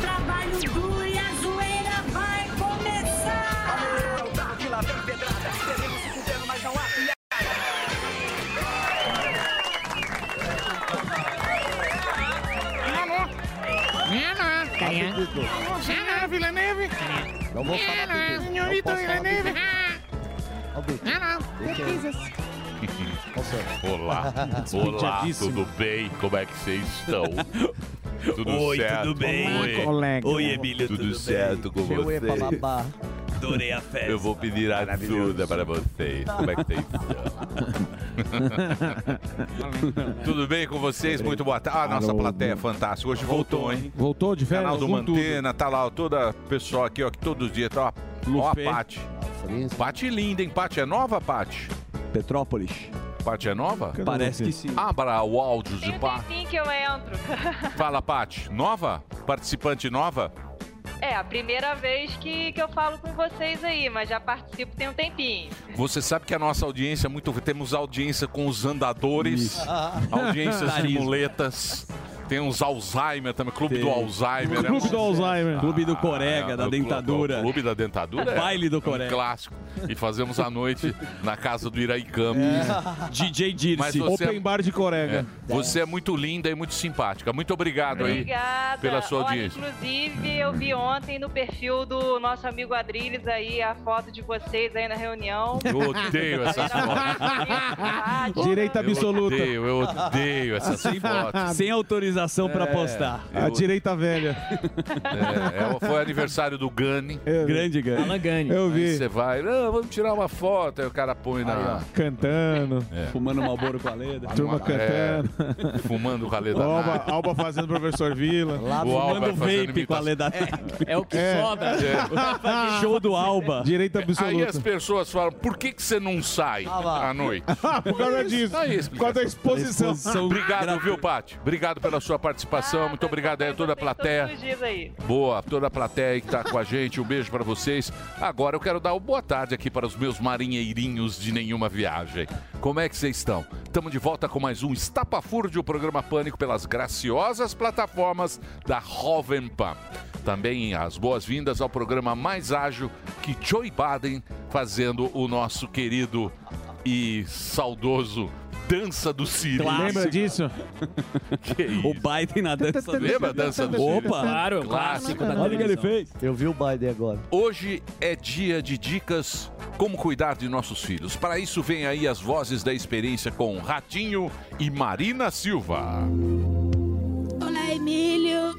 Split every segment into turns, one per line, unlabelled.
trabalho duro e a zoeira vai começar.
É o carro que lá vem pedrada. Devemos se fuder, mas não há piada.
Senhora Villeneuve?
Tá Não vou
Senhora,
falar português. Não
tá
senhorita
posso falar
Villeneuve?
português. Ó, Dudu,
Senhora,
Pesquisas.
Olá, olá, tudo bem? Como é que vocês estão? Tudo
Oi,
certo?
tudo bem? Oi,
colega.
Oi Emílio,
Tudo,
tudo, bem?
certo com
Seu Epa
vocês?
Babá.
Adorei a festa.
Eu vou pedir ajuda para vocês. Como é que vocês estão? Tudo bem com vocês? Muito boa tarde. Ah, nossa plateia fantástica. Hoje voltou, hein?
Voltou de férias?
Canal do
com tudo.
Mantena, tá lá ó, toda a pessoa aqui, ó, que todos os dias tá, ó. Ó a
Lufê.
Paty.
França.
Paty linda, hein? Paty é nova, Paty?
Petrópolis.
Paty é nova?
Parece que sim.
Abra o áudio de
Tem um
Paty.
tempinho que eu entro.
Fala, Paty. Nova? Participante nova?
É, a primeira vez que, que eu falo com vocês aí, mas já participo tem um tempinho.
Você sabe que a nossa audiência é muito. Temos audiência com os andadores, audiência de muletas. Tem uns Alzheimer também, Clube do Alzheimer. né?
Clube do Alzheimer.
Clube do Corega,
Ah,
da
o clube-
dentadura.
O clube da dentadura. é
Baile do
um
Corega.
clássico. E fazemos à noite na casa do Iraicamp.
DJ
Mas
É. Dirce.
você-
Open bar de
É,
Corega.
Você é muito linda e muito simpática. Muito obrigado aí.
Obrigada.
pela sua
Olha,
audiência.
inclusive, eu vi ontem no perfil do nosso amigo Adriles aí a foto de vocês aí na reunião.
Eu odeio essas fotos.
Direita
Eu
absoluta.
odeio, eu odeio É. essas fotos.
Sem autorização pra postar.
A direita velha.
É, é, foi aniversário do Gani.
Eu,
Grande ganho.
Alan Gani.
eu
Aí
vi.
você vai, "Ah, vamos tirar uma foto. Aí o cara põe na.
Cantando.
Ah, Fumando Malboro com a Leda.
Turma
É,
cantando.
fumando o ralé da
Alba,
nata.
Alba fazendo professor Vila.
Lá
O Alba
Fumando
fazendo
vape com a
imitação.
Leda.
É o que
É.
sobra.
É. Show do Alba.
Direita
Aí as
absoluta.
pessoas falam, por que, que você não sai
lá.
à noite? É
Ah, por causa disso.
Aí,
Por causa da
explicação.
exposição.
Exposição
Obrigado,
gratuita. Ah,
viu, Paty? Obrigado pela sua participação. Muito obrigado aí a toda a plateia.
Todos os dias aí.
Boa, toda a plateia aí que tá com a gente, um beijo para vocês. Agora eu quero dar uma boa tarde aqui para os meus marinheirinhos de nenhuma viagem. Como é que vocês estão? Estamos de volta com mais um Estapafúrdio, o programa Pânico pelas graciosas plataformas da Pan. Também as boas-vindas ao programa mais ágil que Joey Baden fazendo o nosso querido e saudoso Dança do Sírio.
Lembra disso?
Que
O
isso?
Biden na dança.
Lembra a Dança do Sírio?
Opa.
Claro, é um clássico da
Olha o que ele fez.
Eu vi o Biden agora.
Hoje é dia de dicas como cuidar de nossos filhos. Para isso vem aí as vozes da experiência com Ratinho e Marina Silva.
Olá, Emílio.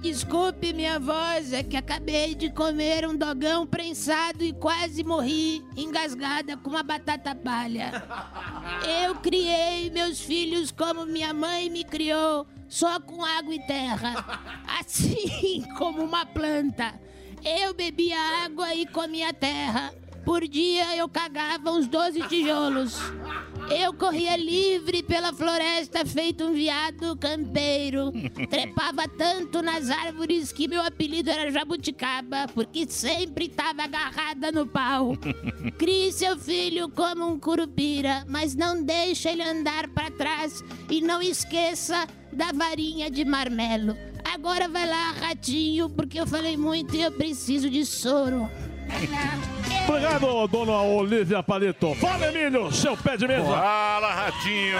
Desculpe minha voz, é que acabei de comer um dogão prensado e quase morri engasgada com uma batata
É.
palha. Eu criei meus filhos como minha mãe me criou, só com água e terra, assim como uma planta. Eu bebia água e comia terra. Por dia eu cagava uns 12 tijolos. Eu corria livre pela floresta feito um viado campeiro. Trepava tanto nas árvores que meu apelido era jabuticaba, porque sempre estava agarrada no pau. Crie seu filho como um curupira, mas não deixe ele andar para trás e não esqueça da varinha de marmelo. Agora vai lá, ratinho, porque eu falei muito e eu preciso de soro. Vai lá.
Obrigado, dona Olivia Palito. Fala, Emílio, seu pé de mesa. É,
Fala, Ratinho!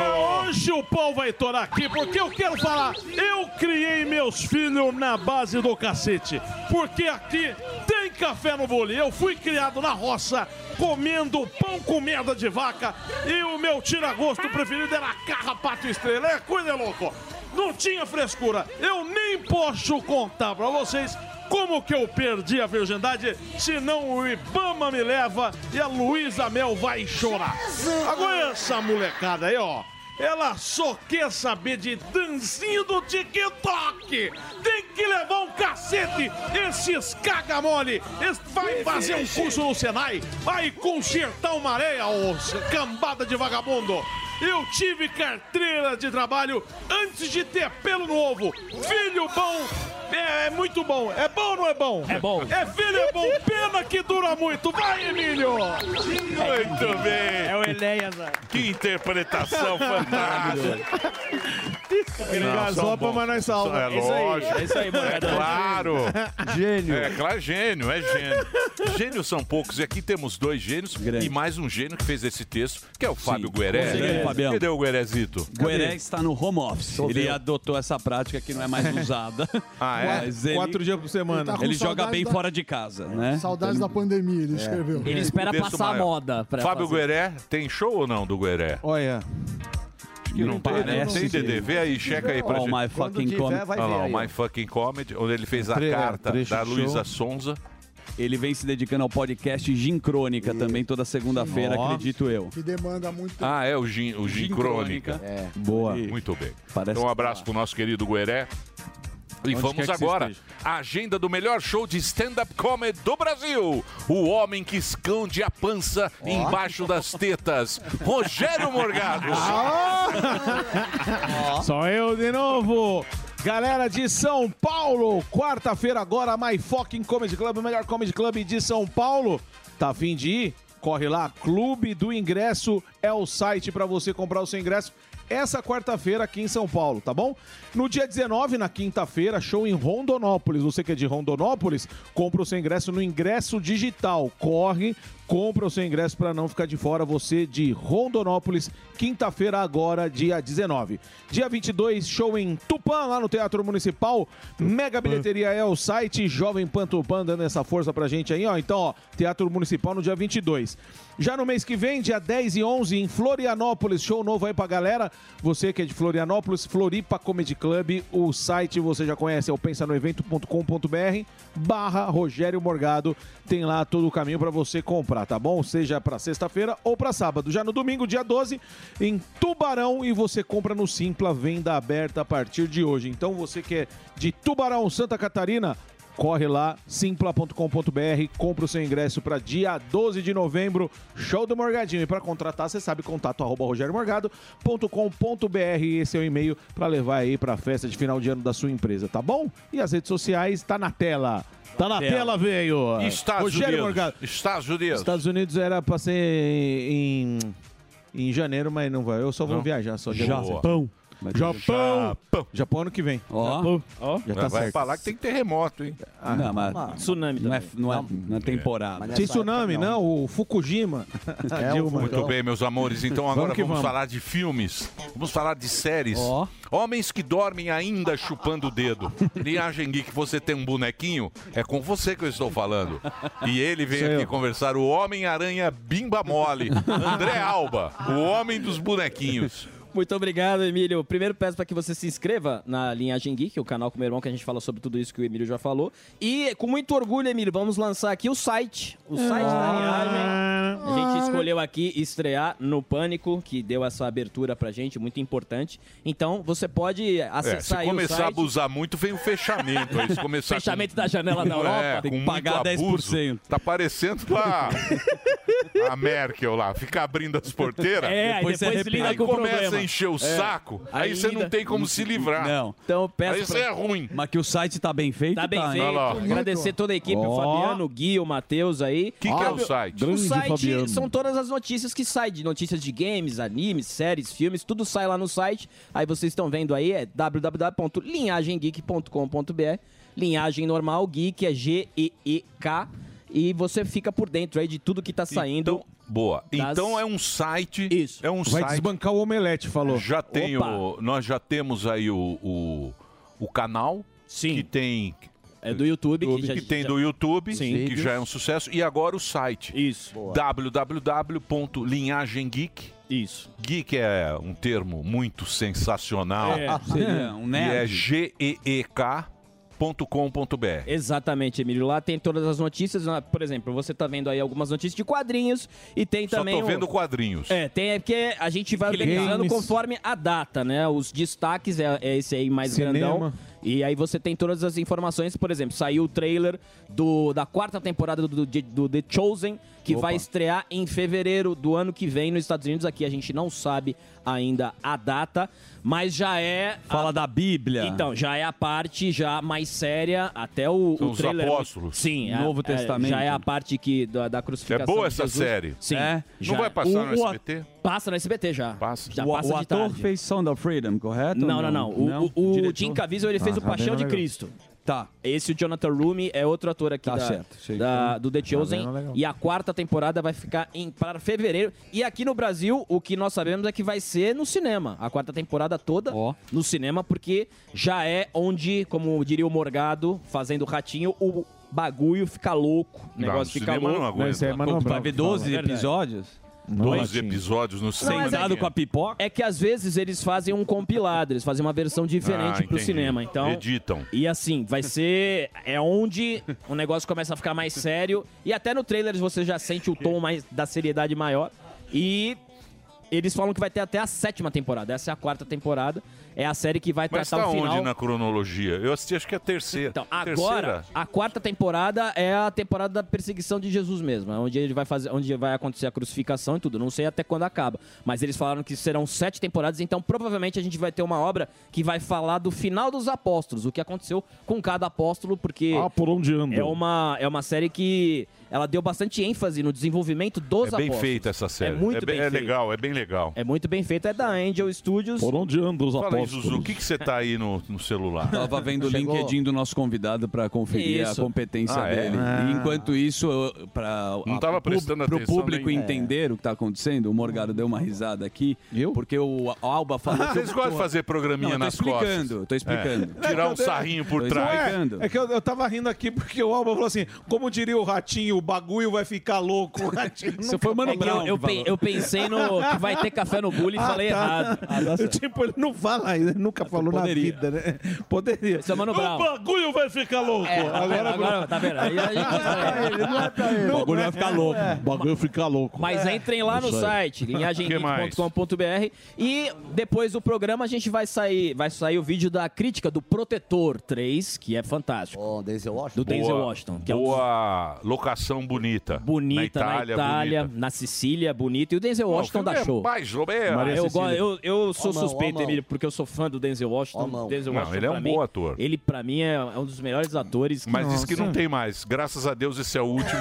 Hoje o pau vai torar aqui porque eu quero falar. Eu criei meus filhos na base do cacete. Porque aqui tem café no bule. Eu fui criado na roça, comendo pão com merda de vaca. E o meu tira-gosto preferido era carrapato estrela. É coisa louco. Não tinha frescura. Eu nem posso contar pra vocês. Como que eu perdi a virgindade? Senão o Ibama me leva e a Luísa Mel vai chorar. Agora essa molecada aí, ó. Ela só quer saber de dancinha do TikTok. Tem que levar um cacete. Esses cagamole. Esse vai fazer um curso no Senai. Vai consertar uma areia, os cambada de vagabundo. Eu tive carteira de trabalho antes de ter pelo no ovo. Filho bom é, é muito bom. É bom ou não é bom?
É bom.
É filho é bom. Pena que dura muito. Vai, Emílio.
Muito bem!
É o Enéas. ó.
Que interpretação fantástica!
Ele
Não,
gasopa,
são bons.
mas nós salva.
É lógico. É claro. Gênio. É claro, gênio, é gênio. Gênios são poucos. E aqui temos dois gênios e mais um gênio que fez esse texto, que é o Fábio Gueré.
certeza, Fabião.
Cadê o Guerezito?
Gueré está no home office.
Tô
Ele
vendo.
adotou essa prática que não é mais usada.
ah,
é? Quatro dias por semana. Ele tá com
Ele joga
saudade
bem
da-
fora de casa, né?
É. Saudades da pandemia,
É.
É. ele escreveu.
Ele espera
Texto
passar a
maior.
moda pra
Fábio
fazer.
Gueré, tem show ou não do Gueré?
Olha.
Acho que não, tem, né?
parece
Tem
que-
DD. Vê aí, checa aí pra
Oh,
gente.
my Quando fucking tiver, comedy. vai
Olha
ver
lá,
aí,
o My Fucking Comedy, onde ele fez a
Tre-
carta
trecho
da
show.
Luísa Sonza.
Ele vem se dedicando ao podcast Gin Crônica também, toda segunda-feira,
Ó.
acredito eu.
Que demanda muito
Ah, é o Gin, o Gin,
Gin
Crônica.
Crônica.
É.
Boa.
Muito bem. então,
Parece
um
que tá
abraço pro nosso querido Gueré. E
Onde
vamos
quer que você
agora
esteja.
à agenda do melhor show de stand-up comedy do Brasil. O homem que esconde a pança embaixo das tetas. Rogério Morgado.
Sou eu de novo. Galera de São Paulo, quarta-feira agora, My Fucking Comedy Club, o melhor comedy club de São Paulo. Tá a fim de ir? Corre lá, Clube do Ingresso é o site pra você comprar o seu ingresso. Essa quarta-feira aqui em São Paulo, tá bom? No dia 19, na quinta-feira, show em Rondonópolis. Você que é de Rondonópolis, compra o seu ingresso no ingresso digital. Corre, compra o seu ingresso pra não ficar de fora. Você de Rondonópolis, quinta-feira agora, dia 19. Dia 22, show em Tupã, lá no Teatro Municipal. Mega bilheteria é o site. Jovem Pan Tupã dando essa força pra gente aí, ó. Então, ó, Teatro Municipal no dia 22. Já no mês que vem, dia 10 e 11, em Florianópolis, show novo aí pra galera. Você que é de Florianópolis, Floripa Comedy Club, o site você já conhece, é o pensanoevento.com.br barra Rogério Morgado. Tem lá todo o caminho pra você comprar, tá bom? Seja pra sexta-feira ou pra sábado. Já no domingo, dia 12, em Tubarão, e você compra no Simpla, venda aberta a partir de hoje. Então você que é de Tubarão, Santa Catarina, Corre lá, simpla.com.br, compra o seu ingresso para dia 12 de novembro, show do Morgadinho. E para contratar, você sabe, contato arroba rogeriomorgado.com.br. Esse é o e-mail para levar aí para a festa de final de ano da sua empresa, tá bom? E as redes sociais, tá na tela. Tá na tela, veio.
Estados
Rogério
Unidos.
Morgado.
Estados Unidos.
Estados Unidos era para ser em, em janeiro, mas não vai. Eu só vou
Não?
viajar só dia
Japão.
12. Japão.
Japão.
Japão ano que vem.
Ó.
Ó. Já tá
Vai
certo.
falar que tem terremoto, hein?
Ah,
não, mas
ah,
tsunami não é, não é na temporada.
Tem tsunami, não. O Fukushima. então.
É, Muito bem, meus amores. Então agora
Tá, Vamos que
vamos,
vamos.
falar de filmes. Vamos falar de séries.
Ó.
Homens que dormem ainda chupando o dedo. Linhagem Geek, você tem um bonequinho? É com você que eu estou falando. E ele veio aqui conversar. O Homem-Aranha Bimba Mole. André Alba, o homem dos bonequinhos.
Muito obrigado, Emílio. Primeiro peço para que você se inscreva na Linhagem Geek, o canal com o meu irmão, que a gente fala sobre tudo isso que o Emílio já falou. E com muito orgulho, Emílio, vamos lançar aqui o site. O site da Linhagem. Ah, A gente escolheu aqui estrear no Pânico, que deu essa abertura pra gente, muito importante. Então, você pode
É, se
acessar aí o
começar a
site.
abusar muito, vem o fechamento. Aí, se começar
Fechamento da janela da
É,
Europa.
com muito abuso, Tá parecendo lá a Merkel lá. Fica abrindo as porteiras.
É, aí
você
depois
arrepende.
lida
Aí
com o
começa
problema.
a encher o
É.
saco. Aí,
Aí
você não
lida-
tem como se livrar.
Não.
Então, peço
Aí
pra-
isso é ruim.
Mas que o site tá bem feito,
Tá bem
hein?
feito. Agradecer toda a equipe, o
Ó.
Fabiano, o Gui, o Matheus aí. O
que é o site? Grande
o site
Fabiano.
são todas as notícias que saem. de Notícias de games, animes, séries, filmes, tudo sai lá no site. Aí vocês estão vendo aí, é www.linhagemgeek.com.br Linhagem normal, geek é G-E-E-K. E você fica por dentro aí de tudo que tá saindo.
Boa.
Das-
Então é um site. É um
Vai
site.
desbancar o omelete, falou.
Já tem o,
Opa.
nós já temos aí o, o, o canal que tem
é do YouTube
que, tem do YouTube que já é um sucesso e agora o site
isso
www.linhagemgeek
isso
geek é um termo muito sensacional
É, seria um
e é
nerd.
g e e k ponto com ponto br
Exatamente, Emílio. Lá tem todas as notícias. né? Por exemplo, você tá vendo aí algumas notícias de quadrinhos e tem
só
também.
tô
o-
vendo quadrinhos
É, tem é porque a gente vai
Games.
organizando conforme a data, né? Os destaques é, é esse aí mais
Cinema.
grandão. E aí você tem todas as informações, por exemplo, saiu o trailer do, da quarta temporada do, do, do The Chosen, que
Opa.
vai estrear em fevereiro do ano que vem nos Estados Unidos. Aqui a gente não sabe ainda a data, mas já é.
Fala da Bíblia.
Então, já é a parte já mais séria, até o,
São
o
os
trailer.
apóstolos.
Sim, é-
Novo
é-
Testamento.
já é a parte que, da, da crucificação.
É boa
de
essa
Jesus.
série.
Sim.
É? Não
já
vai
é.
passar no SBT?
Passa no SBT já.
Passa.
Já
o,
passa
o
de
ator
tarde.
fez Sound of Freedom, correto?
Não, não, não. O, o- o
Diretor?
Jim Caviezel, ele fez
Ah,
o
tá
Paixão
vendo,
de
legal.
Cristo.
Tá.
Esse o Jonathan Rumi é outro ator aqui
Tá
da,
certo, sei.
da- do The
Tá
Chosen.
vendo, legal.
e a quarta temporada vai ficar em, para fevereiro. E aqui no Brasil, o que nós sabemos é que vai ser no cinema. A quarta temporada toda no cinema, porque já é onde, como diria o Morgado, fazendo o ratinho, o bagulho fica louco. O
Não,
negócio
no
fica
cinema
louco.
não aguenta. Não, isso aí é Mano
Vai
Brown
ver
que fala.
12
Verdade.
episódios?
12 episódios no cinema.
Sentado com a
pipoca?
É que às vezes eles fazem um compilado, eles fazem uma versão diferente pro
Ah, entendi.
cinema. Então,
Editam.
E assim, vai ser. É onde o negócio começa a ficar mais sério. E até no trailer você já sente o tom mais da seriedade maior. E. Eles falam que vai ter até a sétima temporada. Essa é a quarta temporada. É a série que vai
Mas
tratar
tá
o
onde
final.
na cronologia? Eu assisti, acho que é a terceira. Então,
Agora, a quarta temporada é a temporada da perseguição de Jesus mesmo, é onde ele vai fazer, onde vai acontecer a crucificação e tudo. Não sei até quando acaba, mas eles falaram que serão sete temporadas, então provavelmente a gente vai ter uma obra que vai falar do final dos apóstolos, o que aconteceu com cada apóstolo, porque
Ah, por onde andam.
é uma é uma série que ela deu bastante ênfase no desenvolvimento dos
É bem
apóstolos.
feita essa série.
É muito
bem,
bem,
é
feita.
legal, é bem legal.
É muito bem feita, é da Angel Studios.
Por onde andam os
Fala aí, Zuzu, o que que você tá aí no, no celular?
Tava vendo o LinkedIn do nosso convidado para conferir
Isso.
a competência
Ah, é?
dele.
Ah.
E enquanto isso, para
Não tava prestando
pro
atenção É.
público
nem-
entender o que tá acontecendo, o Morgado deu uma risada aqui, porque o Alba falou que
Vocês
eu-
gostam de fazer
Não,
programinha
eu tô
nas costas.
explicando, tô explicando.
É, tirar um sarrinho por
Tô
trás.
explicando.
É que eu, eu tava rindo aqui porque o Alba falou assim: como diria o ratinho, o bagulho vai ficar louco. O ratinho
Isso
nunca
foi o Mano
vai- um
Brown que falou.
Ah, tá.
tipo, ele não fala
Ele nunca falou na
Poderia.
vida, né? Poderia.
Isso é Mano Brown. O bagulho vai ficar louco. é
É, tá vendo, agora,
tá vendo?
O bagulho vai ficar louco. É. O bagulho vai ficar louco. É.
Mas entrem lá no
Isso aí.
site,
Que mais?
linhagemgeek.com.br e depois do programa a gente vai sair, vai sair o vídeo da crítica do Protetor 3, que é fantástico. Do Denzel
Boa-
Washington. que é um dos-
Boa locação bonita.
Bonita na Itália, na,
bonita.
Sicília, bonita. E o Denzel
Não, o
Washington
filme
dá
é
show.
mais ou menos. Maria
eu,
Cecília.
go- eu, eu
Ó
sou
a mão, ó
suspeito,
a mão.
Emílio, porque eu sou fã do Denzel Washington. Denzel
Não,
Washington
ele é um
pra
bom
mim,
ator.
Ele, pra mim, é é um dos melhores atores.
Mas diz que não tem mais. Graças a Deus esse é o último.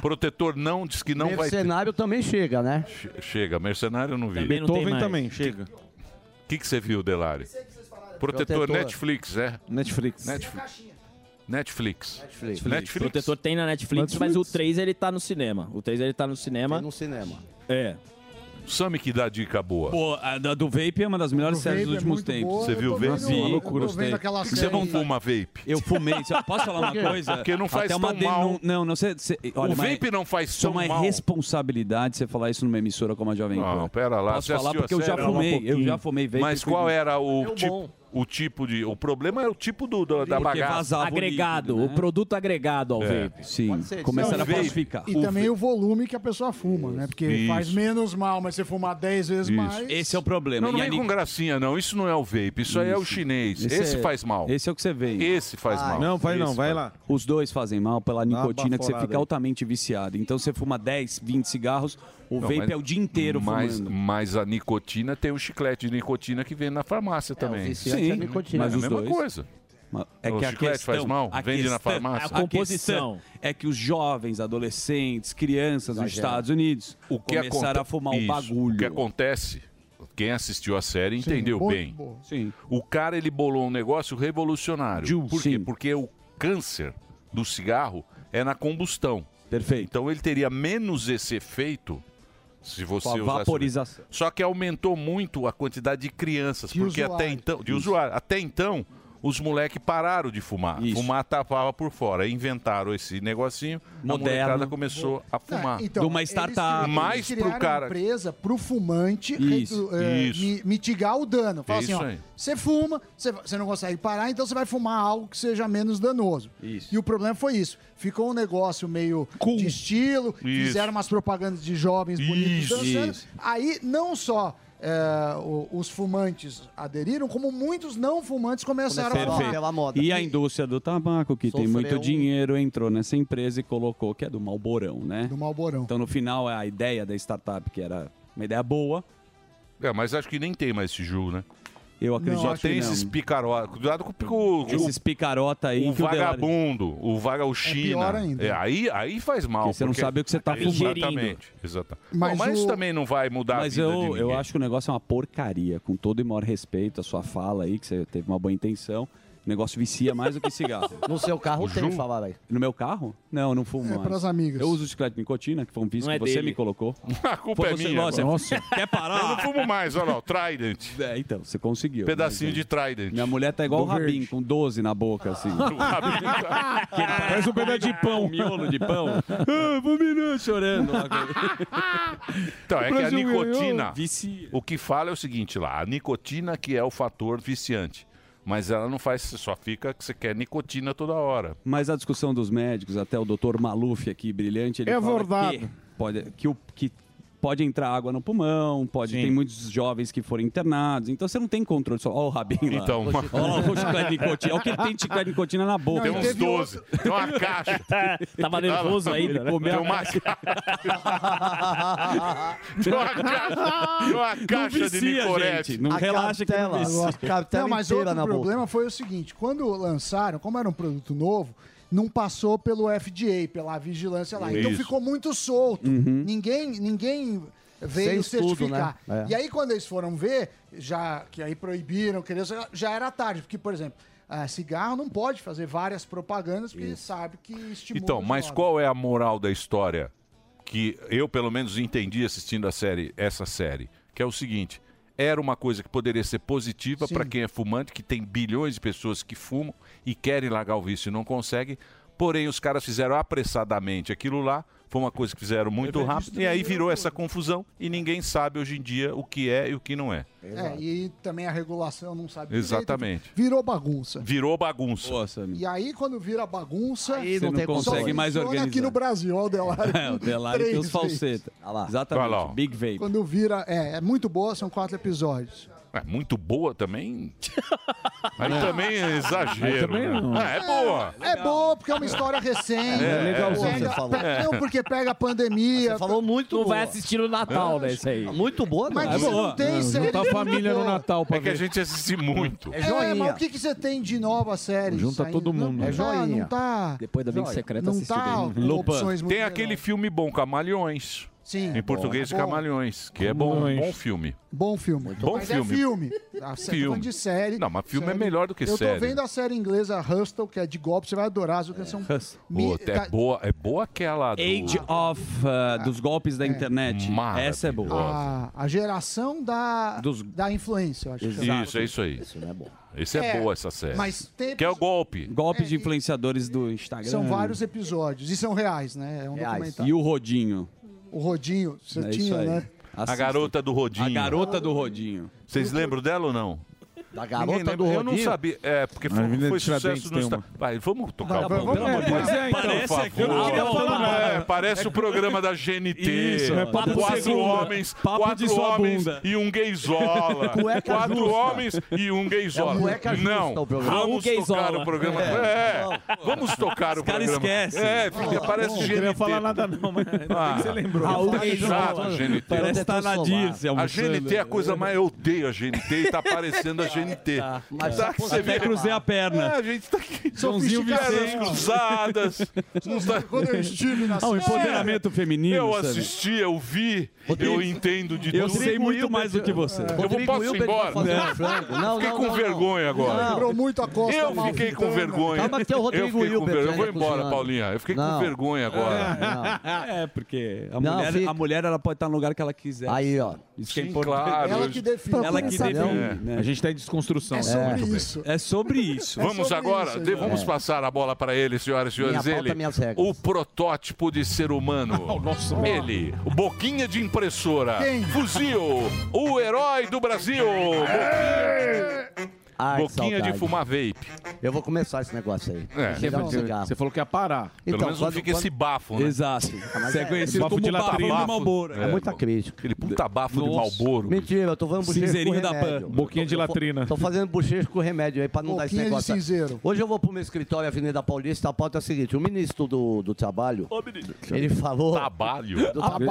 Protetor não, diz que não vai ter.
Mercenário também chega, né?
Che- Chega, mercenário eu não vi.
Também não tem Beethoven mais. também, chega.
O que, que você viu, Delari? Protetor,
Protetor.
Netflix, é?
Netflix.
Netflix. Netflix. Netflix.
O protetor tem na Netflix, mas o 3 ele tá no cinema. O 3 ele tá no cinema. no
cinema.
É.
Sami que dá dica boa.
Pô, a da- do Vape é uma das melhores séries dos últimos tempos.
Você viu o vape? gostei.
Vi.
Por que Você não fuma vape?
Eu fumei. Só- Posso falar
Por quê?
uma coisa?
Porque não faz
Até uma
tão mal.
Não, não sei. sei- olha,
o
mas-
vape não faz
Isso é
tão
uma
mal.
responsabilidade você falar isso numa emissora como a Jovem Pan.
Não, pera lá.
Posso
você
falar
assistiu a
porque eu já
série?
fumei. Eu já fumei vape.
Mas
fui-
qual era o
É o
tipo,
bom.
o tipo de... O problema é o tipo do, do- da
Porque
bagaça.
vazava o
Agregado,
líquido,
o produto agregado ao
É,
vape.
Sim,
ser,
começaram
sim.
a
Vape.
falsificar.
E também o volume que a pessoa fuma, né? Porque
Isso.
faz menos mal, mas se fumar 10 vezes mais.
Esse é o problema.
Não, não
E
vem
aí-
com gracinha, não. Isso não é o vape. Isso aí é o
Isso.
chinês. Esse,
é-
faz mal.
Esse é o que você Ah, veio.
Esse faz mal. Esse faz-
Os dois fazem mal
uma
pela nicotina que você
baforada
fica
aí.
altamente viciado. Então você fuma 10, 20 cigarros, o
Não,
vape
mas-
é o dia inteiro
mas,
fumando.
Mas a nicotina tem o chiclete de nicotina que vem na farmácia também.
viciante Sim, é a nicotina. mas
é a
os
mesma
dois.
coisa.
É
o
que a
chiclete
questão,
faz mal?
a
Vende na
questão-
farmácia?
A composição é que os jovens, adolescentes, crianças nos
Exagero.
Estados Unidos
O que aconte-
começaram a fumar
Isso.
o bagulho.
O que acontece, quem assistiu a série
Sim,
entendeu
boa-
bem.
boa. Sim.
O cara, ele bolou um negócio revolucionário. Por quê? Porque o câncer do cigarro é na combustão.
Perfeito.
Então ele teria menos esse efeito se você
Com a
usasse-
vaporização.
Só que aumentou muito a quantidade de crianças,
De
porque até
usuário.
então, de usuário, até então os moleques pararam de fumar. Fumar tapava por fora. Aí Inventaram esse negocinho,
Moderno.
a molecada começou a
Tá,
fumar.
Ah, então, eles
um
criaram-
mais
eles
pro
criaram
cara.
uma empresa pro fumante
Isso,
redu- eh,
isso.
mi- mitigar o dano. Fala
Isso
assim,
aí.
ó, você fuma, você- você não consegue parar, então você vai fumar algo que seja menos danoso.
Isso.
E o problema foi isso. Ficou um negócio meio de estilo,
Isso.
fizeram umas propagandas de jovens bonitos
Isso.
dançando.
Isso.
Aí não só eh, o- os fumantes aderiram, como muitos não fumantes começaram a fumar.
E a indústria do tabaco, que tem
Sofreu
muito
um-
dinheiro, entrou nessa empresa e colocou que é do Malborão, né? Do
Malborão.
Então, no final, a ideia da startup, que era uma ideia boa,
É, mas acho que nem tem mais esse jogo, né?
Eu acredito
Só tem
que não.
esses picarota. Cuidado com, o- com
Esses picarota aí
O
que o Delari-
vagabundo, o vaga, o China.
pior ainda.
É, aí, aí faz mal.
Porque você não sabe o que você tá
Exatamente,
ingerindo.
Exatamente.
Mas
Bom, Mas,
o-
isso também não vai mudar
Mas
a vida
eu,
de ninguém.
eu acho que o negócio é uma porcaria. Com todo e maior respeito, a sua fala aí, que você teve uma boa intenção. O negócio vicia mais do que cigarro.
No seu carro tem, falaram aí.
No meu carro? Não, eu não fumo mais.
pras amigas.
Eu uso chiclete de nicotina, que foi um vício
Não
que
é
você
dele.
me colocou.
A culpa
Foi
é
você-
minha
Nossa,
agora.
você quer parar?
Eu não fumo mais, olha lá, o Trident.
É, então, você conseguiu.
Pedacinho de Trident.
Minha mulher tá igual
Do
o Rabin,
verde.
com 12 na boca, assim.
Parece
um pedaço de pão. miolo de pão. Ah, vou mirar, chorando.
Então, é
O
que a
Brasil ganhou.
nicotina. O que fala é o seguinte lá: a nicotina que é o fator viciante. Mas ela não faz, você só fica que você quer nicotina toda hora.
Mas a discussão dos médicos, até o doutor Maluf aqui, brilhante, ele
É
fala
verdade.
que pode, que, o, que pode entrar água no pulmão, pode tem muitos jovens que foram internados, então você não tem controle. Só, ó o rabinho lá.
Então.
Olha lá o chiclete de nicotina. Olha É o que ele tem de chiclete de nicotina na boca.
Tem uns 12. Tem uma caixa.
Tava nervoso ainda, né?
Ele comeu
Tem
a
uma
caixa. Tem uma caixa, tem uma caixa de Nicorette.
A captela não, mas outro problema foi o seguinte, quando lançaram, como era um produto novo, não passou pelo FDA, pela vigilância lá. Então
Isso.
ficou muito solto.
Uhum.
Ninguém, ninguém veio
Sem estudo,
certificar.
né? É.
E aí quando eles foram ver, já que aí proibiram, querer, já era tarde, porque por exemplo, ah, cigarro não pode fazer várias propagandas porque sabe que estimula.
Então,
os
mas
jovens.
qual é a moral da história que eu pelo menos entendi assistindo a série, essa série, que é o seguinte: era uma coisa que poderia ser positiva para quem é fumante, que tem bilhões de pessoas que fumam e querem largar o vício e não conseguem. Porém, os caras fizeram apressadamente aquilo lá. Foi uma coisa que fizeram muito
Deveria
rápido e aí virou essa confusão e ninguém sabe hoje em dia o que é e o que não é.
É, e também a regulação não sabe direito.
Exatamente.
Virou bagunça.
Virou bagunça.
E aí, quando vira bagunça,
Aí não Você não tem consegue
só
mais
funciona
organizar.
aqui no Brasil, ó, o Delari.
É, o Delari tem os
Três vezes.
falsetas. Exatamente.
Olha lá, ó.
Big Vape.
Quando vira. É, é muito boa, são quatro episódios.
É muito boa também. Aí também é exagero.
Aí também
né?
não.
Ah, é boa.
É boa porque é uma história recente.
É, legalzinho
Pega-
você falou.
pe- Não, porque pega a pandemia. Você falou
muito
Não vai assistir no Natal, né? Isso aí.
Muito boa,
Mas você não tem série.
tá a família no
Natal
pra É que a gente assiste muito.
É, mas o que, que você tem de nova série?
Junta
saindo?
todo mundo.
Não,
É
não tá-
joinha.
Não tá.
Depois da Vida
Joia.
Secreta,
não
assisti
tá
bem.
com opções muito
Tem aquele filme bom, Camalhões.
Sim.
Em português,
Bom.
Camalhões. Que é bom,
Camalhões.
bom filme.
Bom filme.
bom
Mas
filme.
é filme. A série
Filme.
falando de série.
Não, mas filme é melhor do que
Eu
série. É.
tô vendo a série inglesa Hustle, que é de golpe, você vai adorar. As outras são mi-
Puta,
tá-
é, boa, é boa aquela do...
Age of... uh, dos golpes da internet. Essa é boa.
a, a geração da,
Dos-
da influência, eu acho. que chama.
Isso, é isso aí.
Isso não é bom.
Isso é,
É,
boa, essa série.
mas tem-
Que é o golpe.
Golpes de influenciadores do Instagram.
São vários episódios. E são reais, né? É um documentário.
E o Rodinho.
O Rodinho, você
É isso
tinha,
aí.
né?
A
Assista.
garota do Rodinho.
A garota do Rodinho.
Vocês lembram dela ou não?
Da
Ninguém lembra. Eu não sabia. É, porque foi,
Avenida
foi
Tiradentes
sucesso
tem
no Insta...
uma.
Vai, vamos tocar
Tá
o
bom,
programa.
vamos-
Pois
é, então.
Por
Parece que eu não
favor.
queria falar nada.
É, Parece o programa da GNT.
Isso, é papo de
quatro
segunda.
homens,
Papo de
quatro
sua
homens
bunda.
e um gayzola.
Cueca
quatro
justa.
homens e um gayzola.
É o cueca justa
não,
o programa. Raul
vamos tocar
Gayzola.
o programa.
É.
É, vamos tocar o
cara
programa.
esquece.
É, fica, parece
Não
GNT.
queria falar
nada não, mas
Ah,
você lembrou.
Raul
Tá
Exato,
ligado.
a GNT.
Parece que tá na Dirce
A
almoçando.
GNT é a coisa mais. Eu odeio a GNT e tá aparecendo a GNT.
mas
Tá
só
que
posso até
vê-
cruzei a perna.
É, a gente tá aqui.
Joãozinho
Pernas
Vicente.
cruzadas. Não tá-
Quando eu estive na
Ah, o empoderamento feminino,
Eu
sabe?
assisti, eu vi, eu entendo de
Eu
tudo.
sei muito mais do que você.
Eu vou posso ir embora. Fiquei com vergonha agora.
Lembrou muito a Costa
Eu
Malfitana.
fiquei com vergonha.
Calma que tem o
eu
Rodrigo
fiquei com
Hilbert
vergonha. Eu vou
ainda
embora,
cozinhando.
Paulinha. Eu fiquei com
Não.
vergonha agora.
É, porque a,
Não,
mulher,
fica-
a mulher ela pode estar no lugar que ela quiser.
Aí, ó.
Isso que é
Sim,
importante.
claro.
Ela que
define.
Ela que
Essa
define.
é.
não-
né?
A gente tá em desconstrução.
É
sobre
Muito bem. É sobre isso. é.
Vamos agora, de- vamos passar a bola para ele, senhoras e senhores.
Minha pauta,
ele,
minhas regras.
o protótipo de ser humano. ele, o boquinha de impressora.
Quem?
Fuzil, o herói do Brasil. Boquinha-
Ai, Ah, que
boquinha de
saudade.
fumar vape.
Eu vou começar esse negócio aí.
É.
Vou tirar um cigarro. Então,
Você falou que ia parar. Pelo menos não fica esse bafo, né?
Exato.
Você é conhecido como bafo de Marlboro.
É, muita crítica.
Aquele puta bafo de Malboro.
Mentira, eu tô fazendo bochecha
Cinzeirinho
com
da
remédio.
Pan. Boquinha
Eu tô-
de
eu fa-
latrina.
Tô fazendo bochecha com remédio aí pra não dar esse
Boquinha de
negócio.
cinzeiro.
Hoje eu vou pro meu escritório, Avenida Paulista, a pauta é a seguinte, o ministro do, do trabalho, ele falou...
Trabalho?
Do
Trabalho.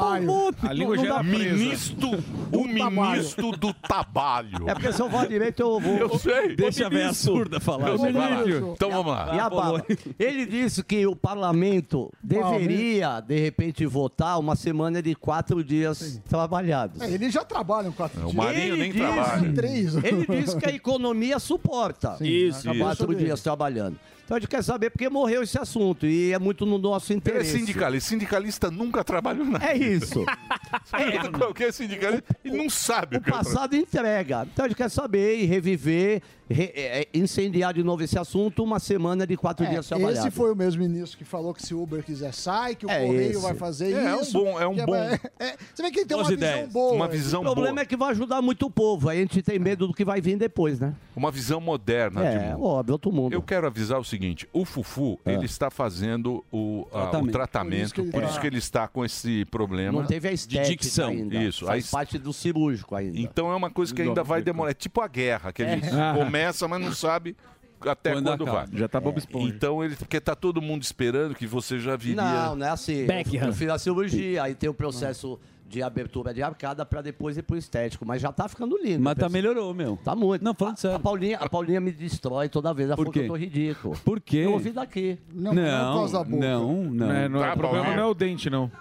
trabalho.
A língua já era presa. Ministro- o ministro do trabalho.
É porque se eu falar direito, eu vou...
Eu sei.
Deixa a
Ô,
véia
ministro.
surda falar.
Eu sei, vai lá.
Ministro.
Então vamos lá.
E a bala? Ele disse que o parlamento deveria, de repente, votar uma semana de quatro dias trabalhados.
É, eles já trabalham quatro
É,
dias.
Ele disse-
Três.
Ele disse que a economia suporta.
Sim, Isso, acabou isso.
Quatro
sobre
dias trabalhando. Então a gente quer saber porque morreu esse assunto e é muito no nosso
Ele é
interesse.
sindicalista. Sindicalista nunca trabalhou nada.
É isso.
Sabe É, Qualquer sindicalista e não sabe o, que é tra-
Passado entrega. Então a gente quer saber e reviver, re- é, é, incendiar de novo esse assunto, uma semana de quatro dias
É,
trabalhados.
esse foi o mesmo ministro que falou que se o Uber quiser sai, que o
É
Correio
esse.
vai fazer
É, é um
isso.
bom- é um
que
bom.
é- é- você vê que ele tem uma visão boa. né?
o problema é que vai ajudar muito o povo. Aí a gente tem medo do que vai vir depois, né?
Uma visão moderna.
É,
de mundo.
óbvio, outro mundo. Ah. É.
Eu quero avisar o seguinte: o Fufu, ele está fazendo o ah, o tratamento.
Tratamento. Por isso que ele
por
tá-
isso que ele está com esse problema.
Não teve a estética ainda.
Isso.
Faz parte do cirúrgico ainda.
Então é uma coisa que ainda vai demorar. É tipo a guerra, que a gente
É.
começa, mas não sabe até
Quando
quando, vai.
acaba. Já tá Bob Esponja.
Então ele. Porque tá todo mundo esperando que você já viria.
Não, não é assim.
Beckham.
Eu fiz a cirurgia, aí tem o processo de abertura de arcada pra depois ir pro estético. Mas já tá ficando lindo.
Mas tá
pessoal.
melhorou, meu.
Tá muito. Não, falando sério. A Paulinha, a Paulinha me destrói toda vez. Ela
Por
falou que eu
quê?
tô ridículo.
Por quê?
Eu ouvi daqui.
Não, não é por causa da boca. não, não.
É, não é-
Tá
o problema não é o dente, não.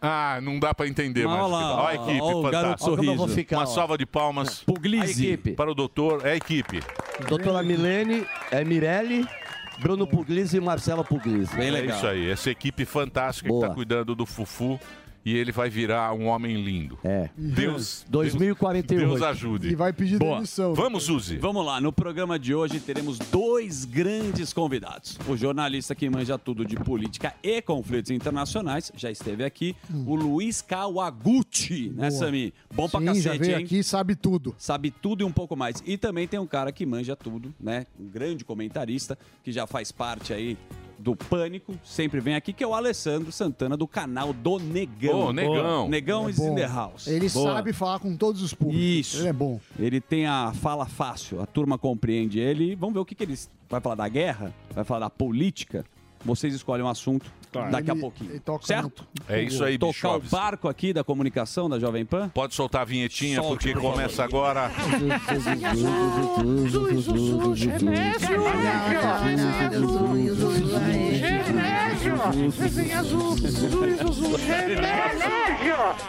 Ah, não dá pra entender
Mas
mais. tá-
olha lá,
Olha a
olha, olha
equipe,
o
fantástica.
garoto Olha como eu vou sorriso. ficar,
Uma
ó.
salva de palmas.
Puglisi.
A equipe. Para o doutor, é a equipe.
Doutora Milene, é Mirelle, Bruno Puglisi e Marcela Puglisi.
É isso aí, essa equipe fantástica que tá cuidando do Fufu e ele vai virar um homem lindo.
É.
Deus,
2048.
Deus ajude.
E vai pedir
Boa.
demissão.
Vamos, Suzy.
Vamos lá, no programa de hoje teremos dois grandes convidados. O jornalista que manja tudo de política e conflitos internacionais, já esteve aqui, o Luiz Kawaguchi, né,
Boa.
Sami? Bom pra
Sim,
cacete,
já veio
hein?
aqui sabe tudo.
Sabe tudo e um pouco mais. E também tem um cara que manja tudo, né? Um grande comentarista que já faz parte aí do Pânico, sempre vem aqui, que é o Alessandro Santana, do canal do Negão.
Ô, Negão.
Negão
É
is
bom.
in the house.
Ele
Boa.
sabe falar com todos os públicos.
Isso.
Ele é bom.
Ele tem a fala fácil, a turma compreende ele. Vamos ver o que, que ele vai falar da guerra, vai falar da política. Vocês escolhem um assunto daqui
Tá. Ele-
a pouquinho.
ele toca
certo?
no- É isso aí,
Tocar
Bichoves.
o barco aqui da comunicação da Jovem Pan?
Pode soltar a vinhetinha
Solte,
porque
por favor.
começa agora.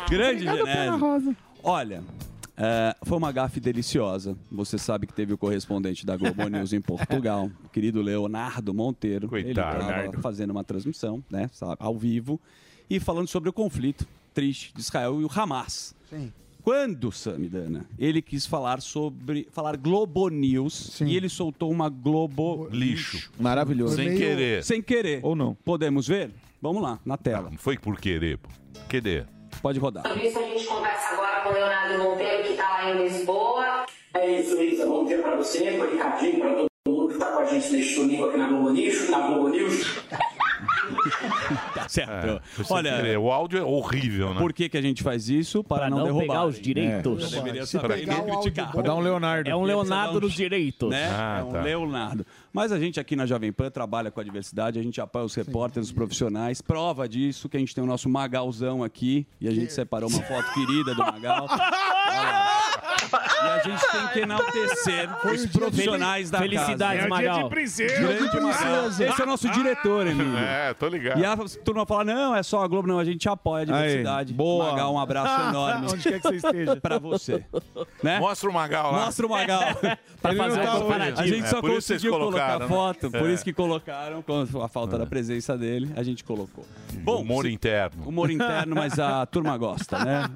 Grande Genésio. Olha, é, foi uma gafe deliciosa. Você sabe que teve o correspondente da Globo News em Portugal, o querido Leonardo Monteiro.
Coitado,
Ele estava
Leonardo.
fazendo uma transmissão, né, sabe, ao vivo, e falando sobre o conflito triste de Israel e o Hamas.
Sim.
Quando, Samidana, ele quis falar sobre. falar Globo News e ele soltou uma Globo
Lixo.
Maravilhoso.
Sem querer.
Sem querer. Ou não. Podemos ver? Vamos lá, na tela.
Foi por querer. pô. Querer.
Pode rodar.
Sobre isso a gente conversa agora com o Leonardo Monteiro, que está lá em Lisboa.
É isso, Isa. Bom dia pra você, pro Ricardinho, pra todo mundo que tá com a gente neste domingo aqui na Globo News, na Globo News.
Tá certo.
foi sem
Olha,
querer. o áudio é horrível, né?
Por que, que a gente faz isso? Para,
Pra
não,
não
derrubar.
pegar os direitos.
É. Eu deveria
Se
saber
pegar
nem
o áudio
criticar.
bom. Pra dar um Leonardo. É um
Ia precisar
Leonardo
dar um-
dos direitos.
Né?
Ah,
é um
tá.
Leonardo. Mas a gente aqui na Jovem Pan trabalha com a diversidade, a gente apoia os repórteres, os profissionais. Prova disso que a gente tem o nosso Magalzão aqui e a gente separou uma foto querida do Magal. E a gente tem que enaltecer os profissionais da
Felicidades,
casa.
Magal. É o dia de princesa.
Grande
Dia de
Magal.
princesa.
Esse é o nosso diretor, Emílio.
É, tô ligado.
E a turma fala, não, é só a Globo. Não, a gente apoia a diversidade.
boa.
Magal, um abraço enorme.
Onde quer que você esteja.
Pra você.
Mostra o Magal lá.
né? Mostra o Magal.
Pra fazer
não
a
hoje.
comparativa.
A gente
É,
só
por isso vocês
conseguiu colocar
colocaram,
a
né?
foto, por
É.
isso que colocaram, com a falta da presença dele, a gente colocou.
Bom, humor interno.
Humor interno, mas a turma gosta, né?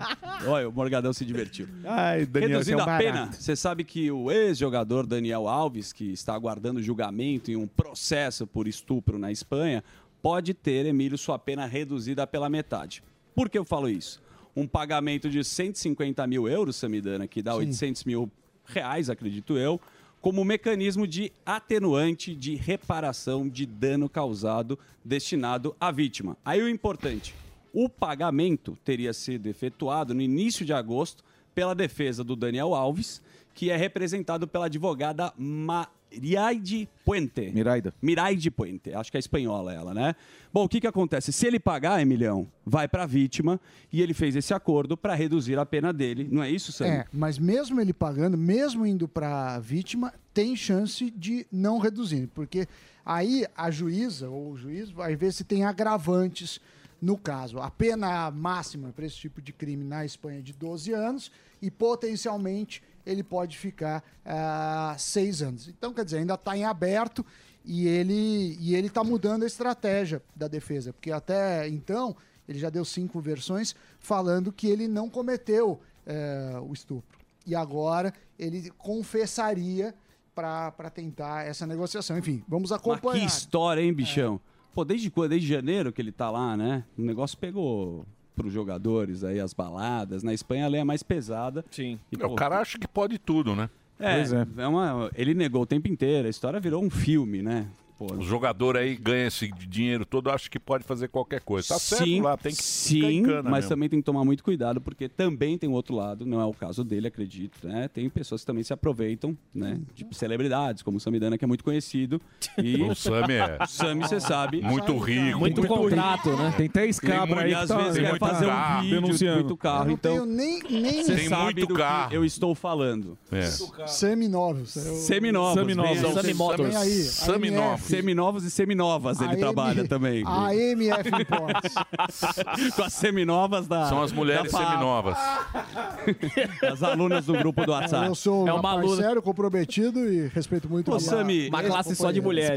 Olha, o Morgadão se divertiu.
Ai, Daniel, você é
Reduzindo
um
a
barato.
pena, você sabe que o ex-jogador Daniel Alves, que está aguardando julgamento em um processo por estupro na Espanha, pode ter, Emílio, sua pena reduzida pela metade. Por que eu falo isso? Um pagamento de 150 mil euros, Samidana, que dá 800 mil reais, acredito eu, como um mecanismo de atenuante de reparação de dano causado destinado à vítima. Aí o importante, o pagamento teria sido efetuado no início de agosto pela defesa do Daniel Alves, que é representado pela advogada Mariaide Puente. Miraida. Miraide Puente, acho que é espanhola ela, né? Bom, o que, que acontece? Se ele pagar, Emilhão, vai para a vítima e ele fez esse acordo para reduzir a pena dele, não é isso, Sam?
É, mas mesmo ele pagando, mesmo indo para vítima, tem chance de não reduzir, porque aí a juíza ou o juiz vai ver se tem agravantes no caso. A pena máxima para esse tipo de crime na Espanha é de 12 anos e potencialmente ele pode ficar ah, seis anos. Então, quer dizer, ainda está em aberto e ele e ele está mudando a estratégia da defesa, porque até então ele já deu cinco versões falando que ele não cometeu eh, o estupro e agora ele confessaria para tentar essa negociação. Enfim, vamos
Mas que
acompanhar.
história, hein,
É.
bichão? Pô, desde quando? Desde janeiro que ele tá lá, né? O negócio pegou pros jogadores aí, as baladas. Na Espanha a lei é mais pesada. Sim.
É, o cara acha que pode tudo, né?
É,
Pois é.
é uma- ele negou o tempo inteiro. A história virou um filme, né? Pô,
O jogador aí ganha esse dinheiro todo, acha que pode fazer qualquer coisa. Tá certo
sim,
lá, tem que ficar em
sim,
cana
mas
mesmo.
também tem que tomar muito cuidado porque também tem o outro lado, não é o caso dele, acredito, né? Tem pessoas que também se aproveitam, né? Tipo celebridades, como o Samidana, que é muito conhecido. E
O Sami é-
O Sami, você sabe.
Muito rico. Muito contrato, né?
Tem três
cabras aí
E
que
às
tá-
vezes
Tem
quer
muito
fazer um
carro.
vídeo,
Denunciando.
muito carro.
Eu não
Então,
tenho
nem- nem-
você
Tem
sabe
muito
do
carro.
que eu estou falando.
É.
Seminovos. é o-
Seminovos. bem aí.
Vem aí, a
Seminovos. Seminovos e seminovas ele
é
AM
trabalha também.
A MF Imports.
Com as seminovas da.
São as mulheres
da FAO.
seminovas.
As alunas do grupo do WhatsApp.
Eu sou
é
um
uma
parceiro
aluna.
comprometido e respeito muito
Ô,
a minha-
Sami,
minha companheira.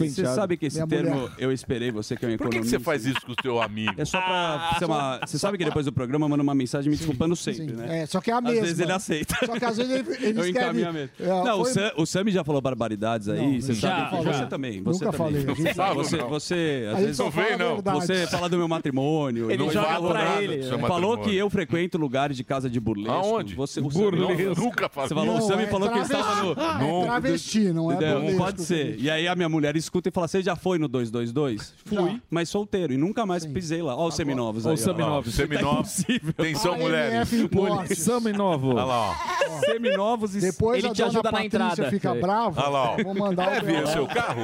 Você sabe que esse
Minha
termo
mulher.
eu esperei você que é um
Por que, que
economista.
você faz isso com o teu amigo?
É só pra. Você, é uma- você sabe que depois do programa manda uma mensagem me desculpando sempre, né?
É, só que é a
Às
mesma.
vezes ele aceita. um
Só que às vezes ele, ele
Eu
escreve...
encaminho a mesmo.
É,
não, o,
foi-
Sam, o Sami já falou barbaridades aí, você
já,
sabe.
já.
Você também. Você
Nunca
também.
falei, a gente
Você,
sabe.
você, você
A
às
gente
vezes
só Não fala vem, não. verdade.
Você fala do meu matrimônio.
Ele
não
joga
falou
pra
nada
ele,
do seu
né?
Falou
matrimônio.
que eu frequento lugares de casa de burlesco.
Aonde?
Você, o
Burlesco.
Sam-
Nunca falei.
Você falou, o
Não,
Sami
é
falou que eu estava no...
travesti.
É travesti, não é burlesco,
Pode ser. E aí a minha mulher escuta e fala, você já foi no 222? Fui, mas solteiro. E nunca mais pisei lá. Ó o Seminovos aí.
Ó o
ó.
Seminovos.
Tá
Seminovos.
impossível.
Atenção, AMF mulheres. Importes.
Seminovos.
Olha lá, ó.
Seminovos e
Depois
ele
a
te
dona
ajuda na
Patrícia
entrada.
fica
É.
brava,
Olha lá, ó.
vou mandar o
Leve o
dela.
seu carro.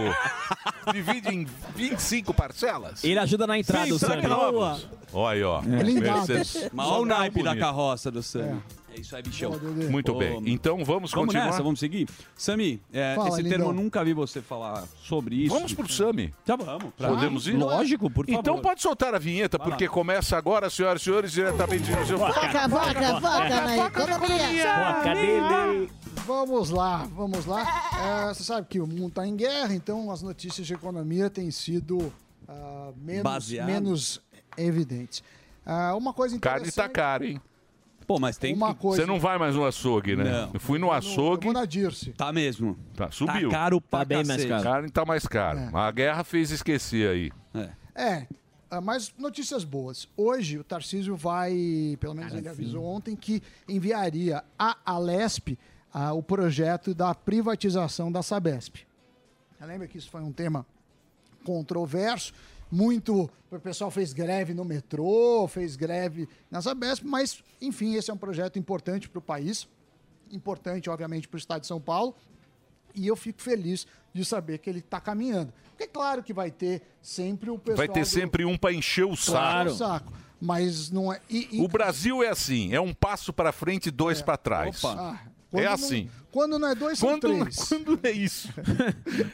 Divide em 25 parcelas.
Ele ajuda na entrada, o Sam.
Seminovos. Olha aí, ó.
É
lindado.
Mercedes.
Mas olha o naipe da
Bonito.
carroça do Sami. É. isso aí, bichão.
Muito
Ô,
bem. Então vamos,
Vamos
continuar.
nessa, vamos seguir. Sami, é,
Fala,
esse
lindão.
termo eu nunca vi você falar sobre isso. Tá
Vamos pro Sami.
Já vamos. pra-
Podemos ir?
Lógico, por favor.
Então pode soltar a vinheta,
Vai lá.
porque começa agora, senhoras e senhores, diretamente no seu...
Foca,
foca,
É.
foca
na
economia.
Foca nele.
Vamos lá, vamos lá. É, você sabe que o mundo está em guerra, então as notícias de economia têm sido ah, menos,
Baseado.
menos evidentes. Ah, uma coisa
Carne
interessante...
tá cara, hein?
Pô, mas tem
Uma coisa-
Você não vai mais no açougue, né?
Não.
Eu fui no açougue...
na Dirce.
Tá mesmo.
Tá, subiu.
Tá caro pra Tá bem mais cacete. caro.
Carne tá mais caro. A guerra fez esquecer aí.
É, ah, mas notícias boas. Hoje o Tarcísio vai, pelo menos ele avisou ontem, que enviaria à Alesp ah, o projeto da privatização da Sabesp. Eu lembro que isso foi um tema controverso. Muito. O pessoal fez greve no metrô, fez greve na Sabesp, mas, enfim, esse é um projeto importante para o país, importante, obviamente, para o estado de São Paulo. E eu fico feliz de saber que ele está caminhando. Porque, é claro que vai ter sempre o pessoal.
Vai ter
do-
sempre um pra encher o saco.
Claro, o saco. Mas não é. e- e-
O Brasil é assim, é um passo pra frente e dois pra trás.
Ah, quando
é
não-
assim.
Quando não é dois, são
Quando-
três.
Quando é isso?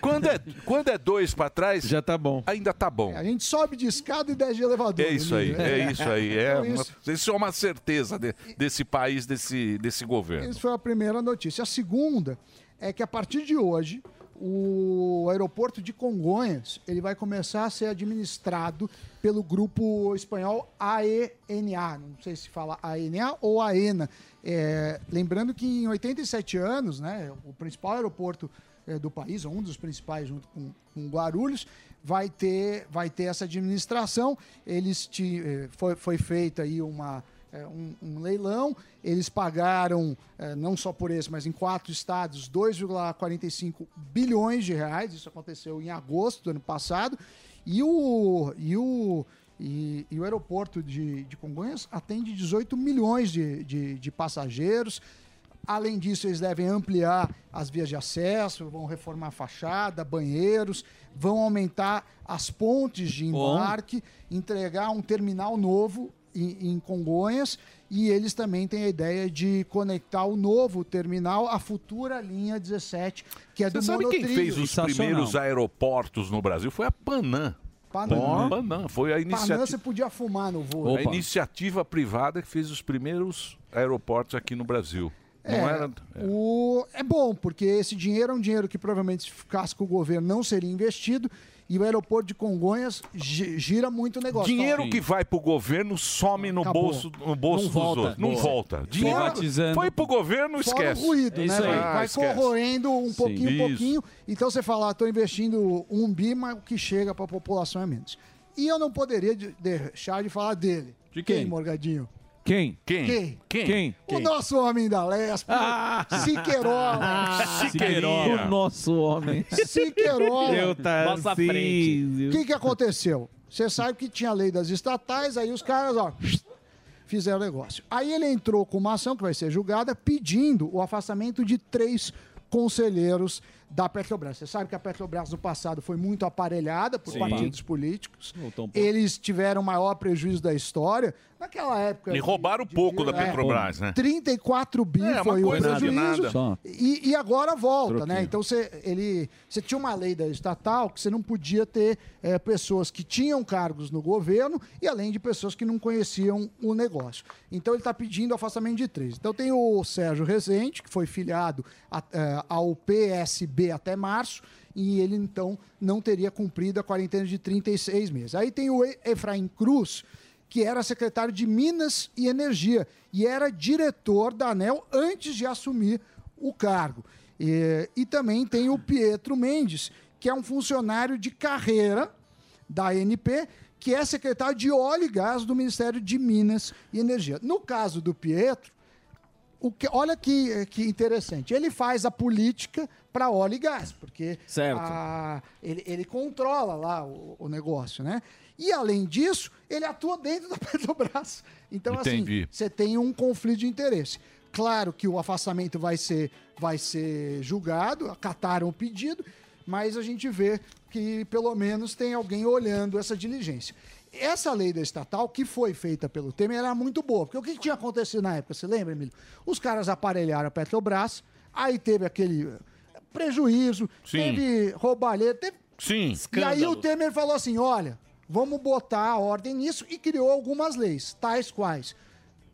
Quando é, quando é dois pra trás, já tá bom. Ainda tá bom.
A gente sobe de escada e desce de elevador.
É isso aí,
Emílio.
é isso aí. É
Então,
uma,
isso-
isso é uma certeza de- desse país, desse, desse governo.
Essa foi a primeira notícia. A segunda é que a partir de hoje o aeroporto de Congonhas ele vai começar a ser administrado pelo grupo espanhol AENA. Não sei se fala AENA ou AENA. É, lembrando que em 87 anos, né, o principal aeroporto eh, do país, ou um dos principais, junto com, com Guarulhos, vai ter, vai ter essa administração. Eles ti- eh, foi, foi é, feita aí uma é, um, um leilão. Eles pagaram, é, não só por esse, mas em quatro estados, 2,45 bilhões de reais. Isso aconteceu em agosto do ano passado. E o, e o, e, e o aeroporto de, de Congonhas atende 18 milhões de, de, de passageiros. Além disso, eles devem ampliar as vias de acesso, vão reformar a fachada, banheiros, vão aumentar as pontes de embarque, entregar um terminal novo em, em Congonhas e eles também têm a ideia de conectar o novo terminal à futura linha 17, que é
Você
do
sabe
monotrilho.
quem fez os primeiros aeroportos no Brasil? Foi a Panam.
Panam.
Ó, Panam. Foi a
Panam,
iniciativa.
você podia fumar no voo. né?
A iniciativa privada que fez os primeiros aeroportos aqui no Brasil.
É,
Não era.
O... É bom, porque esse dinheiro é um dinheiro que provavelmente se ficasse com o governo não seria investido e o aeroporto de Congonhas gi- gira muito o negócio.
Dinheiro
Então,
que vai pro governo some no
Acabou.
bolso, no bolso
Não
dos
volta.
outros. Não
Boa.
volta. Dinheiro
Privatizando.
foi pro governo,
Fora
esquece.
o ruído, né? Vai,
Ah,
vai
esquece.
corroendo um
Sim.
pouquinho,
Isso.
um pouquinho. Então você fala, estou investindo um bi, mas o que chega para a população é menos. E eu não poderia de- deixar de falar dele.
De quem?
Morgadinho?
Quem?
Quem?
Quem?
O nosso homem da Lesp, Siqueirola.
Ah, Siqueirola.
Ah, O nosso homem.
Siqueirola.
tá
Nossa
assim,
frente.
O que, que aconteceu? Você sabe que tinha lei das estatais, aí os caras, ó, fizeram negócio. Aí ele entrou com uma ação que vai ser julgada pedindo o afastamento de três conselheiros da Petrobras. Você sabe que a Petrobras no passado foi muito aparelhada por
Sim.
partidos políticos.
Voltou um pouco.
Eles tiveram o maior prejuízo da história. Naquela época...
E roubaram pouco da Petrobras, né?
34 bi
É, uma
foi o
coisa de nada.
prejuízo.
Só.
E, e agora volta,
Troquinho.
né? Então você, ele, você tinha uma lei da estatal que você não podia ter eh, pessoas que tinham cargos no governo e além de pessoas que não conheciam o negócio. Então ele está pedindo afastamento de três. Então tem o Sérgio Rezende, que foi filiado a- eh, ao PSB até março, e ele então não teria cumprido a quarentena de 36 meses. Aí tem o E- Efraim Cruz, que era secretário de Minas e Energia e era diretor da ANEL antes de assumir o cargo. E, e também tem o Pietro Mendes, que é um funcionário de carreira da ANP, que é secretário de óleo e gás do Ministério de Minas e Energia. No caso do Pietro, o que, olha que, que interessante. Ele faz a política para óleo e gás, porque
Certo.
a- ele, ele controla lá o, o negócio, né? E além disso, ele atua dentro da Petrobras. Então,
Entendi.
assim, você tem um conflito de interesse. Claro que o afastamento vai ser, vai ser julgado, acataram o pedido, mas a gente vê que pelo menos tem alguém olhando essa diligência. Essa lei da estatal, que foi feita pelo Temer, era muito boa. Porque o que tinha acontecido na época, você lembra, Emílio? Os caras aparelharam a Petrobras, aí teve aquele eh, prejuízo,
Sim.
teve roubalheira, teve
Sim.
e aí o Temer falou assim: olha, vamos botar a ordem nisso e criou algumas leis, tais quais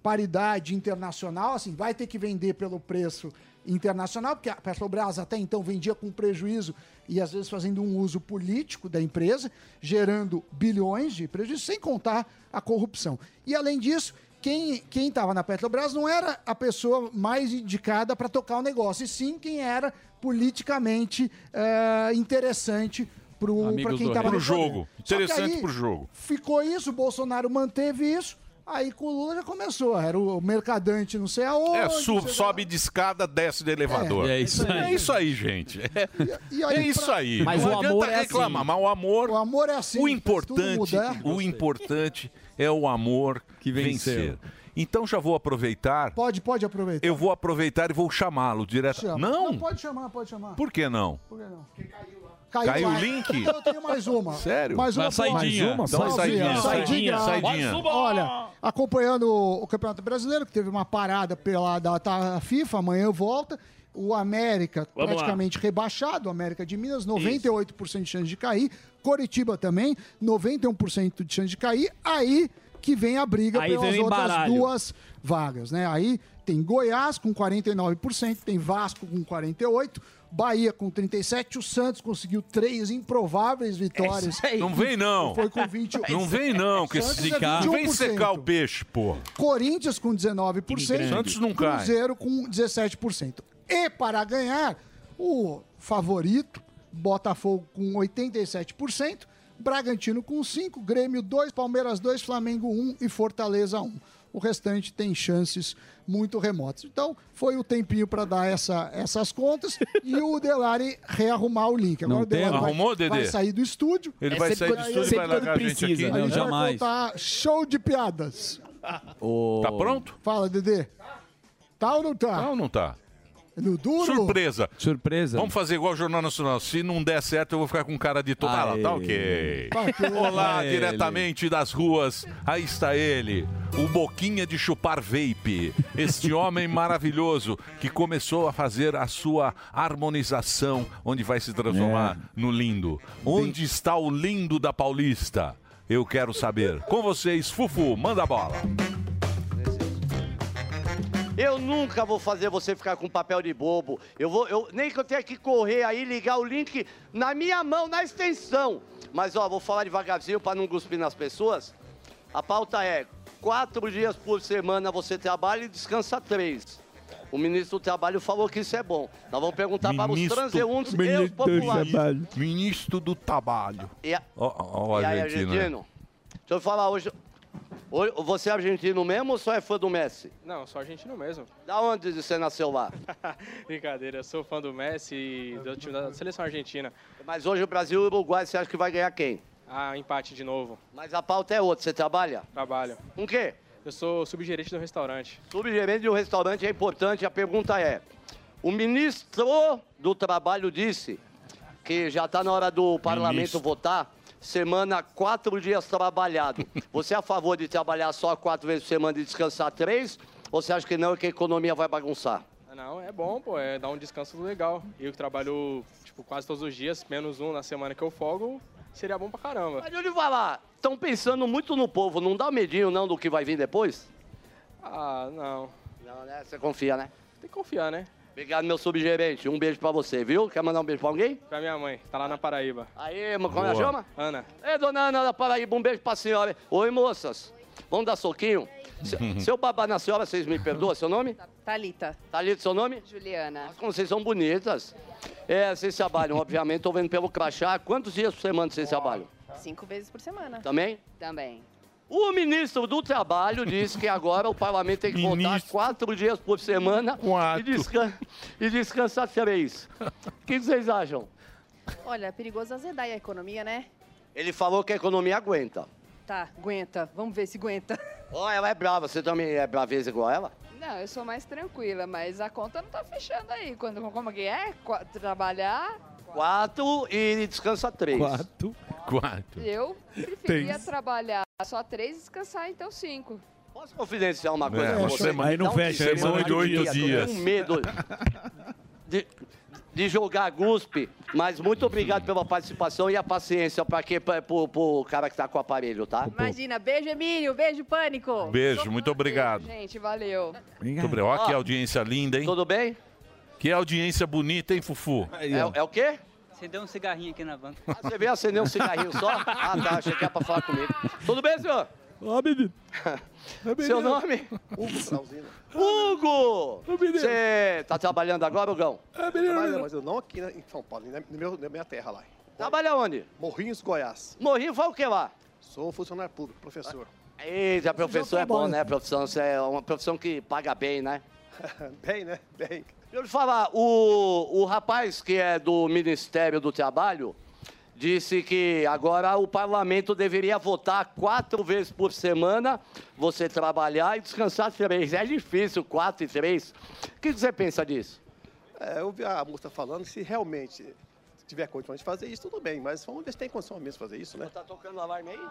paridade internacional, assim, vai ter que vender pelo preço internacional, porque a Petrobras até então vendia com prejuízo e às vezes fazendo um uso político da empresa, gerando bilhões de prejuízo, sem contar a corrupção. E além disso, quem quem estava na Petrobras não era a pessoa mais indicada para tocar o negócio, e sim quem era politicamente eh, interessante para
Amigos
quem
do
estava
rei. Pro jogo. Interessante pro jogo.
Ficou isso, o Bolsonaro manteve isso. Aí com o Lula já começou. Era o mercadante não sei aonde.
É,
não
sub,
sei-
sobe de escada, desce de elevador.
É, é isso aí.
É isso aí, gente. É,
e olha
é
pra-
isso aí.
Mas
não
o
adianta
amor é
reclamar,
assim.
mas o amor.
O amor é assim,
O
faz tudo
importante,
mudar.
o importante é o amor que
venceu.
vencer. Então já vou aproveitar.
Pode, pode aproveitar.
Eu vou aproveitar e vou chamá-lo direto.
Chama.
Não?
Pode chamar, pode chamar.
Por que não?
Por que não? Porque caiu lá.
Caiu o link?
Eu tenho mais uma.
Sério?
Ah, Mais uma.
Uma saidinha.
Mais
Dá uma
uma
saidinha, saidinha,
saidinha.
saidinha. Mais uma!
Olha, acompanhando o o Campeonato Brasileiro, que teve uma parada pela data FIFA, amanhã volta. O América
Vamos lá.
praticamente rebaixado, o América de Minas, 98% de chance de cair. Coritiba também, 91% de chance de cair. Aí que vem a briga
Aí
pelas
vem o
outras
embaralho.
duas duas vagas, né? Aí tem Goiás com 49%, tem Vasco com 48%, Bahia com 37%, o Santos conseguiu três improváveis
É
vitórias.
Não vem, não.
Foi com 21.
Não vem, não, que esse
Santos é
Não vem
21%.
secar o peixe, pô.
Corinthians com
Time
19%,
grande. Santos não cai.
Cruzeiro com 17%. E para ganhar, o favorito, Botafogo com 87%, um Bragantino com 5, Grêmio 2, Palmeiras 2, Flamengo 1 e Fortaleza 1. o restante tem chances muito remotas. Então, foi o tempinho para dar essa, essas contas e o Delari rearrumar o link. Agora
Não
o Delari
tem.
vai-
Arrumou, Dedê?
vai sair do estúdio.
Ele É vai sempre sair do quando- estúdio e vai sempre largar quando a gente precisa, aqui? né?
A gente
Jamais.
Vai voltar tá show de piadas.
Tá pronto?
Fala, Dedê. Tá ou não tá?
Não, não tá.
No duro?
Surpresa.
Surpresa.
Vamos fazer igual o Jornal Nacional. Se não der certo, eu vou ficar com cara de todo. Ah, lá, tá ok. Olá,
Aê. Tá
diretamente das ruas. Aí está ele, o boquinha de chupar vape. Este homem maravilhoso que começou a fazer a sua harmonização, onde vai se transformar
É.
no lindo. Onde está o lindo da Paulista? Eu quero saber. Com vocês, Fufu, manda a bola.
Eu nunca vou fazer você ficar com papel de bobo. Eu vou, eu, nem que eu tenha que correr aí, ligar o link na minha mão, na extensão. Mas ó, vou falar devagarzinho para não cuspir nas pessoas. A pauta é: quatro dias por semana você trabalha e descansa três. O ministro do Trabalho falou que isso é bom. Nós vamos perguntar
Ministro-
para os transeuntes e os
Ministro do
populares.
Trabalho. Ministro do Trabalho.
E a-
Ó, ó, ó,
e aí,
argentino.
né?
argentino? Deixa eu falar hoje. hoje- Você é argentino mesmo ou só é fã do Messi?
Não, sou argentino mesmo.
Da onde você nasceu lá?
Brincadeira, eu sou fã do Messi e do time da seleção argentina.
Mas hoje o Brasil e o Uruguai, você acha que vai ganhar quem?
Ah, empate de novo.
Mas a pauta é outra, você trabalha?
Trabalho.
Com o quê?
Eu sou subgerente do restaurante.
Subgerente de um restaurante é importante, a pergunta é: o ministro do Trabalho disse que já está na hora do parlamento
Ministro.
votar. Semana, quatro dias trabalhado. Você é a favor de trabalhar só quatro vezes por semana e descansar três? Ou você acha que não, que a economia vai bagunçar?
Ah, Não, é bom, pô, é dar um descanso legal. Eu que trabalho, tipo, quase todos os dias, menos um na semana que eu folgo, seria bom pra caramba.
Mas deixa eu te falar, estão pensando muito no povo, não dá um medinho não do que vai vir depois?
Ah, não.
Não, né? Você confia, né?
Tem que confiar, né?
Obrigado, meu subgerente. Um beijo pra você, viu? Quer mandar um beijo pra alguém?
Pra minha mãe, tá lá na Paraíba.
Aê, mano, como ela Boa. chama?
Ana.
Ei, É, dona Ana da Paraíba, um beijo pra senhora. hein? Oi, moças. Vamos dar soquinho? Se, se eu babar na senhora, vocês me perdoam? Seu nome?
Thalita,
Thalita, seu nome?
Juliana,
Como vocês são bonitas. É, vocês trabalham, obviamente, tô vendo pelo crachá. Quantos dias por semana vocês trabalham?
cinco vezes por semana.
Também?
Também.
O ministro do Trabalho disse que agora o parlamento tem que votar quatro dias por semana e, descan e descansar três. O que vocês acham?
Olha, é perigoso azedar a economia, né?
Ele falou que a economia aguenta.
Tá, aguenta. Vamos ver se aguenta.
Ó, ela é brava, você também é braveza igual ela?
Não, eu sou mais tranquila, mas a conta não tá fechando aí. Quando, como que é? Qua- Trabalhar,
Quatro e descansa três.
Quatro? Quatro.
eu preferia
Tem.
trabalhar só três e descansar então cinco.
Posso confidenciar uma coisa
É,
com
uma
você?
semana- Aí não
Me dá um
fecha, semana de oito
desespero,
dias.
Eu tenho medo de, de jogar guspe, mas muito obrigado pela participação e a paciência para quem, pra- pro, pro cara que tá com o aparelho, tá?
Imagina, beijo, Emílio, beijo, Pânico.
Beijo, muito obrigado.
Gente, valeu.
Muito obrigado. Ó, que audiência linda, hein?
Tudo bem?
Que audiência bonita, hein, Fufu?
É, é o quê?
Você deu um cigarrinho aqui na banca.
Ah, Você veio acender um cigarrinho só? Ah, tá, achei que era pra falar comigo. Tudo bem, senhor?
Ó, menino.
Seu nome? Hugo! Você tá trabalhando agora, Hugão?
Trabalha, mas eu não aqui né, em São Paulo, na, no meu- na minha terra lá.
Trabalha onde?
Morrinhos, Goiás.
Morrinho faz o que lá?
Sou funcionário público, professor.
Eita, professor é
tá bom,
bom,
né?
né? Profissão, você é uma profissão que paga bem, né?
Bem, né? Bem.
Deixa eu te falar, o, o rapaz que é do Ministério do Trabalho disse que agora o parlamento deveria votar quatro vezes por semana, você trabalhar e descansar três. É difícil, quatro e três. O que você pensa disso?
É, eu vi a moça falando, se realmente tiver condições de fazer isso, tudo bem, mas vamos ver se tem condição mesmo de fazer isso, né?
Tá tocando alarme aí?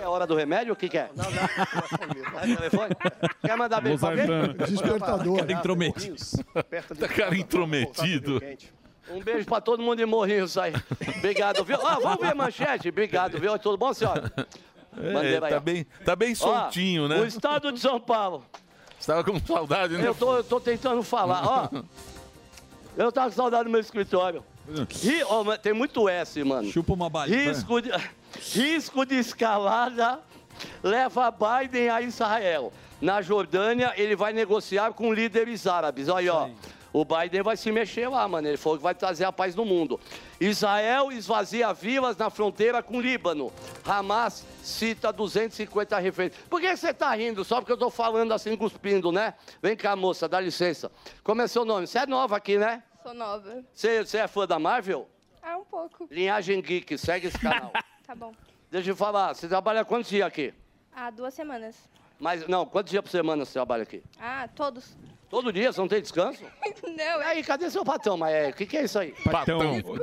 É hora do remédio? O que, que é? Não, não. É telefone? Quer mandar beijo pra alguém?
Cara intrometido. Tá cara intrometido.
Um beijo pra todo mundo em Morrinhos aí. Obrigado, viu? Ah, vamos ver a manchete? Obrigado, viu? Tudo bom, senhora?
É,
Bandeira aí,
tá,
ó.
bem, tá bem soltinho,
Ó,
né?
O estado de São Paulo.
Você tava com saudade, né?
Eu tô, eu tô tentando falar, ó. Eu tava com saudade do meu escritório.
Hum.
Ri- ó, mas tem muito S, mano.
Chupa uma balinha.
Risco de, risco de escalada leva Biden a Israel. Na Jordânia, ele vai negociar com líderes árabes. Olha, ó. O Biden vai se mexer lá, mano. Ele falou que vai trazer a paz no mundo. Israel esvazia vilas na fronteira com o Líbano. Hamas cita 250 reféns. Por que você tá rindo? Só porque eu tô falando assim, cuspindo, né? Vem cá, moça, dá licença. Como é seu nome? Você é nova aqui, né?
Sou nova.
Você, você é fã da Marvel?
Ah, um pouco.
Linhagem Geek, segue esse canal.
Tá bom.
Deixa eu falar, você trabalha quantos dias aqui?
Há duas semanas.
Mas, não, quantos dias por semana você trabalha aqui?
Ah, todos.
Todo dia, você não tem descanso?
Não,
é... Aí, cadê seu patão, Maé? O que, que é isso aí?
Patão.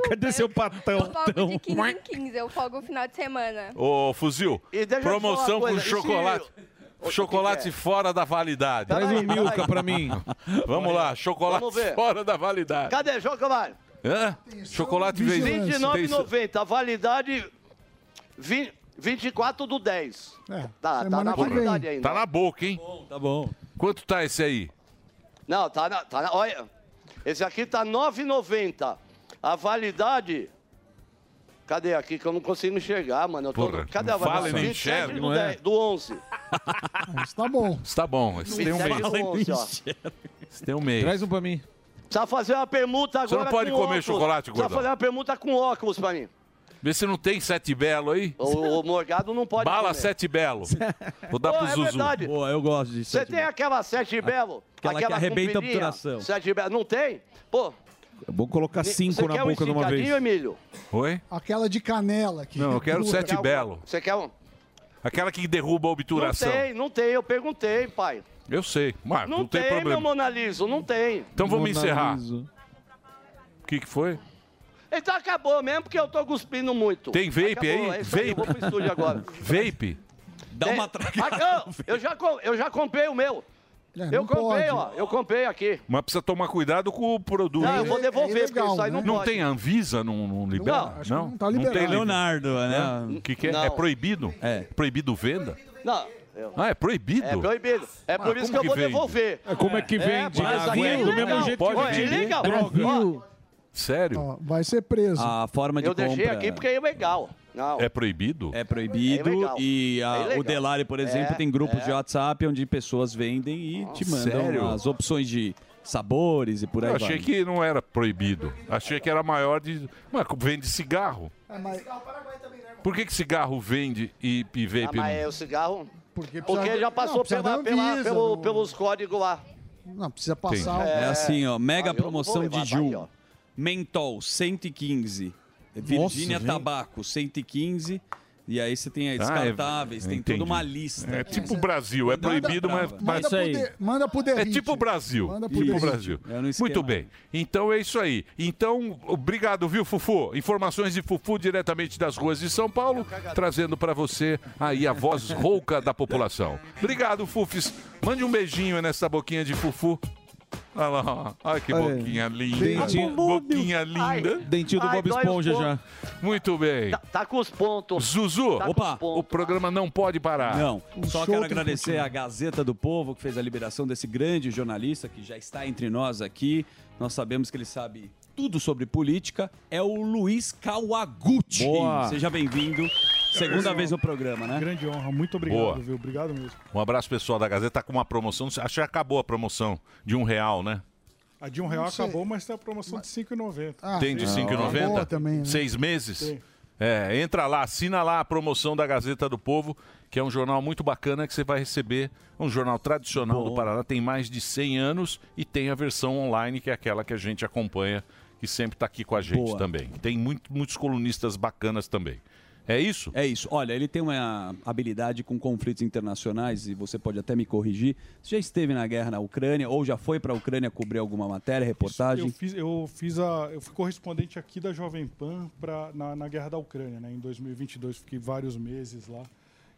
Cadê seu
Eu folgo de
patão?
15 em 15, eu folgo o final de semana.
Ô, Fuzil,
E deixa eu te falar
promoção
uma
com
coisa, e se-
chocolate. Chocolate
é?
fora da validade.
Traz um Milka pra mim.
Vamos lá, chocolate
Vamos ver.
fora da validade.
Cadê? Joga, vai.
Hã?
um
Chocolate vez... Tem-
29,90. A validade vi- 24 do 10.
É,
tá, tá
semana
na
que vem.
validade ainda.
Tá na boca, hein?
Tá bom.
Quanto tá esse aí?
Não, tá na, tá na- Olha, esse aqui tá 9,90. A validade... Cadê aqui que eu não consigo enxergar, mano? Eu tô-
Porra,
cadê a
não fala
validade?
e não
27
enxerga,
do,
não é?
10 do 11.
Tá bom.
Está bom, esse tem um
Não fala e não
mês. Esse tem um mês.
Traz
um pra mim.
Precisa fazer uma permuta agora
Você não pode
com
comer
óculos.
chocolate,
Precisa
gordão.
fazer uma permuta com óculos pra mim.
Vê se não tem sete belo aí.
O, o Morgado não pode
Bala
comer.
sete belo. Vou dar
Pô,
pro
é
Zuzu.
verdade.
é Boa, eu gosto disso.
Você tem aquela Sete Belo?
Aquela que arrebenta a
compridinha?
obturação.
Sete Belo. Não tem? Pô,
É bom colocar
você
cinco na
quer um
boca de uma vez.
esticadinho, Emílio?
Oi?
Aquela de canela aqui.
Não, eu quero sete belo.
Você quer um?
Aquela que derruba a
Não
obturação.
tem, não tem. Eu perguntei, pai.
Eu sei, mas não,
Não, tem,
tem,
meu
problema.
Monaliso, não tem.
Então vamos
Monaliso.
encerrar. O que, que foi?
Então acabou mesmo, porque eu tô cuspindo muito.
Tem vape
Acabou,
aí?
é isso
vape.
Eu vou pro estúdio agora.
Vape? Dá
Tem- Ah, eu, eu já, com- eu já comprei o meu. eu
É,
não
comprei,
pode.
ó. Eu comprei aqui.
Mas precisa tomar cuidado com o produto.
Não, eu vou devolver, É ilegal, porque isso aí não
Não
pode.
tem Anvisa, não, não libera?
acho que
Não,
não tá liberado.
tem
Leonardo,
né? O que, que é?
Não.
É proibido? É. Proibido venda?
Não. eu-
Ah, é proibido?
É proibido. É
Mas
por isso
como
que eu
que
vou
vende?
devolver.
É, como é que vende?
mas
Ah,
aqui
vende, do mesmo
legal.
jeito que
Ó, é
vende
legal.
droga.
Ó,
Sério?
Ó, vai ser preso.
A forma de
eu deixei
compra-
aqui porque é legal. Não.
É proibido?
É proibido.
ilegal.
e a-
É ilegal.
o Delari, por exemplo,
É,
tem grupos
é.
de WhatsApp onde pessoas vendem e te mandam
sério?
as opções de sabores e por aí
Eu
vai.
achei que não era proibido. Achei que era maior de. Mas vende cigarro.
É, mas-
Por que, que cigarro vende e, e
Ah,
vape
mas é
não?
o cigarro.
Porque,
Porque
precisa-
já
não,
passou
precisa um
pela-
da
pela-
Anvisa,
pelo-
não-
pelos códigos lá.
Não, precisa passar.
Entendi. É assim, ó.
Ah,
Mega
eu não
promoção
vou levar
de Ju. Mentol, 115. Virgínia
gente.
Tabaco, 115. E aí você tem aí
Ah, é-
descartáveis, tem
entendi.
toda uma lista.
É tipo o Brasil, é proibido, mas. mas-
Manda, pro de- manda pro
É
Derrite.
tipo o Brasil.
Manda pro
Tipo o
Derrite.
Brasil. Muito bem. Então é isso aí. Então, obrigado, viu, Fufu? Informações de Fufu diretamente das ruas de São Paulo, trazendo para você aí a voz rouca da população. Obrigado, Fufis. Mande um beijinho nessa boquinha de Fufu. Olha lá, olha que
Olha,
boquinha linda.
dentinho-
boquinha linda.
dentinho do Ai, Bob dói o Esponja ponto. já.
Muito bem. Tá,
com os pontos.
Zuzu,
Tá com os pontos. Um
o programa não pode parar.
Não, só quero agradecer à Gazeta do Povo, que fez a liberação desse grande jornalista que já está entre nós aqui. Nós sabemos que ele sabe tudo sobre política. É o Luiz Kawaguchi.
Boa.
Seja bem-vindo. Segunda vez no programa, né?
Grande honra, muito obrigado,
Boa.
viu? Obrigado mesmo.
Um abraço, pessoal da Gazeta. Tá com uma promoção. Acho que acabou a promoção de um real, né?
A de um real acabou, mas tem a promoção de 5,90.
Ah,
Ah.
Tem de R$ 5,90?
também, né?
Seis meses?
Sim.
É, entra lá, assina lá a promoção da Gazeta do Povo, que é um jornal muito bacana que você vai receber. É um jornal tradicional do Paraná, tem mais de 100 anos e tem a versão online, que é aquela que a gente acompanha, que sempre está aqui com a gente
Boa.
também. Tem muito- muitos colunistas bacanas também. É isso?
É isso. Olha, ele tem uma habilidade com conflitos internacionais e você pode até me corrigir. Você já esteve na guerra na Ucrânia ou já foi para a Ucrânia cobrir alguma matéria, reportagem?
Eu fiz, eu fiz a, eu fui correspondente aqui da Jovem Pan pra, na, na guerra da Ucrânia, né? Em 2022 fiquei vários meses lá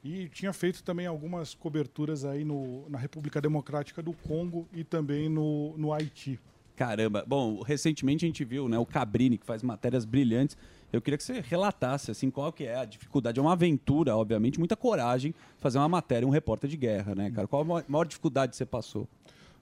e tinha feito também algumas coberturas aí no, na República Democrática do Congo e também no, no Haiti.
Caramba. Bom, recentemente a gente viu, né, o Cabrini que faz matérias brilhantes. Eu queria que você relatasse assim qual que é a dificuldade. É uma aventura, obviamente, muita coragem fazer uma matéria, um repórter de guerra, né, cara? Qual a maior- maior dificuldade que você passou?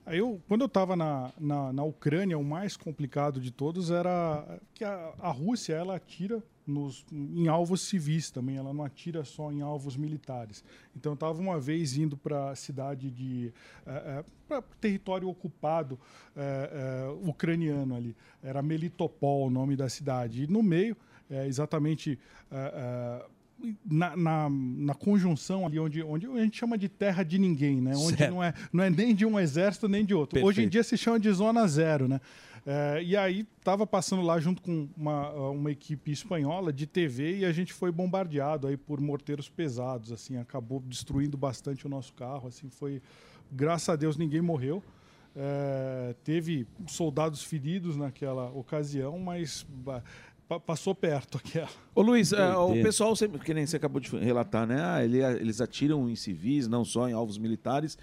Aí Eu, quando eu estava na, na, na Ucrânia, o mais complicado de todos era que a, a Rússia ela atira nos- em alvos civis também, ela não atira só em alvos militares. Então, eu estava uma vez indo para a cidade de. para território ocupado eh, eh, ucraniano ali. Era Melitopol o nome da cidade. E no meio, eh, exatamente. eh, eh, na, na, na conjunção ali onde, onde a gente chama de terra de ninguém, né? Onde
Certo.
não é, não é nem de um exército nem de outro. Hoje em
Perfeito.
dia se chama de zona zero, né? É, e aí estava passando lá junto com uma, uh, uma equipe espanhola de TV e a gente foi bombardeado aí por morteiros pesados, assim, acabou destruindo bastante o nosso carro, assim, foi graças a Deus ninguém morreu. É, teve soldados feridos naquela ocasião, mas ba- pa- passou perto aquela.
Ô Luiz, é, o
Doideira.
pessoal, sempre, que nem você acabou de relatar, né? Ah, ele- eles atiram em civis, não só em alvos militares.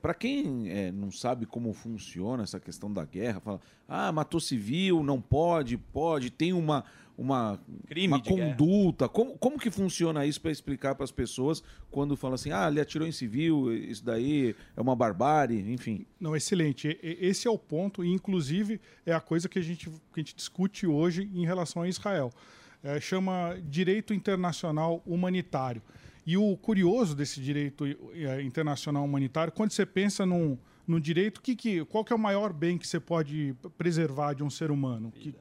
Para quem é, não sabe como funciona essa questão da guerra, fala: ah, matou civil, não pode, pode, tem uma. Uma, uma
de guerra.
conduta. Como, como que funciona isso para explicar para as pessoas quando fala assim, ah, ele atirou em civil, isso daí é uma barbárie, enfim.
Não, excelente. E- e- Esse é o ponto, e inclusive é a coisa que a gente, que a gente discute hoje em relação a Israel. É, chama direito internacional humanitário. E o curioso desse direito eh, internacional humanitário, quando você pensa num, num direito, que, que, qual que é o maior bem que você pode preservar de um ser humano? Que-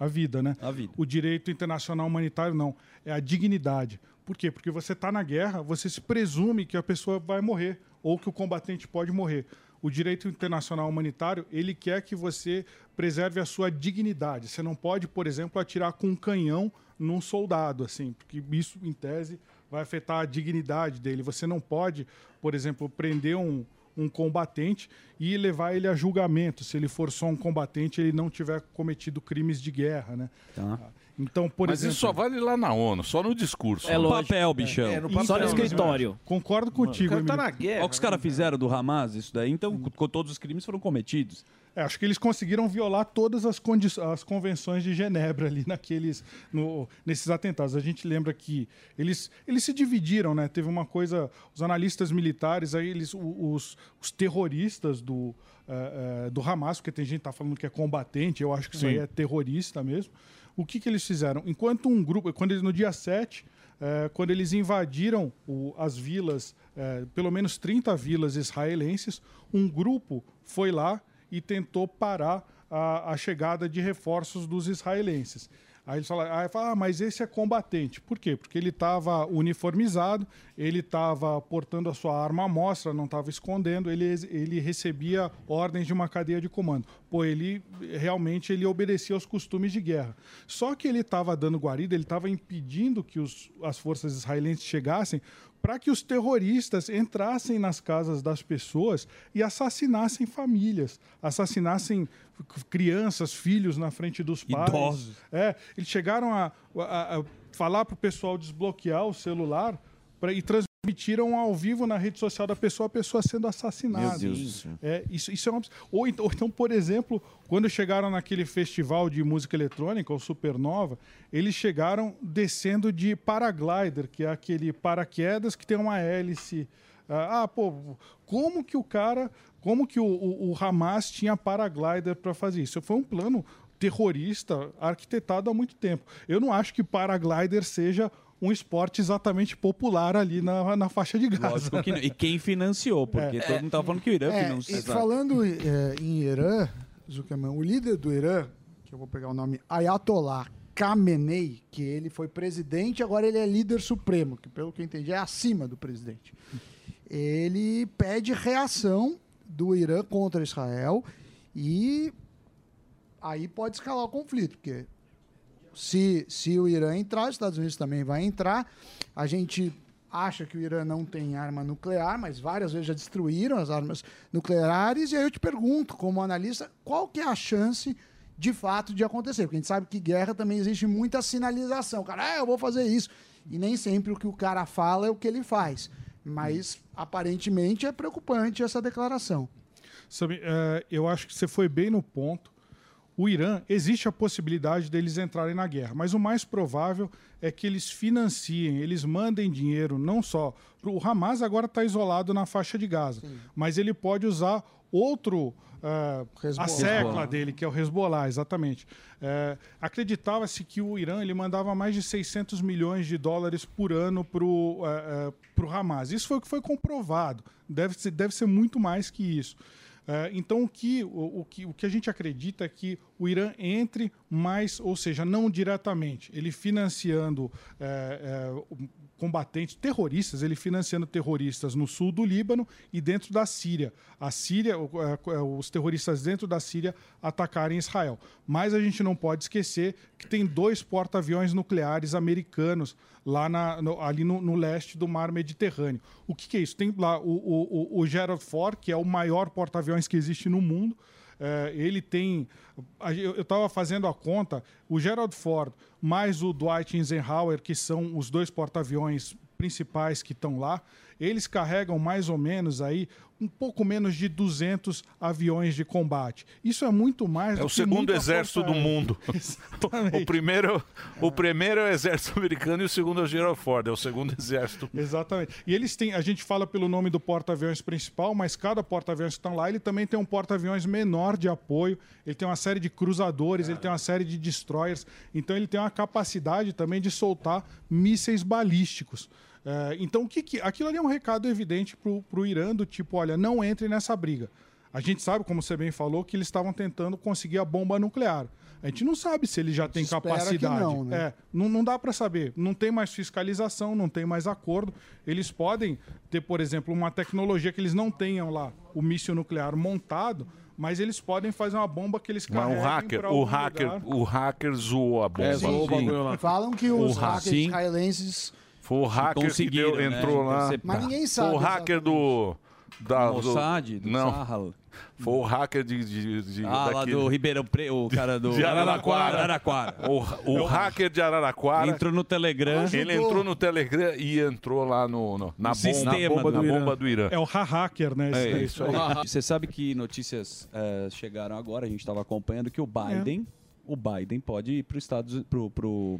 a vida, né?
A vida.
O direito internacional humanitário não. É a dignidade. Por quê? Porque você está na guerra, você se presume que a pessoa vai morrer ou que o combatente pode morrer. O direito internacional humanitário, ele quer que você preserve a sua dignidade. Você não pode, por exemplo, atirar com um canhão num soldado, assim, porque isso, em tese, vai afetar a dignidade dele. Você não pode, por exemplo, prender um, um combatente e levar ele a julgamento. Se ele for só um combatente, ele não tiver cometido crimes de guerra, né? Então, por
Tá. Mas
exemplo...
isso só vale lá na ONU, só no discurso.
É No lógico. papel, bichão. É, no papel, Só no escritório.
né? Concordo contigo, Emílio.
Olha o tá que os caras fizeram do Hamas, isso daí. Então, co- todos os crimes foram cometidos.
É, acho que eles conseguiram violar todas as, condi- as convenções de Genebra ali naqueles, no- nesses atentados. A gente lembra que eles, eles se dividiram, né? Teve uma coisa, os analistas militares, aí eles, o- os, os terroristas do, eh, eh, do Hamas, porque tem gente que tá falando que é combatente, eu acho que isso aí
Sim.
é terrorista mesmo. O que, que eles fizeram? Enquanto um grupo, quando eles, no dia 7, eh, quando eles invadiram o- as vilas, eh, pelo menos 30 vilas israelenses, um grupo foi lá e tentou parar a, a chegada de reforços dos israelenses. Aí eles falaram, aí fala, ah, mas esse é combatente. Por quê? Porque ele estava uniformizado, ele estava portando a sua arma à mostra, não estava escondendo, ele, ele recebia ordens de uma cadeia de comando. Pô, ele realmente ele obedecia aos costumes de guerra. Só que ele estava dando guarida, ele estava impedindo que os- as forças israelenses chegassem para que os terroristas entrassem nas casas das pessoas e assassinassem famílias, assassinassem c- crianças, filhos na frente dos pais.
Idosos.
É, eles chegaram a, a- a falar para o pessoal desbloquear o celular pra- e transmitiram ao vivo na rede social da pessoa a pessoa sendo assassinada.
Meu Deus do céu.
É, isso, isso é uma... abs- ou, então, ou então, por exemplo, quando chegaram naquele festival de música eletrônica, o Supernova, eles chegaram descendo de paraglider, que é aquele paraquedas que tem uma hélice. Ah, ah, pô, como que o cara, como que o, o- o Hamas tinha paraglider para fazer isso? Foi um plano terrorista arquitetado há muito tempo. Eu não acho que paraglider seja um esporte exatamente popular ali na, na faixa de Gaza.
Lógico que não. E quem financiou? Porque
É.
todo mundo tava falando que o Irã
É,
financiou.
e
Falando eh, em Irã, Zuckerman, o líder do Irã, que eu vou pegar o nome, Ayatollah Khamenei, que ele foi presidente, agora ele é líder supremo, que pelo que eu entendi é acima do presidente. Ele pede reação do Irã contra Israel e aí pode escalar o conflito, porque se, se o Irã entrar, os Estados Unidos também vai entrar. A gente acha que o Irã não tem arma nuclear, mas várias vezes já destruíram as armas nucleares. E aí eu te pergunto, como analista, qual que é a chance de fato de acontecer? Porque a gente sabe que guerra também existe muita sinalização. O cara, ah, eu vou fazer isso. E nem sempre o que o cara fala é o que ele faz. Mas aparentemente é preocupante essa declaração.
é, Sabe, eh, eu acho que você foi bem no ponto. o Irã, existe a possibilidade deles entrarem na guerra, mas o mais provável é que eles financiem, eles mandem dinheiro, não só. pro- O Hamas agora está isolado na faixa de Gaza, mas ele pode usar outro. ah, a
Hezbollah.
secla
Hezbollah.
dele, que é o Hezbollah, exatamente. É, Acreditava-se que o Irã ele mandava mais de 600 milhões de dólares por ano para o Hamas. Isso foi o que foi comprovado. Deve ser, deve ser muito mais que isso. É, então, o que, o, o que, o que a gente acredita é que o Irã entre mais, ou seja, não diretamente, ele financiando é, é, o- combatentes terroristas, ele financiando terroristas no sul do Líbano e dentro da Síria. A Síria, o- é, co- é, os terroristas dentro da Síria atacarem Israel. Mas a gente não pode esquecer que tem dois porta-aviões nucleares americanos lá na- no- ali no, no leste do mar Mediterrâneo. O que, que é isso? Tem lá o, o, o- o Gerald Ford, que é o maior porta-aviões que existe no mundo. É, ele tem. a- Eu estava fazendo a conta, o Gerald Ford mais o Dwight Eisenhower, que são os dois porta-aviões principais que estão lá, eles carregam mais ou menos aí um pouco menos de 200 aviões de combate. Isso é muito mais
É
do
o
que
segundo
muita
exército
força
do
aérea.
mundo. o, primeiro, o primeiro é o exército americano e o segundo é o Gerald Ford. É o segundo exército.
Exatamente. E eles têm, a gente fala pelo nome do porta-aviões principal, mas cada porta-aviões que está lá, ele também tem um porta-aviões menor de apoio, ele tem uma série de cruzadores, ele tem uma série de destroyers, então ele tem uma capacidade também de soltar mísseis balísticos. É, então, o que, que aquilo ali é um recado evidente para o Irã, do tipo, olha, não entre nessa briga. A gente sabe, como você bem falou, que eles estavam tentando conseguir a bomba nuclear. A gente não sabe se ele já tem
espera que
capacidade.
não, né?
É, não, não dá para saber. Não tem mais fiscalização, não tem mais acordo. Eles podem ter, por exemplo, uma tecnologia que eles não tenham lá, o míssil nuclear montado, mas eles podem fazer uma bomba que eles
Mas
carregam
o hacker,
pra
o
algum
hacker,
lugar.
o hacker zoou a bomba.
É, zoou o bagulho lá.
Falam que
O
os
ra-
hackers
sim.
israelenses
Foi o hacker que
Conseguiram,
deu-
né?
entrou lá.
Interceptar. Mas ninguém sabe
Foi o hacker do. Da, Mossad? Do, não. Foi o hacker de. de, de
Ah, lá do Ribeirão Preto, o cara do-
De Araraquara.
Araraquara.
O, ra- o hacker de Araraquara.
Entrou no Telegram.
Ele
Ajudou.
entrou no Telegram e entrou lá no, no- na,
No
bomba,
sistema
na bomba
do
do,
Irã.
Irã.
É o ha-hacker, né?
É,
Esse-
isso aí. Você sabe que notícias eh, chegaram agora, a gente estava acompanhando que o Biden, o Biden pode ir para os Estados, pro, pro,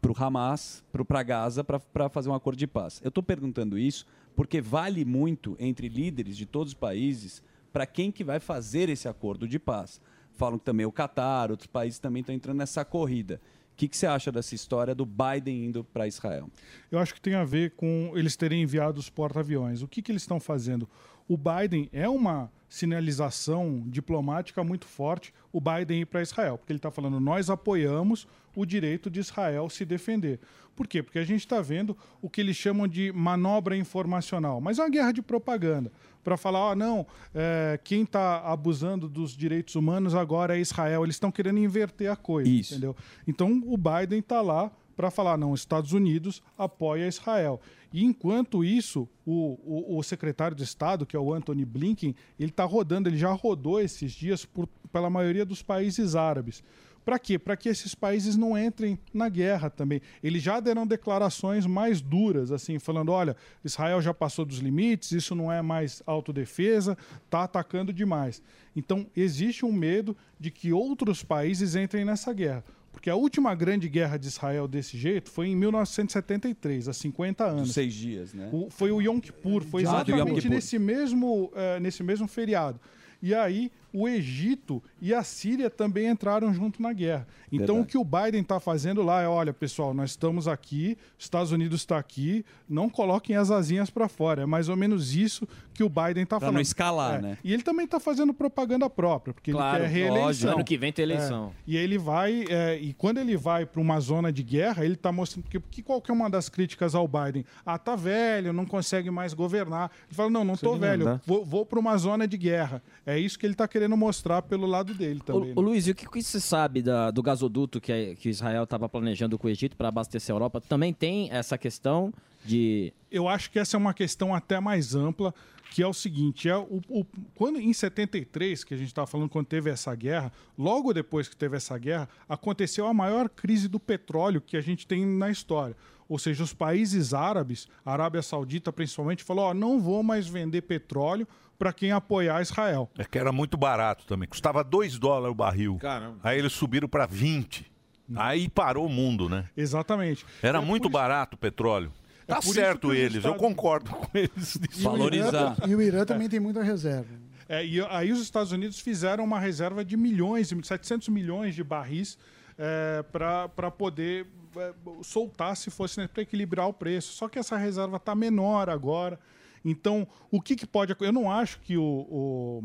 pro Hamas, pro, pra Gaza, para fazer um acordo de paz. Eu estou perguntando isso porque vale muito entre líderes de todos os países para quem que vai fazer esse acordo de paz. Falam que também o Catar, outros países também estão entrando nessa corrida. O que, que você acha dessa história do Biden indo para Israel?
eu acho que tem a ver com eles terem enviado os porta-aviões. O que, que eles estão fazendo? O Biden é uma sinalização diplomática muito forte o Biden ir para Israel, porque ele está falando nós apoiamos o direito de Israel se defender. Por quê? Porque a gente está vendo o que eles chamam de manobra informacional, mas é uma guerra de propaganda para falar, ah, não, é, quem está abusando dos direitos humanos agora é Israel. Eles estão querendo inverter a coisa, entendeu? Então o Biden está lá para falar, não, Estados Unidos apoia Israel. E enquanto isso, o, o, o secretário de Estado, que é o Anthony Blinken, ele está rodando, ele já rodou esses dias por, pela maioria dos países árabes. Para quê? Para que esses países não entrem na guerra também. Eles já deram declarações mais duras, assim, falando: olha, Israel já passou dos limites, isso não é mais autodefesa, tá atacando demais. Então, existe um medo de que outros países entrem nessa guerra. Porque a última grande guerra de Israel desse jeito foi em 1973, há 50 anos.
Seis dias, né?
O- foi o Yom Kippur, foi
Ah, do Yom
exatamente
Kippur.
nesse mesmo, eh, nesse mesmo feriado. E aí o Egito e a Síria também entraram junto na guerra. Então
Verdade.
o que o Biden está fazendo lá é, olha, pessoal, nós estamos aqui, Estados Unidos está aqui, não coloquem as asinhas para fora. É mais ou menos isso que o Biden está
Pra
falando.
não escalar,
É.
né?
E ele também está fazendo propaganda própria, porque
Claro,
ele quer reeleição.
lógico. Ano que vem tem eleição.
É. E ele vai, é, e quando ele vai para uma zona de guerra, ele está mostrando que, que qual que é uma das críticas ao Biden? Ah, tá velho, não consegue mais governar. Ele fala, não, não tô
Consegue
velho,
mandar.
vou, vou para uma zona de guerra. É isso que ele está querendo mostrar pelo lado dele
Ô,
também.
ô,
né?
Luiz, e o que, que você sabe da- do gasoduto que, a- que Israel estava planejando com o Egito para abastecer a Europa? Também tem essa questão de.
Eu acho que essa é uma questão até mais ampla, que é o seguinte, é o, o- quando em 73, que a gente estava falando quando teve essa guerra, logo depois que teve essa guerra, aconteceu a maior crise do petróleo que a gente tem na história. Ou seja, os países árabes, a Arábia Saudita principalmente, falou: ó, não vou mais vender petróleo para quem apoiar Israel.
É que era muito barato também. Custava 2 dólares o barril. Aí eles subiram para 20. Aí parou o mundo, né?
Exatamente.
Era muito barato o petróleo.
É
Tá
por isso que tá
certo
os
eles, eu
Estados-
concordo com eles.
E
nisso.
o Irã-
E o Irã também tem muita reserva.
É, e aí os Estados Unidos fizeram uma reserva de milhões, 700 milhões de barris é, para poder é, soltar se fosse para equilibrar o preço. Só que essa reserva está menor agora. Então, o que, que pode acontecer? Eu não acho que o, o-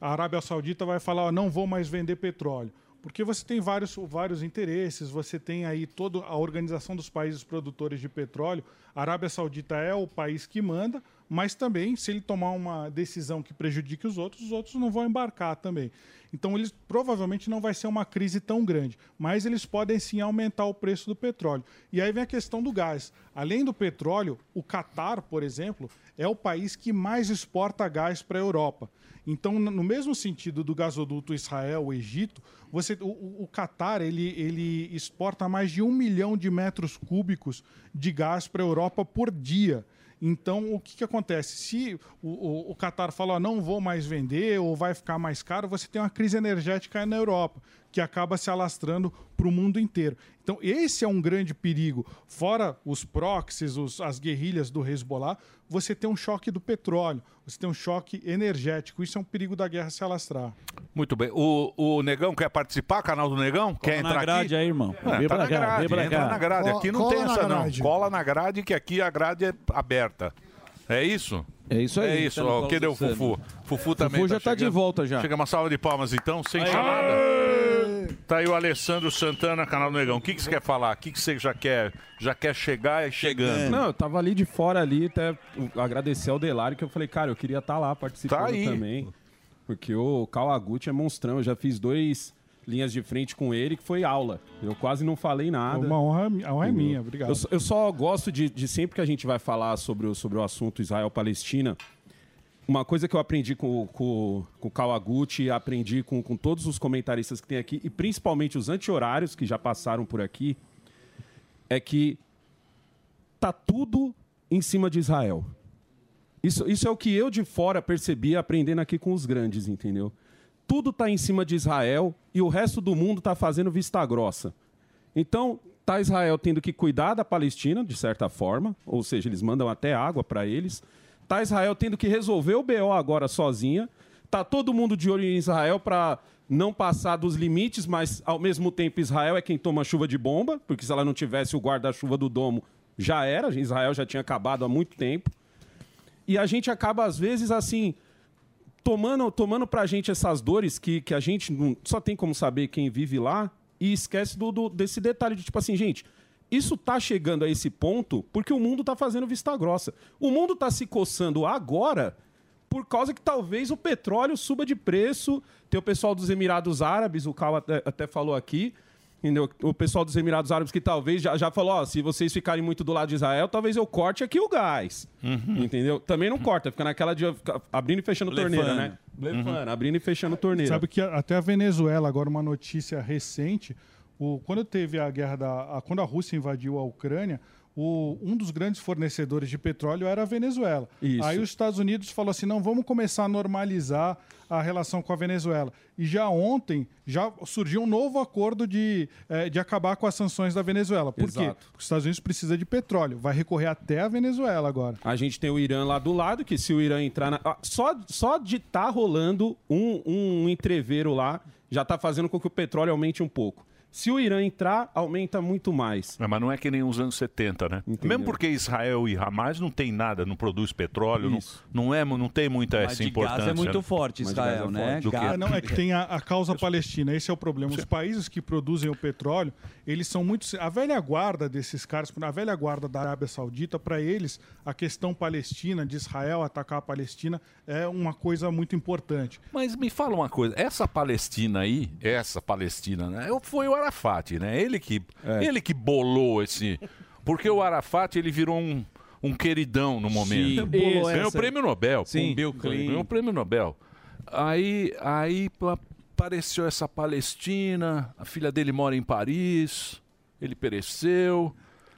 a Arábia Saudita vai falar, "Ó, não vou mais vender petróleo. Porque você tem vários, vários interesses, você tem aí toda a organização dos países produtores de petróleo. A Arábia Saudita é o país que manda, mas também, se ele tomar uma decisão que prejudique os outros, os outros não vão embarcar também. Então, eles provavelmente não vai ser uma crise tão grande, mas eles podem sim aumentar o preço do petróleo. E aí vem a questão do gás. Além do petróleo, o Catar, por exemplo, é o país que mais exporta gás para a Europa. Então, no no mesmo sentido do gasoduto Israel-Egito, você, o- o, o Catar ele, ele exporta mais de um milhão de metros cúbicos de gás para a Europa por dia. Então, o que, que acontece? Se o, o, o Qatar fala, "Ó, não vou mais vender ou vai ficar mais caro, você tem uma crise energética na Europa, que acaba se alastrando para o mundo inteiro. Então, esse é um grande perigo. Fora os proxies, os- as guerrilhas do Hezbollah, você tem um choque do petróleo, você tem um choque energético. Isso é um perigo da guerra se alastrar.
Muito bem. O, o Negão quer participar, canal do Negão? quer
na
entrar
grade
aqui?
aí, irmão.
É,
Vem
tá
pra
na
cá,
grade,
vem pra
entra
cá.
na grade.
Cola-
Aqui não
cola
tem
na
essa, não.
grade.
Cola na grade, que aqui a grade é aberta. É isso?
É isso aí,
É
tá
isso.
no
ó,
colo
que
do
deu o
Sami.
Fufu. Fufu também
Fufu já tá de
chegando.
volta já.
Chega uma salva de palmas, então, sem chamada. Tá aí o Alessandro Santana, canal do Negão. O que, que você quer falar? O que, que você já quer, já quer chegar e chegando?
Não, eu tava ali de fora ali, até agradecer ao Delário, que eu falei, cara, eu queria estar lá participando
Tá aí.
também. Porque o Kawaguchi é monstrão, eu já fiz dois linhas de frente com ele, que foi aula. Eu quase não falei nada.
Uma honra, a honra é minha, obrigado.
Eu, só- eu só gosto de, de sempre que a gente vai falar sobre o, sobre o assunto Israel-Palestina, uma coisa que eu aprendi com, o- com, o- com o Kawaguchi, aprendi com, com todos os comentaristas que tem aqui, e principalmente os anti-horários que já passaram por aqui, é que tá tudo em cima de Israel. Isso, isso é o que eu de fora percebi aprendendo aqui com os grandes, entendeu? Tudo tá em cima de Israel e o resto do mundo tá fazendo vista grossa. Então, tá Israel tendo que cuidar da Palestina, de certa forma, ou seja, eles mandam até água para eles. Tá Israel tendo que resolver o BO agora sozinha. Tá todo mundo de olho em Israel para não passar dos limites, mas ao mesmo tempo Israel é quem toma chuva de bomba, porque se ela não tivesse o guarda-chuva do domo, já era, Israel já tinha acabado há muito tempo. E a gente acaba, às vezes, assim, tomando, tomando pra gente essas dores que, que a gente não- só tem como saber quem vive lá e esquece do, do- desse detalhe de tipo assim, gente, isso tá chegando a esse ponto porque o mundo tá fazendo vista grossa. O mundo tá se coçando agora por causa que talvez o petróleo suba de preço. Tem o pessoal dos Emirados Árabes, o Cal até, até falou aqui. Entendeu? O pessoal dos Emirados Árabes que talvez já, já falou: ó, se vocês ficarem muito do lado de Israel, talvez eu corte aqui o gás. Entendeu? Também não corta, fica naquela de fica abrindo e fechando torneira,
Blefando.
né? Blefando,
Uhum.
abrindo e fechando torneira.
Sabe que a- até a Venezuela, agora uma notícia recente, o, quando teve a guerra da. a- quando a Rússia invadiu a Ucrânia, o- um dos grandes fornecedores de petróleo era a Venezuela.
Isso.
Aí os Estados Unidos falou assim: não, vamos começar a normalizar a relação com a Venezuela. E já ontem já surgiu um novo acordo de, eh, de acabar com as sanções da Venezuela. Por quê?
Exato.
Porque os Estados Unidos precisa de petróleo. Vai recorrer até a Venezuela agora.
A gente tem o Irã lá do lado, que se o Irã entrar na. ah, Só, só de estar rolando um, um entreveiro lá, já tá fazendo com que o petróleo aumente um pouco. Se o Irã entrar, aumenta muito mais.
mas não é que nem os anos 70, né? Mesmo porque Israel e Hamas não tem nada, não produz petróleo, não, não, é, não tem muita
Mas
essa
de gás é
importância.
muito
né?
forte, Mas de Israel, gás é né? forte.
Do quê?
Ah, não, é que tem a, a causa palestina, esse é o problema. Os países que produzem o petróleo, eles são muito. A velha guarda desses caras, a velha guarda da Arábia Saudita, para eles, a questão palestina, de Israel atacar a Palestina, é uma coisa muito importante.
Mas me fala uma coisa, essa Palestina aí, essa Palestina, né? eu- Foi o Arafat, né? Ele que,
É.
ele que bolou esse. Porque o Arafat ele virou um, um queridão no momento.
Sim, bolou
Ganhou o
essa.
prêmio Nobel.
Sim.
com Bill Clinton. Ganhou o prêmio Nobel. Aí, aí pa- apareceu essa Palestina, a filha dele mora em Paris, ele pereceu.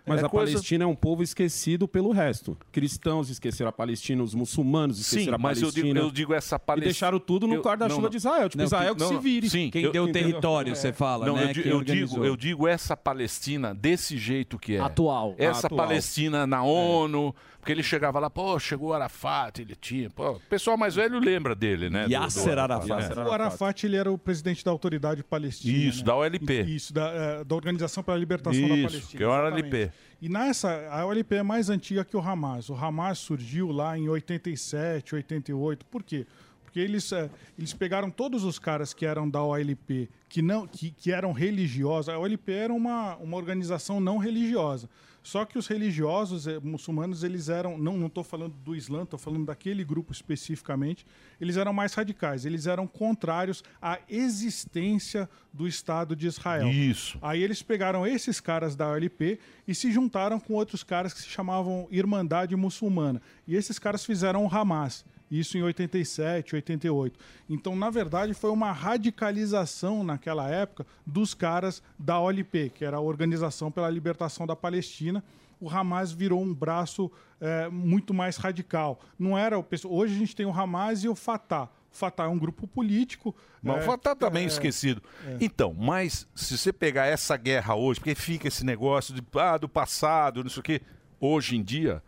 Mas
É
a
coisa-
Palestina é um povo esquecido pelo resto. Cristãos esqueceram a Palestina, os muçulmanos esqueceram
Sim,
a
mas eu
Palestina.
digo, eu digo essa
E
Palestina.
deixaram tudo no guarda-chuva de Israel. Tipo, Israel que se vire. É.
Quem deu território, você fala,
não,
né?
eu di-
Quem
Eu,
organizou.
digo, eu digo essa Palestina desse jeito que é.
Atual.
Essa
Atual.
Palestina
É.
na ONU, porque ele chegava lá, pô, chegou o Arafat, ele tinha. pô, o pessoal mais velho lembra dele, né? do- do
Yasser É, Arafat.
né?
É, O Arafat ele era o presidente da autoridade palestina.
Isso,
né?
da OLP.
Isso, da, eh, da Organização para a Libertação da
Isso,
Palestina.
que é a
exatamente.
OLP.
E nessa, a OLP é mais antiga que o Hamas. O Hamas surgiu lá em 87, 88. Por quê? Porque eles, eh, eles pegaram todos os caras que eram da OLP, que, não, que, que eram religiosos. A OLP era uma, uma organização não religiosa. Só que os religiosos eh, muçulmanos, eles eram... Não estou falando do Islã, estou falando daquele grupo especificamente. Eles eram mais radicais. Eles eram contrários à existência do Estado de Israel.
Isso.
Aí eles pegaram esses caras da OLP e se juntaram com outros caras que se chamavam Irmandade Muçulmana. E esses caras fizeram o Hamas. Isso em 87, 88. Então, na verdade, foi uma radicalização naquela época dos caras da OLP, que era a Organização pela Libertação da Palestina. O Hamas virou um braço eh, muito mais radical. Não era o pessoal. Hoje a gente tem o Hamas e o Fatah. O Fatah é um grupo político.
Mas
eh,
o Fatah tá bem
eh,
esquecido.
é.
Então, mas se você pegar essa guerra hoje, porque fica esse negócio de, ah, do passado, não sei o quê, hoje em dia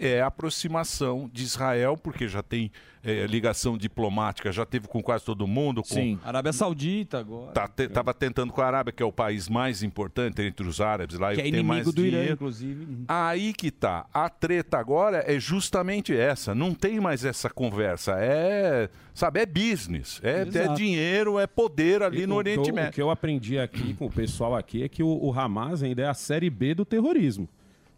é a aproximação de Israel, porque já tem eh, ligação diplomática, já teve com quase todo mundo. Com,
Sim. Arábia Saudita agora.
Tá, te- tava tentando com a Arábia, que é o país mais importante entre os árabes lá. e
que é
tem
inimigo
mais
do Irã,
dinheiro.
inclusive.
Aí que tá. A treta agora é justamente essa. Não tem mais essa conversa. É, sabe, é business. É, é
Exato.
dinheiro, é poder ali
E
no
o que
Oriente
eu-
Médio.
O que eu aprendi aqui com o pessoal aqui é que o, o Hamas ainda é a série B do terrorismo.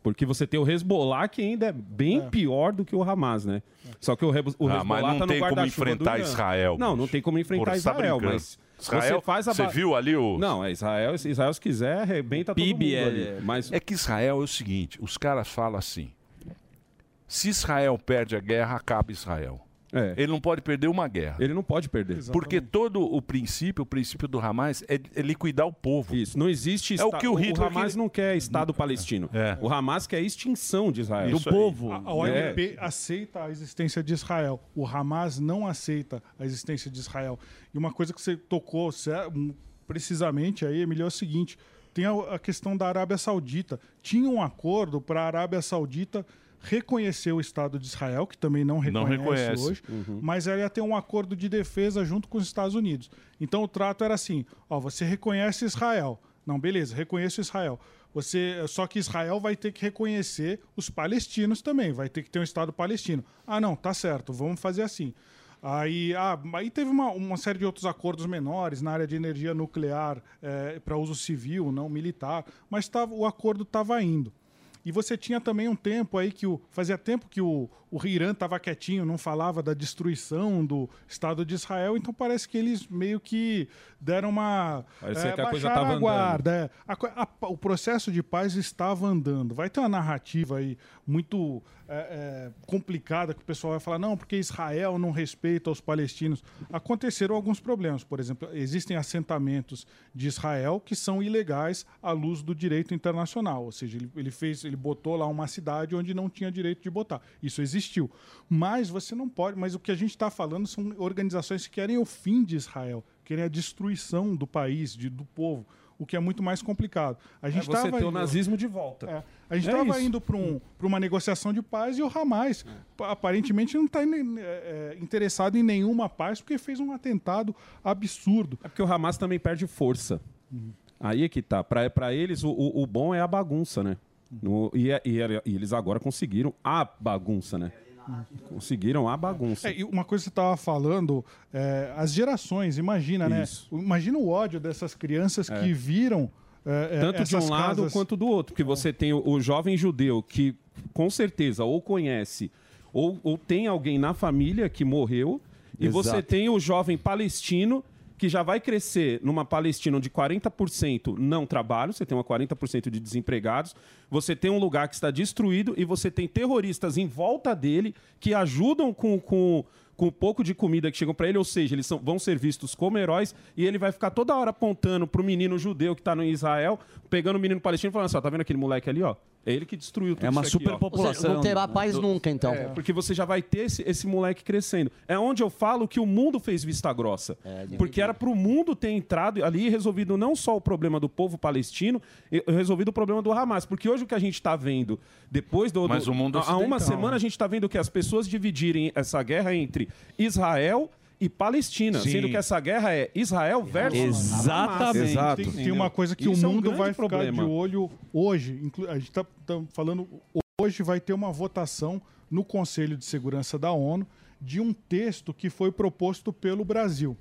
Porque você tem o Hezbollah, que ainda é bem pior do que o Hamas, né?
É.
Só que o, Rebos, o
Ah, mas
Hezbollah
não
tá no
tem como
guarda-chuva do
enfrentar
Irã.
Israel.
Não, não
bicho.
tem como enfrentar
Porra, você tá
Israel,
brincando.
mas...
Israel,
você faz a
você
ba-
viu ali o...
Não, é Israel, se Israel se quiser, arrebenta todo mundo ali. Mas...
É que Israel é o seguinte, os caras falam assim, se Israel perde a guerra, acaba Israel. Ele não pode perder uma guerra.
É. Ele não pode perder.
Porque todo o princípio, o princípio do Hamas é, é liquidar o povo.
Isso, não existe...
É o
esta-
que o Hitler... É.
Hamas não quer Estado palestino. O Hamas quer a extinção de Israel. É.
Isso aí. A, a OLP aceita a existência de Israel. O Hamas não aceita a existência de Israel. E uma coisa que você tocou cé- um, precisamente aí, Emílio, é o seguinte: tem a, a questão da Arábia Saudita. Tinha um acordo para a Arábia Saudita reconhecer o Estado de Israel, que também não
Não
reconhece,
reconhece.
hoje,
Uhum.
mas ela ia ter um acordo de defesa junto com os Estados Unidos. Então o trato era assim: ó, você reconhece Israel. Não, beleza, reconheço Israel. Você, só que Israel vai ter que reconhecer os palestinos também, vai ter que ter um Estado palestino. Ah, não, tá certo, vamos fazer assim. Aí, ah, aí teve uma, uma série de outros acordos menores na área de energia nuclear para uso civil, não militar, mas tava, o acordo estava indo. E você tinha também um tempo aí que o, fazia tempo que o, o Irã estava quietinho, não falava da destruição do Estado de Israel, então parece que eles meio que deram uma. é,
Parecia que a coisa
baixaram
tava
a guarda. é. A co- a pa- o processo de paz estava andando. Vai ter uma narrativa aí muito é, é, complicada que o pessoal vai falar, não, porque Israel não respeita os palestinos. Aconteceram alguns problemas. Por exemplo, existem assentamentos de Israel que são ilegais à luz do direito internacional. Ou seja, ele, ele fez, ele botou lá uma cidade onde não tinha direito de botar. Isso existiu. Mas você não pode. Mas o que a gente está falando são organizações que querem o fim de Israel, querem a destruição do país, de- do povo. O que é muito mais complicado. A gente
É você
tava
ter o
indo-
nazismo de volta.
É. A gente
É
estava
isso. É.
indo um para uma negociação de paz e o Hamas pa- aparentemente não tá está é, interessado em nenhuma paz porque fez um atentado absurdo.
É porque o Hamas também perde força. Aí é que tá. Pra, pra eles, o, o- o bom é a bagunça, né? No- e, é- e é- e eles agora conseguiram a bagunça, né? Conseguiram a bagunça.
É, e uma coisa que você estava falando, é, as gerações, imagina,
Isso.
né? Imagina o ódio dessas crianças
É.
que viram. é, é,
Tanto de um
essas
lado
casas-
quanto do outro. Porque você tem o, o jovem judeu que, com certeza, ou conhece, ou, ou tem alguém na família que morreu. E
Exato.
você tem o jovem palestino que já vai crescer numa Palestina onde 40% não trabalham, você tem uma 40% de desempregados, você tem um lugar que está destruído e você tem terroristas em volta dele que ajudam com, com, com o pouco de comida que chegam para ele, ou seja, eles são- vão ser vistos como heróis e ele vai ficar toda hora apontando pro menino judeu que tá no Israel, pegando o menino palestino e falando assim, ó, tá vendo aquele moleque ali, ó? É ele que destruiu tudo
É uma
isso aqui, ó."
superpopulação, Ou seja, não terá paz
Do-
nunca, então.
É, porque você já vai ter esse, esse moleque crescendo. É onde eu falo que o mundo fez vista grossa.
É,
porque era pro mundo ter entrado ali e resolvido não só o problema do povo palestino, e- resolvido o problema do Hamas. Porque hoje o que a gente tá vendo, depois do...
Mas
do-
o mundo
há- Há uma
ocidental,
semana a gente tá vendo que as pessoas dividirem essa guerra entre Israel e Palestina,
Sim.
sendo que essa guerra é Israel versus Hamas.
Tem, tem uma coisa que
Isso é
o
um
mundo
grande
vai ficar
problema.
de olho hoje. inclu- A gente está falando. Hoje vai ter uma votação no Conselho de Segurança da ONU de um texto que foi proposto pelo Brasil.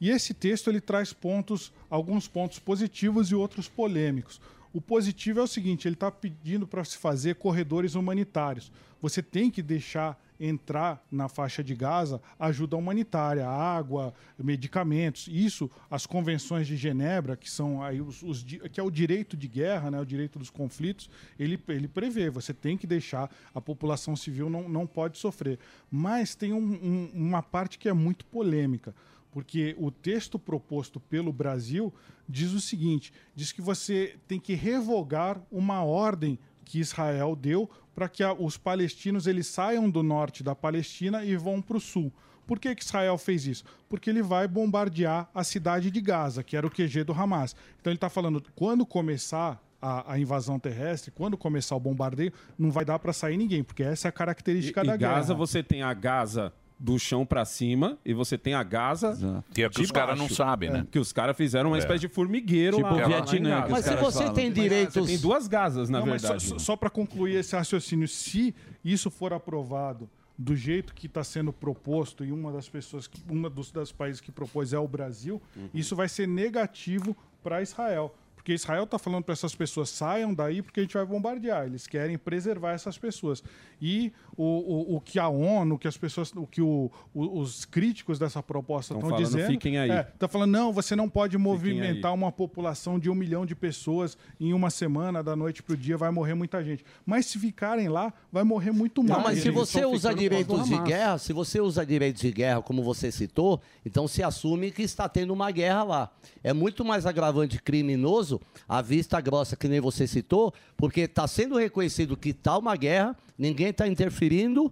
E esse texto ele traz pontos, alguns pontos positivos e outros polêmicos. O positivo é o seguinte: ele está pedindo para se fazer corredores humanitários. Você tem que deixar entrar na faixa de Gaza ajuda humanitária, água, medicamentos. Isso, as convenções de Genebra, que são aí os, os di- que é o direito de guerra, né, o direito dos conflitos, ele, ele prevê. Você tem que deixar a população civil não, não pode sofrer. Mas tem um- um- uma parte que é muito polêmica porque o texto proposto pelo Brasil diz o seguinte: diz que você tem que revogar uma ordem que Israel deu para que a- os palestinos eles saiam do norte da Palestina e vão para o sul. Por que, que Israel fez isso? Porque ele vai bombardear a cidade de Gaza, que era o QG do Hamas. Então ele está falando, quando começar a, a invasão terrestre, quando começar o bombardeio, não vai dar para sair ninguém, porque essa é a característica
Em
da guerra.
Gaza você tem a Gaza do chão pra cima e você tem a Gaza
Que é o que
de
os caras
baixo. É,
não sabem, né?
Que os caras fizeram uma
É.
espécie de formigueiro
Tipo
lá, lá
Vietnã,
em Gaza.
que os Mas se caras
você falam. tem
Mas, ah,
direitos-
Você tem duas Gazas, na
Não, mas
verdade. né?
só- só para concluir esse raciocínio, se isso for aprovado do jeito que está sendo proposto e uma das pessoas, que, uma dos das países que propôs é o Brasil,
Uhum.
isso vai ser negativo para Israel. Porque Israel está falando para essas pessoas saiam daí porque a gente vai bombardear. Eles querem preservar essas pessoas. E o, o, o que a ONU, o que as pessoas, o que o- o- os críticos dessa proposta
Tão
estão
falando,
dizendo,
"Fiquem aí."
é, tá falando não, você não pode movimentar
aí.
uma população de um milhão de pessoas em uma semana, da noite pro dia, vai morrer muita gente. Mas se ficarem lá, vai morrer muito mais.
Não, mas se
Eles
você
estão
usa
ficando por causa do
direitos de
Hamas.
guerra, se você usa direitos de guerra, como você citou, então se assume que está tendo uma guerra lá. É muito mais agravante criminoso a vista grossa, que nem você citou, porque está sendo reconhecido que está uma guerra, ninguém está interferindo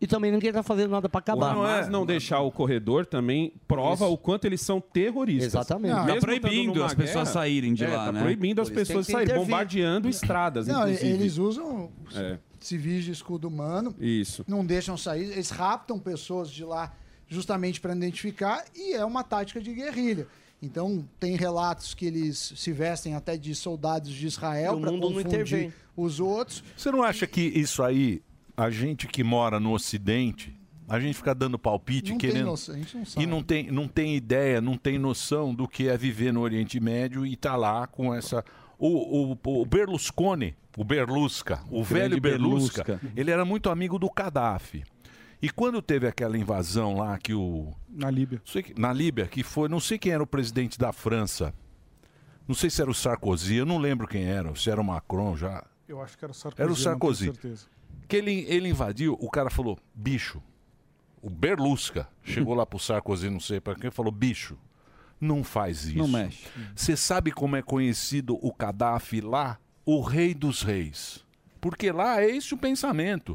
e também ninguém está fazendo nada para
O
acabar.
é-
Hamas é não deixar o corredor também prova o quanto eles são terroristas.
Exatamente.
Mesmo
Tá
estando
proibindo
numa
as pessoas
saírem de
É,
lá,
tá
né?
proibindo as
Por isso
pessoas
tem que
saírem,
intervir.
bombardeando estradas,
Não, e-
inclusive.
eles usam
É,
civis de escudo humano,
isso.
não deixam sair, eles raptam pessoas de lá justamente para identificar e é uma tática de guerrilha. Então, tem relatos que eles se vestem até de soldados de
E
Israel
o
para
mundo não intervém.
confundir um os outros.
Você não acha que isso aí, a gente que mora no Ocidente, a gente fica dando palpite
Não tem
querendo.
noção, a gente não sabe.
e não tem, não tem ideia, não tem noção do que é viver no Oriente Médio e tá lá com essa. O, o, o Berlusconi, o Berlusca, o
Grande
velho Berlusca,
Berlusca.
ele era muito amigo do Gaddafi. E quando teve aquela invasão lá que o.
Na Líbia.
na Líbia, que foi. Não sei quem era o presidente da França. Não sei se era o Sarkozy, eu não lembro quem era, se era o Macron já.
Eu acho que era o Sarkozy.
Era o
não tenho
Sarkozy.
certeza.
Que ele, ele invadiu, o cara falou, bicho. O Berlusca chegou lá pro Sarkozy, não sei para quem, e falou, bicho, não faz isso.
Não mexe.
Você sabe como é conhecido o Gaddafi lá? O rei dos reis. Porque lá é esse o pensamento.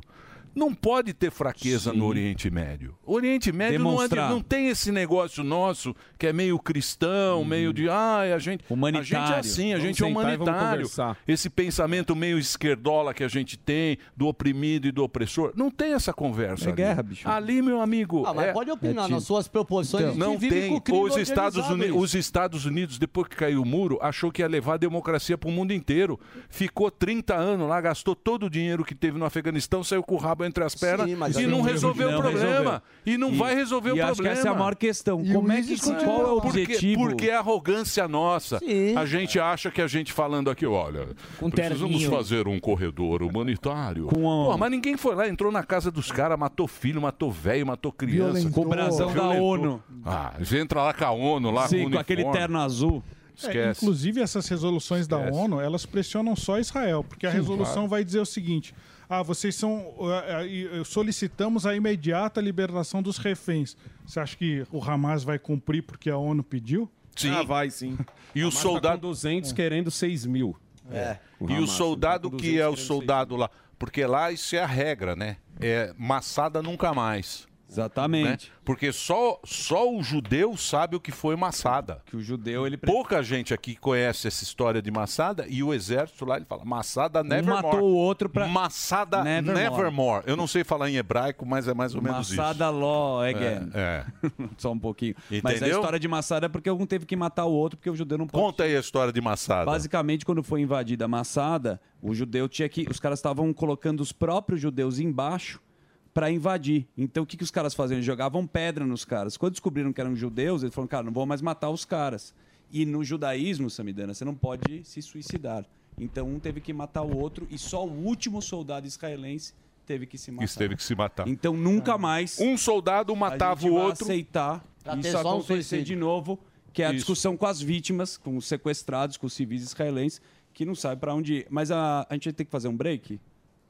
Não pode ter fraqueza no Oriente Médio. O Oriente Médio não, é de-
Demonstrar.
não tem esse negócio nosso que é meio cristão, meio de. Ai, a gente. A gente é
Uhum. Humanitário.
assim, a
Vamos
gente é
sentar e vamos
humanitário
conversar.
esse pensamento meio esquerdola que a gente tem, do oprimido e do opressor. Não tem essa conversa.
É
ali.
guerra, bicho.
Ali, meu amigo.
Ah, mas
é-
pode opinar, nas suas proporções
Então,
Então,
a gente
não
vive
tem.
com o crime
os, Estados
organizado, é
Unidos,
isso.
os Estados Unidos, depois que caiu o muro, achou que ia levar a democracia para o mundo inteiro. Ficou 30 anos lá, gastou todo o dinheiro que teve no Afeganistão, saiu com o rabo entre as pernas
mas
e
aí
não
não
resolveu o
resolveu.
problema. E não
E-
vai resolver
e
o problema.
acho que essa é a maior questão. E Como o é que- ISIS qual continua é o lá.
Porque-
objetivo?
Porque é arrogância nossa. A gente acha que a gente falando aqui, olha,
Com
precisamos
terninho.
fazer um corredor humanitário.
a-
Pô, mas ninguém foi lá, entrou na casa dos caras, matou filho, matou velho, matou criança.
Violentou. Com o brasão da
Violentou.
ONU.
Ah, você entra lá com a ONU, lá
Sim,
com, o
com aquele
uniforme.
terno azul.
É,
Esquece.
inclusive, essas resoluções da ONU, elas pressionam só Israel, porque a
Sim,
resolução
claro.
vai dizer o seguinte: Ah, vocês são. ah, ah, e, eh, solicitamos a imediata liberação dos reféns. Você acha que o Hamas vai cumprir porque a ONU pediu?
Sim. Ah, vai,
sim.
E
tá
o soldado.
200
querendo 6 mil.
É.
O
E o
Hamas,
soldado
tá com
que é o
200
soldado lá. Porque lá isso é a regra, né? É maçada nunca mais. Né?
Exatamente.
Porque só, só o judeu sabe o que foi maçada.
Que o judeu, ele...
Pouca gente aqui conhece essa história de maçada e o exército lá, ele fala, maçada nevermore.
Um matou o outro pra-
Maçada nevermore.
Nevermore.
Eu não sei falar em hebraico, mas é mais ou menos isso.
Massada Law again.
É.
Só um pouquinho. Mas a
Entendeu?
história de Massada é porque um teve que matar o outro, porque o judeu não pode.
Conta aí a história de Massada.
Basicamente, quando foi invadida a Massada, o judeu tinha que. Os caras estavam colocando os próprios judeus embaixo para invadir. Então, o que, que os caras faziam? Eles jogavam pedra nos caras. Quando descobriram que eram judeus, eles falaram, cara, não vou mais matar os caras. E no judaísmo, Samidana, você não pode se suicidar. Então, um teve que matar o outro e só o último soldado israelense teve que se matar.
Isso teve que se matar.
Então nunca mais.
Um soldado
a
matava
gente
o
vai
outro.
aceitar
Pra ter
isso
só um
acontecer
suicídio.
de novo, que é a
Isso.
discussão com as vítimas, com os sequestrados, com os civis israelenses, que não sabe para onde ir. Mas a, a gente tem que fazer um break?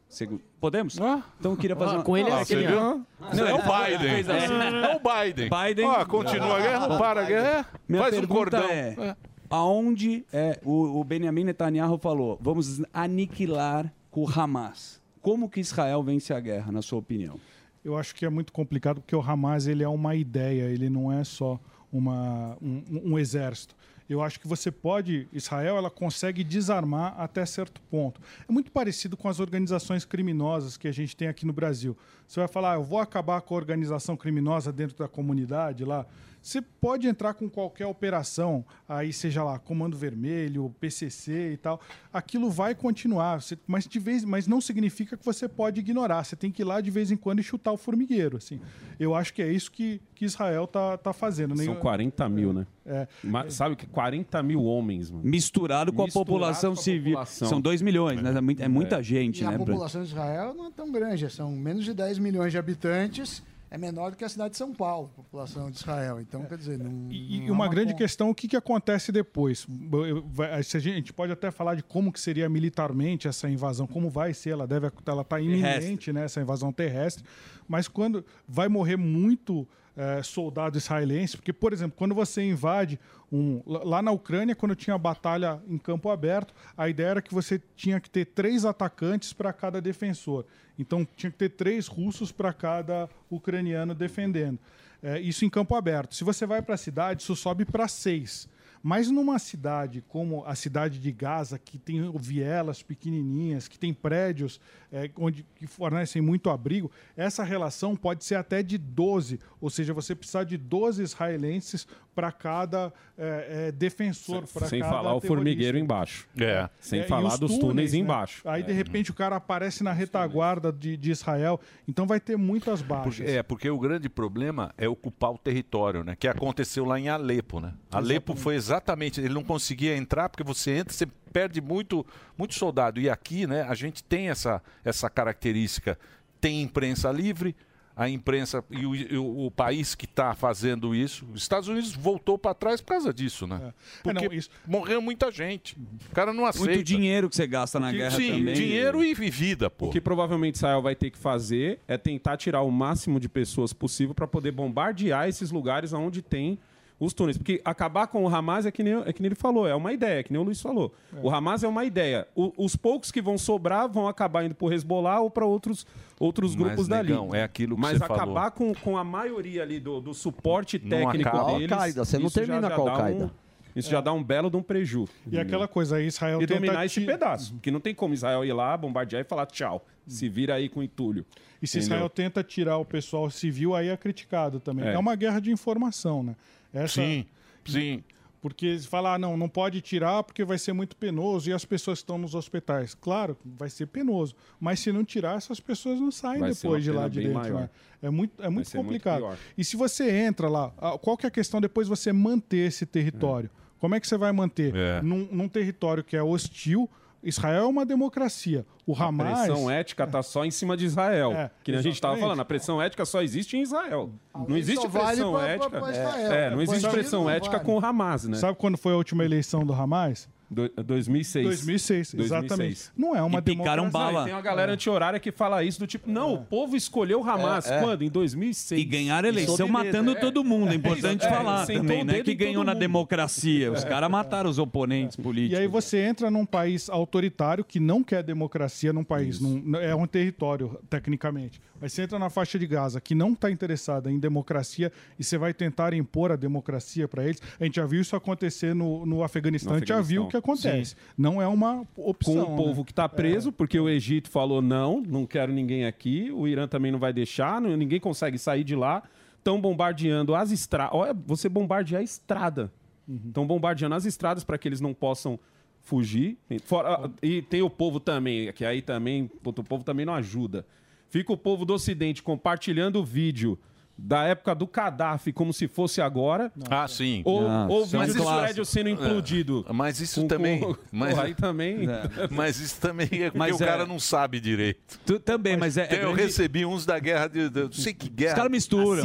Segu- Podemos? Então eu queria fazer
Ah,
uma...
com ele é Ah, aquele- você viu?
Não,
Não, é o
coisa
Biden.
assim.
É o Biden.
Biden.
Ó, continua a guerra, não para a guerra,
Minha
faz um
pergunta
cordão.
É, aonde é, o, o Benjamin Netanyahu falou, vamos aniquilar o Hamas. Como que Israel vence a guerra, na sua opinião?
Eu acho que é muito complicado porque o Hamas ele é uma ideia, ele não é só uma, um, um exército. Eu acho que você pode, Israel, ela consegue desarmar até certo ponto. É muito parecido com as organizações criminosas que a gente tem aqui no Brasil. Você vai falar, ah, eu vou acabar com a organização criminosa dentro da comunidade lá. Você pode entrar com qualquer operação, aí seja lá Comando Vermelho, PCC e tal, aquilo vai continuar, você- mas de vez, mas não significa que você pode ignorar. Você tem que ir lá de vez em quando e chutar o formigueiro, assim. Eu acho que é isso que, que Israel tá, tá fazendo. né?
São 40 mil, né?
É.
Ma- Sabe que 40 mil homens, mano.
Misturado com a população civil. São 2 milhões, né? É muita, é muita gente,
E a
né? Bruno?
população de Israel não é tão grande, são menos de 10 milhões de habitantes, é menor do que a cidade de São Paulo, a população de Israel. Então, quer dizer, não. é
E uma grande questão, o que, que acontece depois? Eu- eu- vai- se A gente a gente pode até falar de como que seria militarmente essa invasão, como vai ser, ela deve, ela está iminente, né, essa invasão terrestre, mas quando vai morrer muito eh, soldado israelense, porque, por exemplo, quando você invade um... lá- Lá na Ucrânia, quando tinha a batalha em campo aberto, a ideia era que você tinha que ter três atacantes para cada defensor. Então, tinha que ter três russos para cada ucraniano defendendo. É, isso em campo aberto. Se você vai para a cidade, isso sobe para seis. Mas numa cidade como a cidade de Gaza, que tem vielas pequenininhas, que tem prédios é, onde que fornecem muito abrigo, essa relação pode ser até de 12. Ou seja, você precisa de 12 israelenses para cada é, é, defensor. pra
Sem
cada
falar o
terrorista.
formigueiro embaixo.
É.
Sem
É, e
falar
os
dos túneis
né?
embaixo. É.
Aí, de repente, o cara aparece na retaguarda de, de Israel. Então vai ter muitas
Ah,
baixas.
Porque- é, porque o grande problema é ocupar o território, né? Que aconteceu lá em Alepo, né? Alepo foi exatamente, ele não conseguia entrar porque você entra, você perde muito, muito soldado. E aqui, né, a gente tem essa, essa característica. Tem imprensa livre, a imprensa e o, e o- o país que está fazendo isso, os Estados Unidos voltou para trás por causa disso,
É.
né? Porque morreu muita gente. O cara não aceita.
Muito dinheiro que você gasta na guerra
Sim,
também.
dinheiro e vida, pô.
O que provavelmente Israel vai ter que fazer é tentar tirar o máximo de pessoas possível para poder bombardear esses lugares onde tem os túneis. Porque acabar com o Hamas é que nem, é que nem ele falou, é uma ideia, é que nem o Luiz falou. O Hamas é uma ideia. O- os poucos que vão sobrar vão acabar indo para Hezbollah ou para outros, outros
Mas,
grupos dali.
negão, é aquilo que
Mas
você falou.
acabar com, com a maioria ali do, do suporte
Não
técnico
acaba.
deles...
Al-Qaeda, você não
isso já- termina já com a dá um- Al-Qaeda. Isso
É.
já dá um belo de um preju.
E aquela coisa aí, Israel
E
tenta
dominar
ti-
esse pedaço. Porque não tem como Israel ir lá, bombardear e falar tchau. Se vira aí com entulho.
E se Israel tá tenta tirar o pessoal civil, aí é criticado também. É,
É.
uma guerra de informação, né? Essa...
Sim, sim.
Porque eles falam, ah, não, não pode tirar porque vai ser muito penoso e as pessoas estão nos hospitais. Claro, vai ser penoso. Mas se não tirar, essas pessoas não saem
Vai ser uma
depois de lá
pena
de
bem
dentro.
maior.
Né? É muito, é muito
ser muito
complicado.
pior.
E se você entra lá, a- qual que é a questão depois você manter esse território? Como é que você vai manter? Num, num território que é hostil, Israel é uma democracia. O
A
Hamas...
pressão ética tá só em cima de Israel.
É,
que nem a gente tava
exatamente.
falando, a pressão ética só existe em Israel. Não existe
só vale
pressão
pra- pra-
ética.
pra
É,
Israel.
é, não
Depois
existe
disso,
pressão
não
ética
vale.
com o Hamas, né?
Sabe quando foi a última eleição do Hamas?
Do- 2006.
2006, exatamente. Não é uma
E picaram
um
democracia.
bala. Tem uma galera
É.
anti-horária que fala isso do tipo, não, o povo escolheu o Hamas.
É, é.
Quando? Em 2006.
E ganharam a eleição matando todo mundo. É importante falar também, né? Que ganhou na democracia. Os
É.
caras mataram os oponentes políticos.
E aí você entra num país autoritário que não quer democracia num país, num- é um território, tecnicamente. Mas você entra na faixa de Gaza que não está interessada em democracia e você vai tentar impor a democracia para eles. A gente já viu isso acontecer no, no Afeganistão,
No
a gente já viu
Afeganistão.
o que acontece.
Sim.
Não é uma
com
opção.
o povo
né?
que tá está preso, porque o Egito falou não, não quero ninguém aqui, o Irã também não vai deixar, não- ninguém consegue sair de lá. Estão bombardeando as estradas. Olha, você bombardear a estrada.
Uhum.
Estão bombardeando as estradas para que eles não possam fugir. E fora- e tem o povo também, que aí também, puta, o povo também não ajuda. Fica o povo do Ocidente compartilhando o vídeo da época do Gaddafi, como se fosse agora.
Ah, sim.
Ou,
Ah,
ou
isso é um
vídeo do
clássico.
prédio sendo
É.
implodido.
Mas isso
Com-
também.
com-
Mas,
Pô, aí também.
É. Mas isso também é porque
Mas
o
é-
cara não sabe direito.
também, mas é- é
Tem- Eu
grande-
recebi uns da guerra de. de- eu sei que guerra.
Os caras misturam.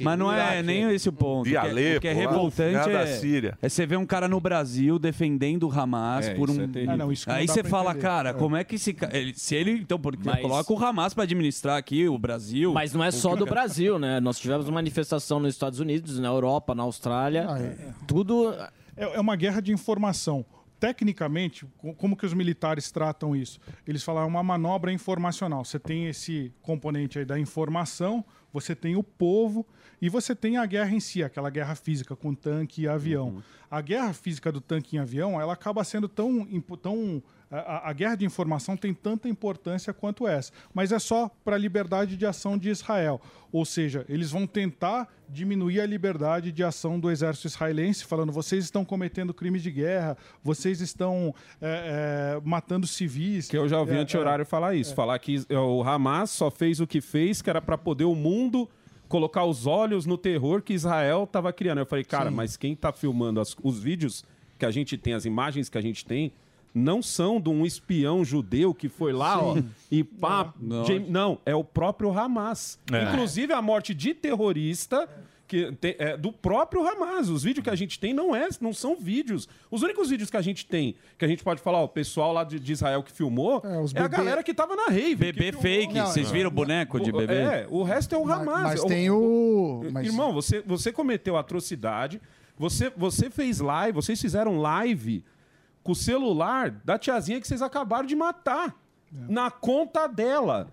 mas não é nem esse o ponto.
De
O que é-
Alepo,
o que é
lá,
revoltante
lugar da
é,
Síria.
é você ver um cara no Brasil defendendo o Hamas
É,
por
isso
um.
é terrível. Ah, não, isso que não
Aí
dá
você
pra
fala,
entender.
cara,
É.
como é que esse cara. Se ele, então, porque
Mas-
coloca o Hamas pra administrar aqui o Brasil.
Mas não é
O
só
cara-
do Brasil, né? Nós tivemos uma manifestação nos Estados Unidos, na Europa, na Austrália.
Ah,
Tudo.
É, é uma guerra de informação. Tecnicamente, co- como que os militares tratam isso? Eles falaram uma manobra informacional. Você tem esse componente aí da informação, você tem o povo e você tem a guerra em si, aquela guerra física com tanque e avião. A guerra física do tanque em avião, ela acaba sendo tão, impo- tão a, a- a guerra de informação tem tanta importância quanto essa, mas é só para a liberdade de ação de Israel. Ou seja, eles vão tentar diminuir a liberdade de ação do exército israelense, falando: vocês estão cometendo crimes de guerra, vocês estão é, é, matando civis.
Que eu já ouvi
É,
anti-horário falar isso. Falar que é, o Hamas só fez o que fez, que era pra poder o mundo colocar os olhos no terror que Israel tava criando. Eu falei, cara, mas quem tá filmando as- os vídeos que a gente tem, as imagens que a gente tem, não são de um espião judeu que foi lá, ó,
Sim.
e pá.
Não.
Jam- Não, é o próprio Hamas.
É.
Inclusive a morte de terrorista. Que tem- é, do próprio Hamas. Os vídeos que a gente tem não, é, não são vídeos. Os únicos vídeos que a gente tem, que a gente pode falar, ó, o pessoal lá de, de Israel que filmou, é,
os
a
bebê-
galera que tava na rave.
Bebê fake, vocês viram o boneco de bebê?
É, o resto é o Hamas.
mas
O-
tem o- mas-
Irmão, você, você cometeu atrocidade, você, você fez live, vocês fizeram live com o celular da tiazinha que vocês acabaram de matar.
É.
Na conta dela.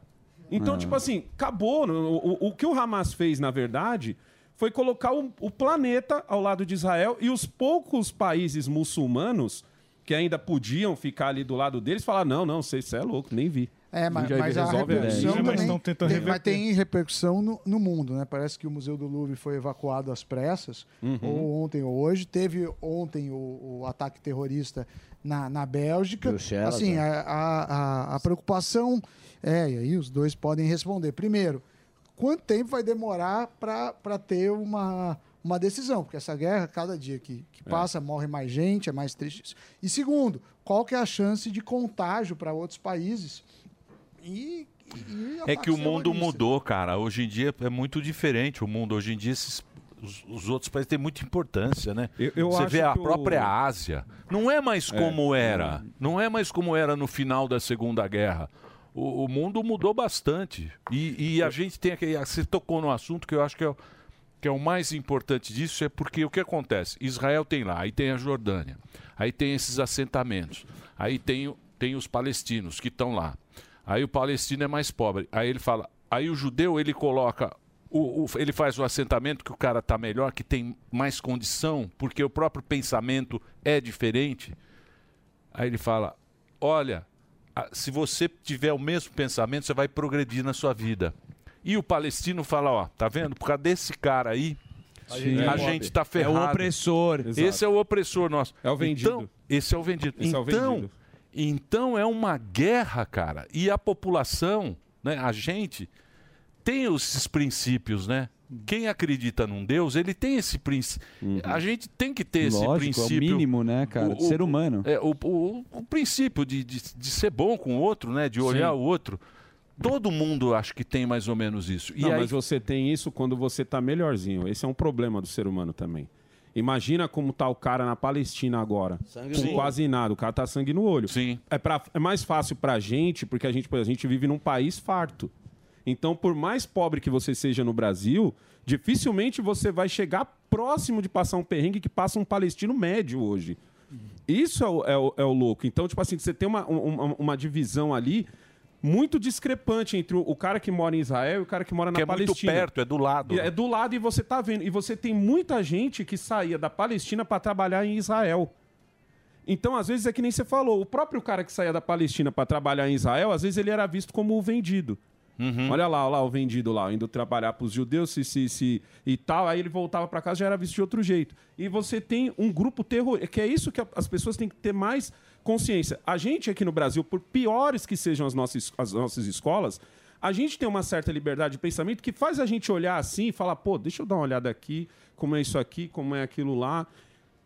Então,
Ah.
tipo assim, acabou. O, o- o que o Hamas fez, na verdade, foi colocar o, o planeta ao lado de Israel e os poucos países muçulmanos que ainda podiam ficar ali do lado deles falar: não, não, você é louco, nem vi.
É, mas,
Já vi,
mas a
resolve aí.
repercussão
É, Mas
também
estão tentando
tem, mas
reverter.
tem repercussão no, no mundo, né? Parece que o Museu do Louvre foi evacuado às pressas,
Uhum.
ou ontem ou hoje. Teve ontem o, o ataque terrorista na, na Bélgica.
Bruxelas,
assim,
né?
a, a- a- a preocupação é, e aí os dois podem responder. Primeiro, quanto tempo vai demorar para ter uma, uma decisão? Porque essa guerra, cada dia que, que passa, morre mais gente, é mais triste. isso. E segundo, qual que é a chance de contágio para outros países? E, e
É que o
ataques
mundo
terroristas?
mudou, cara. Hoje em dia é muito diferente o mundo. Hoje em dia esses- os, os outros países têm muita importância, né?
eu
Você
acho
vê a
que o-
própria Ásia. Não é mais
É.
como era. Não é mais como era no final da Segunda Guerra. O, o mundo mudou bastante. E, e a gente tem aquele. Você tocou no assunto que eu acho que é, o- que é o mais importante disso, é porque o que acontece? Israel tem lá, aí tem a Jordânia, aí tem esses assentamentos, aí tem, o- tem os palestinos que estão lá. Aí o palestino é mais pobre. Aí ele fala. Aí o judeu ele coloca. o- o- ele faz o assentamento que o cara tá melhor, que tem mais condição, porque o próprio pensamento é diferente. Aí ele fala: Olha, a- se você tiver o mesmo pensamento, você vai progredir na sua vida. E o palestino fala: Ó, tá vendo? Por causa desse cara aí,
Sim.
né?
a
É
gente
pobre.
tá
É o
ferrado.
opressor.
Esse
Exato.
é o opressor nosso.
É o vendido.
Então, esse é o vendido.
Esse é o
então,
vendido.
então é uma guerra, cara. E a população, né, a gente, tem esses princípios, né? Quem acredita num Deus, ele tem esse princípio.
Uhum.
A gente tem que ter esse
Lógico, é o
princípio.
mínimo, né, cara?
O-
de ser humano.
é, o, o- o princípio de, de, de ser bom com o outro, né? De olhar
Sim.
o outro. Todo mundo acho que tem mais ou menos isso. E
Não,
aí
mas você tem isso quando você tá melhorzinho. Esse é um problema do ser humano também. Imagina como tá o cara na Palestina agora.
Sangue
com
no olho.
quase nada. O cara tá sangue no olho.
Sim.
É, pra, é mais fácil pra gente, porque a gente, por exemplo, a gente vive num país farto. Então, por mais pobre que você seja no Brasil, dificilmente você vai chegar próximo de passar um perrengue que passa um palestino médio hoje. Isso é o, é o- é o louco. Então, tipo assim, você tem uma, uma, uma divisão ali muito discrepante entre o, o cara que mora em Israel e o cara que mora na
Que é muito
Palestina.
perto, é do lado.
E é do lado e você tá vendo. E você tem muita gente que saía da Palestina para trabalhar em Israel. Então, às vezes, é que nem você falou. O próprio cara que saía da Palestina para trabalhar em Israel, às vezes ele era visto como o vendido. Olha lá, olha lá o vendido lá, indo trabalhar para os judeus se, se, se, e tal. Aí ele voltava para casa já era visto de outro jeito. E você tem um grupo terrorista, que é isso que a- as pessoas têm que ter mais consciência. A gente aqui no Brasil, por piores que sejam as nossas, as nossas escolas, a gente tem uma certa liberdade de pensamento que faz a gente olhar assim e falar, pô, deixa eu dar uma olhada aqui, como é isso aqui, como é aquilo lá.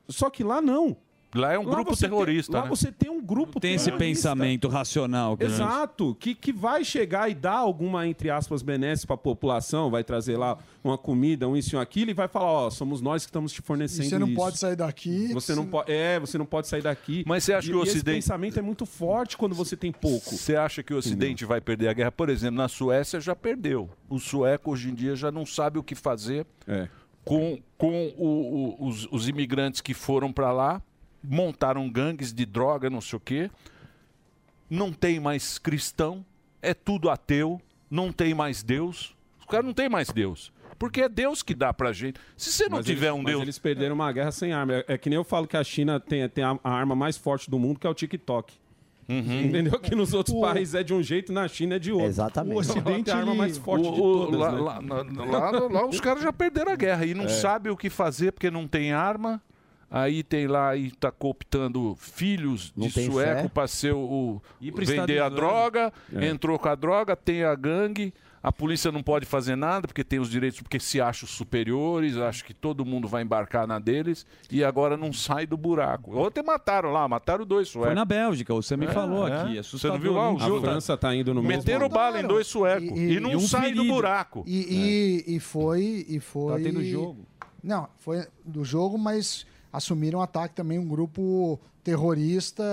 Só que lá não.
Lá é um grupo
você tem-
terrorista,
lá
né?
você tem um grupo
Tem esse
terrorista.
pensamento né? racional. que a gente-
Exato, que, que vai chegar e dar alguma, entre aspas, benesse para a população, vai trazer lá uma comida, um isso e um aquilo, e vai falar, ó, somos nós que estamos te fornecendo
E você não
isso.
pode sair daqui.
Você não pode, é, você não pode sair daqui.
Mas você acha
E-
que o
e esse
Ocidente-
pensamento é muito forte quando você tem pouco.
Você acha que o Ocidente vai perder a guerra? Por exemplo, na Suécia já perdeu. O sueco hoje em dia já não sabe o que fazer com, com o- o- os, os imigrantes que foram para lá, montaram gangues de droga, não sei o quê. Não tem mais cristão, é tudo ateu, não tem mais Deus. Os caras não têm mais Deus. Porque é Deus que dá pra gente. Se você não
Mas
tiver
eles-
um
mas
Deus.
eles perderam uma guerra sem arma. É, é que nem eu falo que a China tem, tem a, a arma mais forte do mundo, que é o TikTok.
Uhum.
Entendeu? Que nos outros O- países é de um jeito, na China é de outro. Exatamente. O Ocidente é a arma mais forte
O-
de
o-
todas,
lá,
né?
lá- na- lá- lá os caras já perderam a guerra e não
É.
sabem o que fazer porque não tem arma. Aí tem lá e tá cooptando filhos
Não
de
tem
sueco
fé.
para ser o
E pro Estado
vender a
Islâmico.
droga,
É.
entrou com a droga, tem a gangue. A polícia não pode fazer nada porque tem os direitos, porque se acham superiores, acha que todo mundo vai embarcar na deles e agora não sai do buraco. Ontem mataram lá, mataram dois suecos.
Foi na Bélgica, você me
É,
falou
é.
aqui.
Você não viu lá o jogo?
A França
tá indo no
Meteram bala em dois suecos e, não
e um
sai do
ferido.
buraco.
E, e- e foi. E foi.
É. Tá tendo jogo.
Não, foi do jogo, mas assumiram ataque também um grupo terrorista.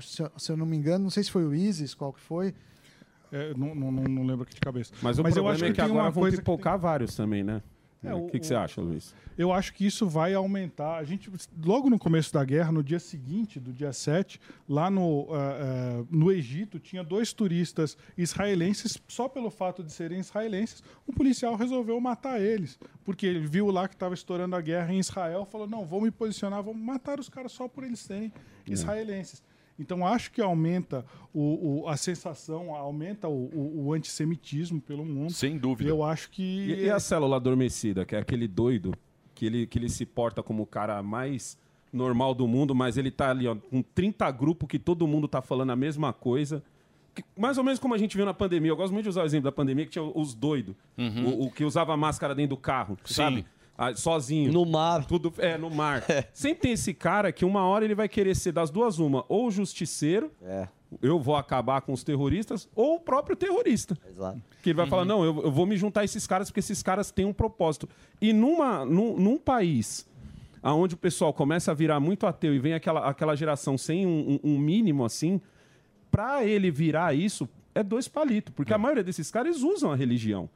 Se eu, se eu não me engano, não sei se foi o ISIS, qual que foi.
É, não, não- não- não lembro aqui de cabeça.
Mas o problema é que,
tem
agora
uma
vão
coisa que
pipocar vários também, né?
É,
o
o-
que, que você acha, Luiz?
Eu acho que isso vai aumentar. A gente, logo no começo da guerra, no dia seguinte, do dia 7, lá no, ah, ah, no Egito, tinha dois turistas israelenses, só pelo fato de serem israelenses, um policial resolveu matar eles. Porque ele viu lá que estava estourando a guerra em Israel, falou: não, vou me posicionar, vou matar os caras só por eles serem israelenses. Então acho que aumenta o, o- a sensação, aumenta o, o- o antissemitismo pelo mundo.
Sem dúvida.
um. Eu acho que. é
E, e a célula adormecida, que é aquele doido que ele, que ele se porta como o cara mais normal do mundo, mas ele tá ali, ó, com 30 grupos que todo mundo tá falando a mesma coisa. Que- mais ou menos como a gente viu na pandemia. Eu gosto muito de usar o exemplo da pandemia, que tinha os doidos. O, o que usava máscara dentro do carro, sabe? Ah, sozinho. No
mar.
Tudo, é, no mar. Sempre tem esse cara que uma hora ele vai querer ser das duas uma, ou o justiceiro, eu vou acabar com os terroristas, ou o próprio terrorista.
Exato.
Que ele vai falar, não, eu, eu vou me juntar a esses caras porque esses caras têm um propósito. E numa, num, num país onde o pessoal começa a virar muito ateu e vem aquela, aquela geração sem um, um- um mínimo assim, pra ele virar isso, é dois palitos. Porque a maioria desses caras usam a religião.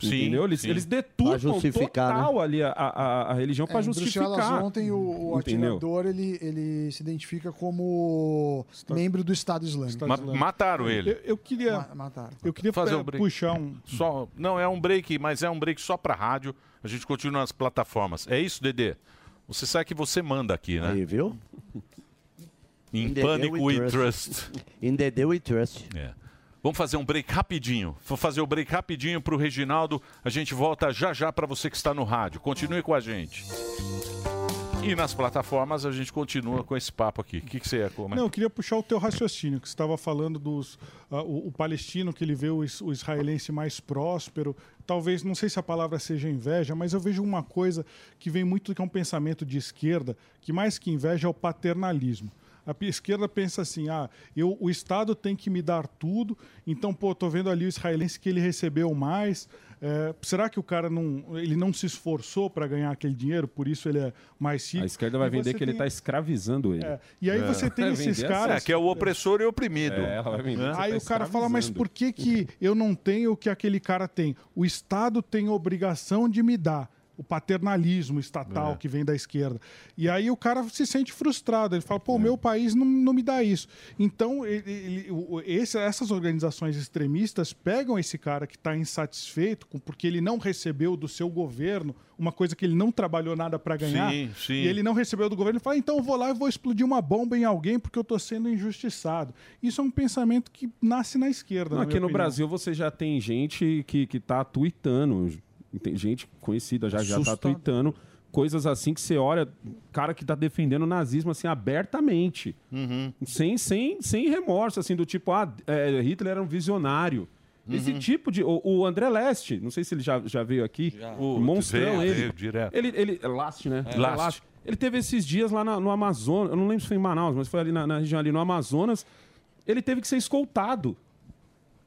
Sim,
entendeu? Eles,
sim.
eles
Pra
deturpam
justificar,
total ali a, a, a religião pra
É, em
justificar.
Bruxelas ontem o, o
Entendeu?
atirador ele, ele se identifica como membro do Estado Islâmico.
Ma- mataram ele.
Eu queria.
mataram.
Eu queria
fazer
pe-
um break.
puxar um.
Só, não, é um break, mas é um break só pra rádio. A gente continua nas plataformas. É isso, Dedê? Você sabe que você manda aqui, né? Aí,
viu?
Em
Dedê
Pânico
we
e
trust.
Trust.
In the Day We Trust.
É. Vamos fazer um break rapidinho. Vou fazer o break rapidinho pro Reginaldo. A gente volta já já pra você que está no rádio. Continue com a gente. E nas plataformas a gente continua com esse papo aqui. O que, é que você ia comentar?
Não, eu queria puxar o teu raciocínio, que você estava falando dos ah, o, o palestino que ele vê o, is- o israelense mais próspero. Talvez, não sei se a palavra seja inveja, mas eu vejo uma coisa que vem muito que é um pensamento de esquerda, que mais que inveja é o paternalismo. A p- esquerda pensa assim: ah, eu, o Estado tem que me dar tudo, então, pô, tô vendo ali o israelense que ele recebeu mais. É, será que o cara não, ele não se esforçou para ganhar aquele dinheiro, por isso ele é mais rico?
A esquerda vai
E
vender
você
que ele
tem-
está escravizando ele.
É, e aí você tem
Vai
esses
vender
caras-
essa-
É, Né?
que é o opressor e o oprimido.
É, ela vai
Né?
vender.
Aí
tá
o cara fala, mas por que, que eu não tenho o que aquele cara tem? O Estado tem a obrigação de me dar. O paternalismo estatal
É.
que vem da esquerda. E aí o cara se sente frustrado. Ele fala, pô,
É.
o meu país não, não me dá isso. Então, ele- ele- o- esse- essas organizações extremistas pegam esse cara que está insatisfeito com, porque ele não recebeu do seu governo uma coisa que ele não trabalhou nada para ganhar.
Sim, sim.
E ele não recebeu do governo, ele fala, então eu vou lá e vou explodir uma bomba em alguém porque eu tô sendo injustiçado. Isso é um pensamento que nasce na esquerda.
Não,
na
aqui
minha
no
opinião.
Brasil você já tem gente que, que tá tweetando, tem gente conhecida já, já tá
Assustador.
tweetando coisas assim que você olha, cara que tá defendendo o nazismo assim abertamente, sem, sem, sem remorso, assim, do tipo, ah, é, Hitler era um visionário. Esse
Uhum.
tipo de. O, o André Leste, não sei se ele já, já veio aqui. O monstrão,
veio,
ele.
veio direto.
Ele, ele. Last, né?
É.
André
Last.
Last. Ele teve esses dias lá na- no Amazonas, eu não lembro se foi em Manaus, mas foi ali na, na região ali no Amazonas. Ele teve que ser escoltado.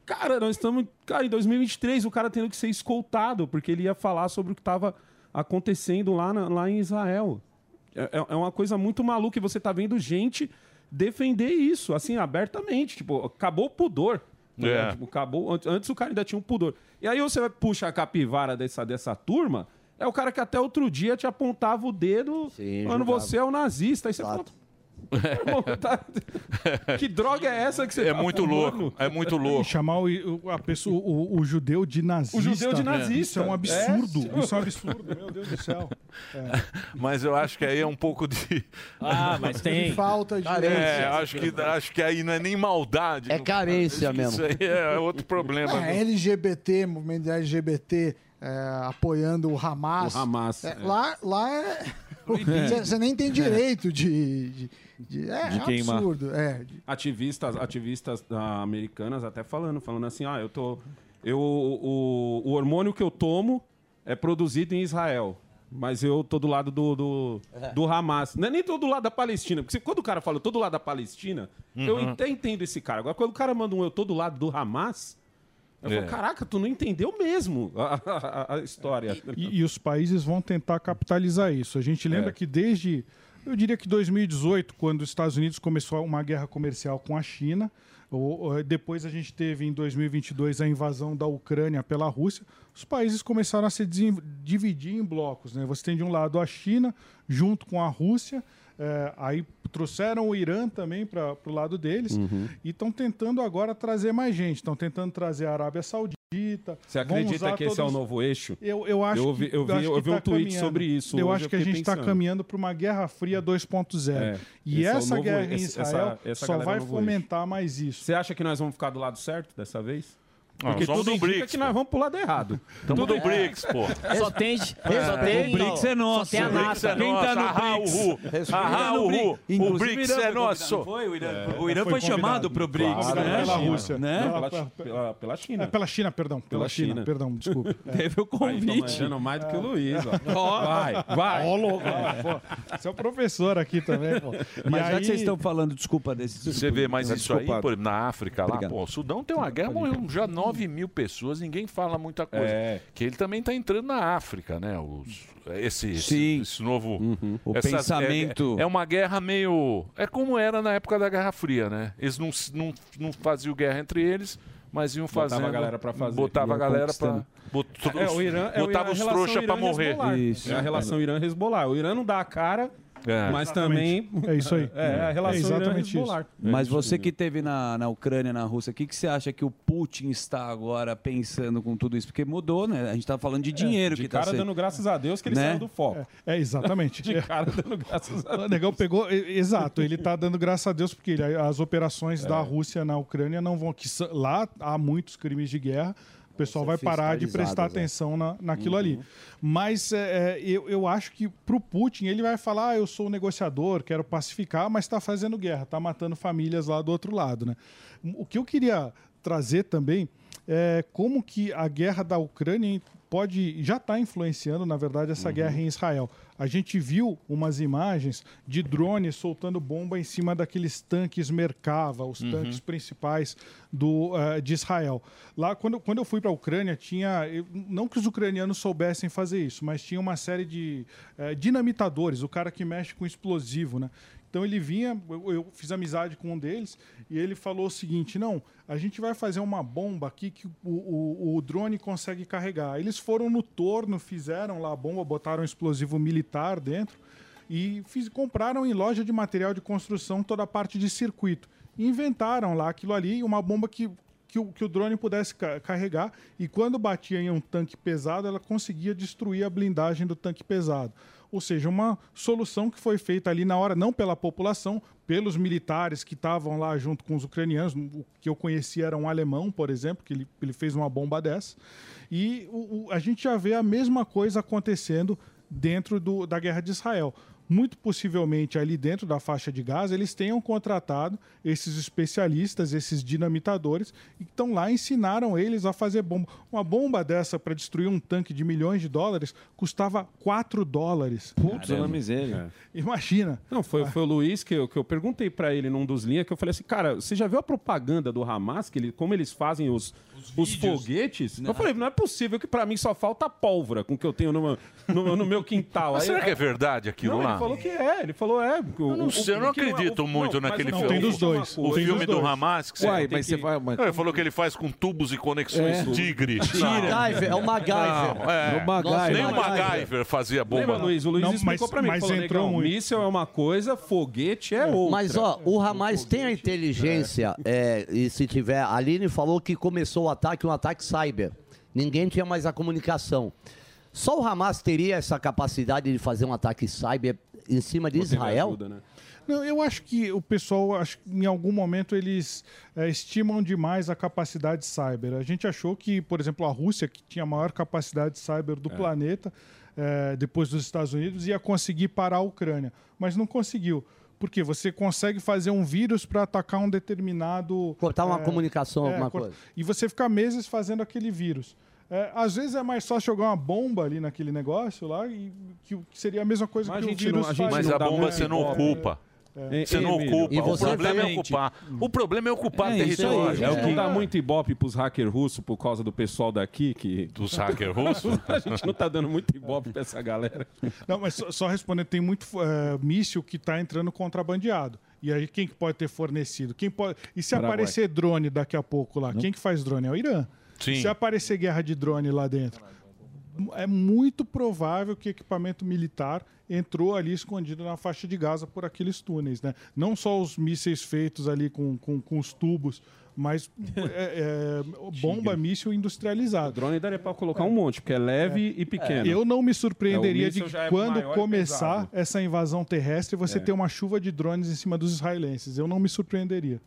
Cara, nós estamos. Cara, em 2023, o cara tendo que ser escoltado, porque ele ia falar sobre o que estava acontecendo lá, na- lá em Israel. É, é- é uma coisa muito maluca e você tá vendo gente defender isso, assim, abertamente. Tipo, acabou o pudor. tá
É.
ligado? Tipo, acabou. Antes, antes o cara ainda tinha um pudor. E aí você vai puxar a capivara dessa, dessa turma. É o cara que até outro dia te apontava o dedo
julgava.
quando você é o nazista. Aí você fala, tá, que droga é essa que você
É
tá
muito
fumando?
louco, é muito louco.
Chamar o, o- a pessoa, o, o judeu de nazista.
O judeu de nazista.
Isso é um absurdo. Isso é um absurdo. Meu Deus do céu. É.
Mas eu acho que aí é um pouco de.
Ah, mas tem. De falta de-
É, acho que, acho que aí não é nem maldade.
É carência
Acho que Isso aí
mesmo.
é outro problema. né?
Ah,
viu?
é,
É.
LGBT,
movimento LGBT é, apoiando o Hamas.
O Hamas,
É,
é.
Lá, lá é.
Proibido.
Você nem tem direito de. de, de- é
De
um
queimar.
absurdo. É.
Ativistas, ativistas ah, americanas até falando, falando assim, ah, eu tô, eu, o, o hormônio que eu tomo é produzido em Israel, mas eu tô do lado do, do, do Hamas. Não é nem tô do lado da Palestina, porque se- quando o cara fala, eu tô do lado da Palestina, eu
Uhum.
até entendo esse cara. Agora, quando o cara manda um, eu tô do lado do Hamas, eu
É.
falo, caraca, tu não entendeu mesmo a, a- a- a história.
E, e os países vão tentar capitalizar isso. A gente lembra
É.
que desde, eu diria que 2018, quando os Estados Unidos começou uma guerra comercial com a China, ou, eh, depois a gente teve em 2022 a invasão da Ucrânia pela Rússia, os países começaram a se desen- dividir em blocos. Né? Você tem de um lado a China, junto com a Rússia, eh, aí trouxeram o Irã também para o lado deles,
Uhum.
e estão tentando agora trazer mais gente. Estão tentando trazer a Arábia Saudita.
Você
vão
acredita
usar
que esse é o
todos-
novo eixo?
eu, eu acho
eu vi,
que
eu vi,
acho
eu
que
vi um
tá
tweet
caminhando.
sobre isso.
Eu
hoje,
acho que a
fiquei
gente tá está
pensando.
caminhando para uma Guerra Fria 2.0.
É,
e
esse é o
essa
novo
guerra
eixo,
em
essa-
Israel
essa
só
galera
vai
é o novo
fomentar mais isso.
Você acha que nós vamos ficar do lado certo dessa vez?
Não,
Porque
somos
tudo
do
indica
BRICS,
que nós vamos pro lado errado.
Tamo
Tudo
do BRICS, pô.
É. Só tem. Só
É.
tem
O BRICS é nosso.
Só tem a
O BRICS
NASA.
é
Quem
nosso.
tá no
Ahá,
BRICS?
uhu. Ahá,
Quem tá no
uhu. O
Inclusive,
BRICS
Irã
é
foi convidado,
nosso.
não Foi, o Irã,
É,
o Irã foi,
foi convidado.
chamado pro BRICS,
Claro,
né?
pela
China.
Rússia.
Né?
Ah, Pela- pela- pela China.
É, pela China, perdão. Pela,
Pela
China.
China.
perdão, desculpa.
Teve o convite. Aí, tô manjando mais do que o Luiz, ó. Vai, vai.
É. Ó, louco. ó, pô. Você é o professor aqui também, pô. E
Mas já
aí-
que vocês estão falando, desculpa, desse.
Você vê
né?
mais isso aí, por exemplo, na África lá,
Obrigado.
pô, o Sudão tem uma guerra, morreram já 9 mil pessoas, ninguém fala muita coisa.
É.
Que ele também está entrando na África, né? Os, esse, esse- esse novo.
Uhum.
O pensamento-
É, é uma guerra meio. É como era na época da Guerra Fria, né? Eles não, se- não, não faziam guerra entre eles, mas iam
Botava
fazendo.
a galera pra fazer.
Botava a
Iam
galera pra.
conquistando.
Botou,
É, o Irã, é o Irã,
botava
a
os
relação
trouxas pra
Irã-Hezbollah.
morrer.
É a relação Irã-Hezbollah. O Irã não dá a cara,
É.
mas tá
Exatamente.
também...
É isso aí.
É, Tipo, a relação
É exatamente
Irã-Hezbollah.
Mas você que teve na, na Ucrânia, na Rússia, o que, que você acha que o Putin está agora pensando com tudo isso? Porque mudou, né? A gente tá falando de dinheiro
É, de
que
cara
tá sendo.
dando graças a Deus que ele
Né?
saiu do foco.
É, exatamente.
De cara dando graças a
O
Deus.
negão pegou, e- exato, ele tá dando graças a Deus, porque ele- as
É.
operações da Rússia na Ucrânia não vão. Que são- lá há muitos crimes de guerra. O pessoal vai Vão ser parar de prestar fiscalizadas, é. atenção na, naquilo Uhum. ali. Mas é, é, eu, eu acho que pro Putin ele vai falar: ah, eu sou um negociador, quero pacificar, mas está fazendo guerra, está matando famílias lá do outro lado. Né? O que eu queria trazer também é como que a guerra da Ucrânia pode já está influenciando, na verdade, essa guerra em Israel. A gente viu umas imagens de drones soltando bomba em cima daqueles tanques Merkava, os
Uhum.
tanques principais do, eh, de Israel. Lá, quando, quando eu fui para a Ucrânia, tinha. eu- Não que os ucranianos soubessem fazer isso, mas tinha uma série de eh, dinamitadores, o cara que mexe com explosivo, né? Então ele vinha, eu, eu fiz amizade com um deles, e ele falou o seguinte: não, a gente vai fazer uma bomba aqui que o, o- o drone consegue carregar. Eles foram no torno, fizeram lá a bomba, botaram um explosivo militar dentro e fiz- compraram em loja de material de construção toda a parte de circuito. Inventaram lá aquilo ali, uma bomba que, que, o, que o drone pudesse ca- carregar e quando batia em um tanque pesado, ela conseguia destruir a blindagem do tanque pesado. Ou seja, uma solução que foi feita ali na hora, não pela população, pelos militares que estavam lá junto com os ucranianos. O que eu conhecia era um alemão, por exemplo, que ele, ele fez uma bomba dessa. E o- o- a gente já vê a mesma coisa acontecendo dentro do- da guerra de Israel. Muito possivelmente ali dentro da faixa de Gaza, eles tenham contratado esses especialistas, esses dinamitadores, e que estão lá e ensinaram eles a fazer bomba. Uma bomba dessa para destruir um tanque de milhões de dólares custava 4 dólares. Putz,
Caramba. miséria.
Imagina.
É. Não, foi, foi o Luiz que eu, que eu perguntei pra ele num dos linhas que eu falei assim, cara, você já viu a propaganda do Hamas, que ele, como eles fazem os, os, foguetes? Eu falei, não é possível que pra mim só falta pólvora com o que eu tenho no meu, no, no meu quintal.
Mas
Aí-
será que é verdade aquilo
não,
lá?
Ele falou que é, ele falou é.
Eu não sei, eu não acredito muito naquele filme. O filme do Hamas que você
Uai,
tem
mas você
que-
vai- mas
Não, Ele falou que ele faz com tubos e conexões
É.
tigre.
Tira.
Não.
MacGyver, é o MacGyver.
Não, é.
É o MacGyver.
Nem o
MacGyver.
MacGyver fazia bomba.
Lembra, Luiz? O Luiz explicou pra mim. Mas falou, entrou um míssel é uma coisa, foguete é outra. né?
Mas, ó, o Hamas tem a inteligência, é, e se tiver. A Aline falou que começou o ataque, um ataque cyber. Ninguém tinha mais a comunicação. Só o Hamas teria essa capacidade de fazer um ataque cyber em cima de Israel?
né?
Não, eu acho que o pessoal, acho que em algum momento, eles eh, estimam demais a capacidade cyber. A gente achou que, por exemplo, a Rússia, que tinha a maior capacidade cyber do planeta, eh, depois dos Estados Unidos, ia conseguir parar a Ucrânia, mas não conseguiu. Porque você consegue fazer um vírus para atacar um determinado.
Cortar uma
eh,
comunicação, alguma coisa.
e você fica meses fazendo aquele vírus. É, às vezes é mais fácil jogar uma bomba ali naquele negócio lá, e que, que seria a mesma coisa
Mas
que
a
o
gente
vírus
não- a gente
faz.
não Mas a dá bomba muito né? você não bola. ocupa.
É.
Você não ocupa. o problema é ocupar. O problema é ocupar território.
É o que dá muito ibope pros hacker russos por causa do pessoal daqui que.
Dos hacker russos?
a gente não tá dando muito ibope pra essa galera.
Não, mas só, só respondendo, tem muito eh, míssil que está entrando contrabandeado. E aí quem que pode ter fornecido? Quem pode... E se
Paraguai.
aparecer drone daqui a pouco lá? Quem que faz drone? É o Irã.
Sim.
Se aparecer guerra de drone lá dentro, é muito provável que equipamento militar entrou ali escondido na faixa de Gaza por aqueles túneis, né? Não só os mísseis feitos ali com, com, com os tubos, mas é, é, bomba, míssil industrializado. O
drone daria para colocar um monte, porque é leve e pequeno.
Eu não me surpreenderia
É, o
de
míssil já é
quando
maior e
começar
pesado.
essa invasão terrestre você
É.
ter uma chuva de drones em cima dos israelenses. Eu não me surpreenderia.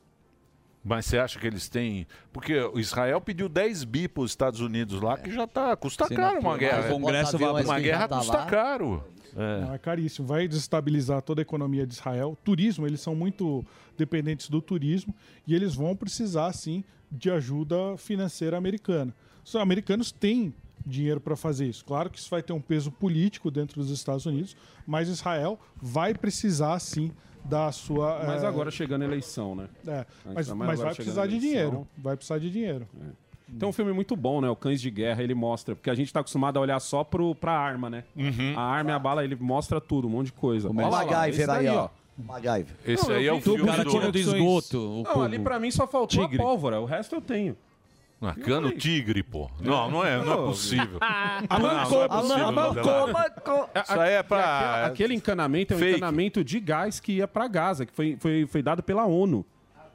Mas você acha que eles têm. Porque o Israel pediu 10 bi para os Estados Unidos lá, que já tá. Custa
Sim,
caro
mas
uma
o
guerra.
Congresso vai
Uma
aprovar
guerra
que já tá
custa
lá.
caro. É.
Não, é caríssimo. Vai desestabilizar toda a economia de Israel. Turismo, eles são muito dependentes do turismo e eles vão precisar, sim, de ajuda financeira americana. Os americanos têm dinheiro para fazer isso. Claro que isso vai ter um peso político dentro dos Estados Unidos, mas Israel vai precisar, sim, da sua.
Mas
eh,
agora chegando a eleição, né?
É, mas,
Ainda mais
mas vai
agora chegando
precisar
a
de
eleição.
dinheiro. Vai precisar de dinheiro.
Tem um filme muito bom, né? O Cães de Guerra, ele mostra. Porque a gente tá acostumado a olhar só pro, pra arma, né? A arma e a bala, ele mostra tudo, um monte de coisa.
Olha o
Olha lá,
MacGyver
esse daí,
aí, ó. MacGyver.
Esse
Não,
aí
eu
é o
vi tudo
filme
que
do-
tinha
do
opções.
esgoto, o
Não, ali
cubo.
pra mim só faltou
Tigre.
a pólvora. O resto eu tenho.
Ah, cano tigre, pô. Não, não é, não é possível. Não, não é possível, Adelardo. Isso aí é pra-
Aquele, aquele encanamento é um
Fake.
encanamento de gás que ia pra Gaza, que foi, foi, foi dado pela ONU.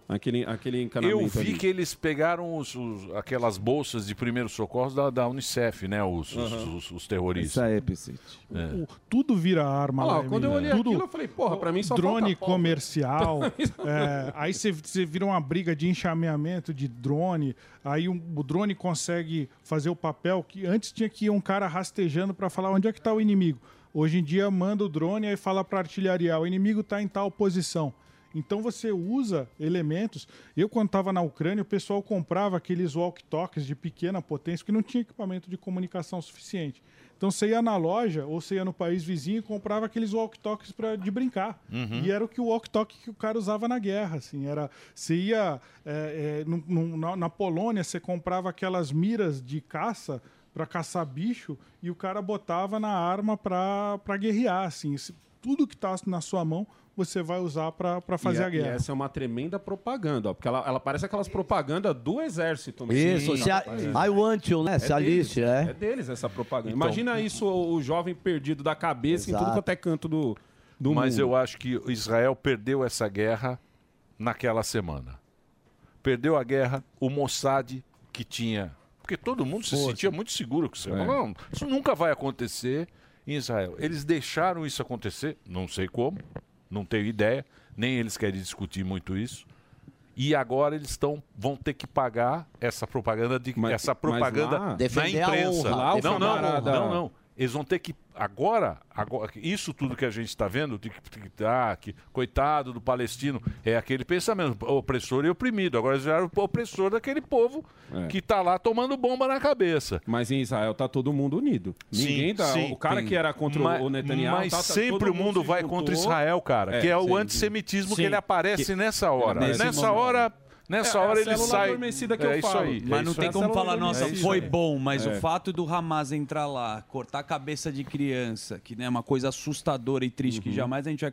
Aquele, aquele encanamento
Eu vi
ali.
que eles pegaram os- os- aquelas bolsas de primeiros socorros da, da Unicef, né? Os, os- os- os terroristas.
Essa é, Piscite.
O- tudo vira arma.
Olha lá,
lá,
quando eu
Emílio.
olhei
tudo,
aquilo, eu falei, porra, pra mim só
Drone
falta pólvora.
comercial.
Pra mim só-
é, aí você- você vira uma briga de enxameamento de drone. Aí um- o drone consegue fazer o papel que antes tinha que ir um cara rastejando para falar onde é que tá o inimigo. Hoje em dia manda o drone e fala para artilharia, o inimigo tá em tal posição. Então você usa elementos. Eu, quando estava na Ucrânia, o pessoal comprava aqueles walkie-talkies de pequena potência que não tinha equipamento de comunicação suficiente. Então você ia na loja ou você ia no país vizinho e comprava aqueles walkie-talkies pra- de brincar.
Uhum.
E era o que o walkie-talkie que o cara usava na guerra, assim, era você ia é, é, num- num- na, na Polônia, você comprava aquelas miras de caça para caçar bicho e o cara botava na arma para guerrear, assim, Esse- tudo que tá na sua mão você vai usar para fazer
e,
a guerra.
E essa é uma tremenda propaganda, ó, porque ela, ela parece aquelas propagandas do exército.
Isso, se a- I want you, né? Se aliste, é.
É deles essa propaganda.
Então.
Imagina isso, o, o jovem perdido da cabeça em tudo
Exato.
quanto é canto do, do
Mas
mundo.
eu acho que Israel perdeu essa guerra naquela semana. Perdeu a guerra, o Mossad que tinha. Porque todo mundo se
Força.
sentia muito seguro com isso.
É.
Não, isso nunca vai acontecer em Israel. Eles deixaram isso acontecer, não sei como, não tenho ideia, nem eles querem discutir muito isso. E agora eles estão vão ter que pagar essa propaganda de essa propaganda
lá-
na
Defender a
imprensa.
honra. Lá o
não, não,
camarada-
não, não. Eles vão ter que. Agora, agora isso tudo que a gente está vendo, tic, tic, tac, coitado do palestino, é aquele pensamento, opressor e oprimido. Agora eles viraram o opressor daquele povo
É.
que está lá tomando bomba na cabeça.
Mas em Israel tá todo mundo unido. Ninguém dá. o cara
sim.
que era contra o-
Mas-
o Netanyahu.
Mas
tá- tá- todo
sempre o mundo
se
vai
juntou.
contra Israel, cara. que é o antissemitismo que ele aparece
Que-
nessa hora.
Nesse
Nessa
momento.
hora, nessa
É, é a
hora ele
célula
sai.
adormecida que
é
eu
isso
falo.
aí.
Mas
é
não
isso
tem
aí.
como falar, nossa,
É isso
foi
aí.
bom, mas
É.
o fato do Hamas entrar lá, cortar a cabeça de criança, que né, é uma coisa assustadora e triste que
Uhum.
jamais a gente vai.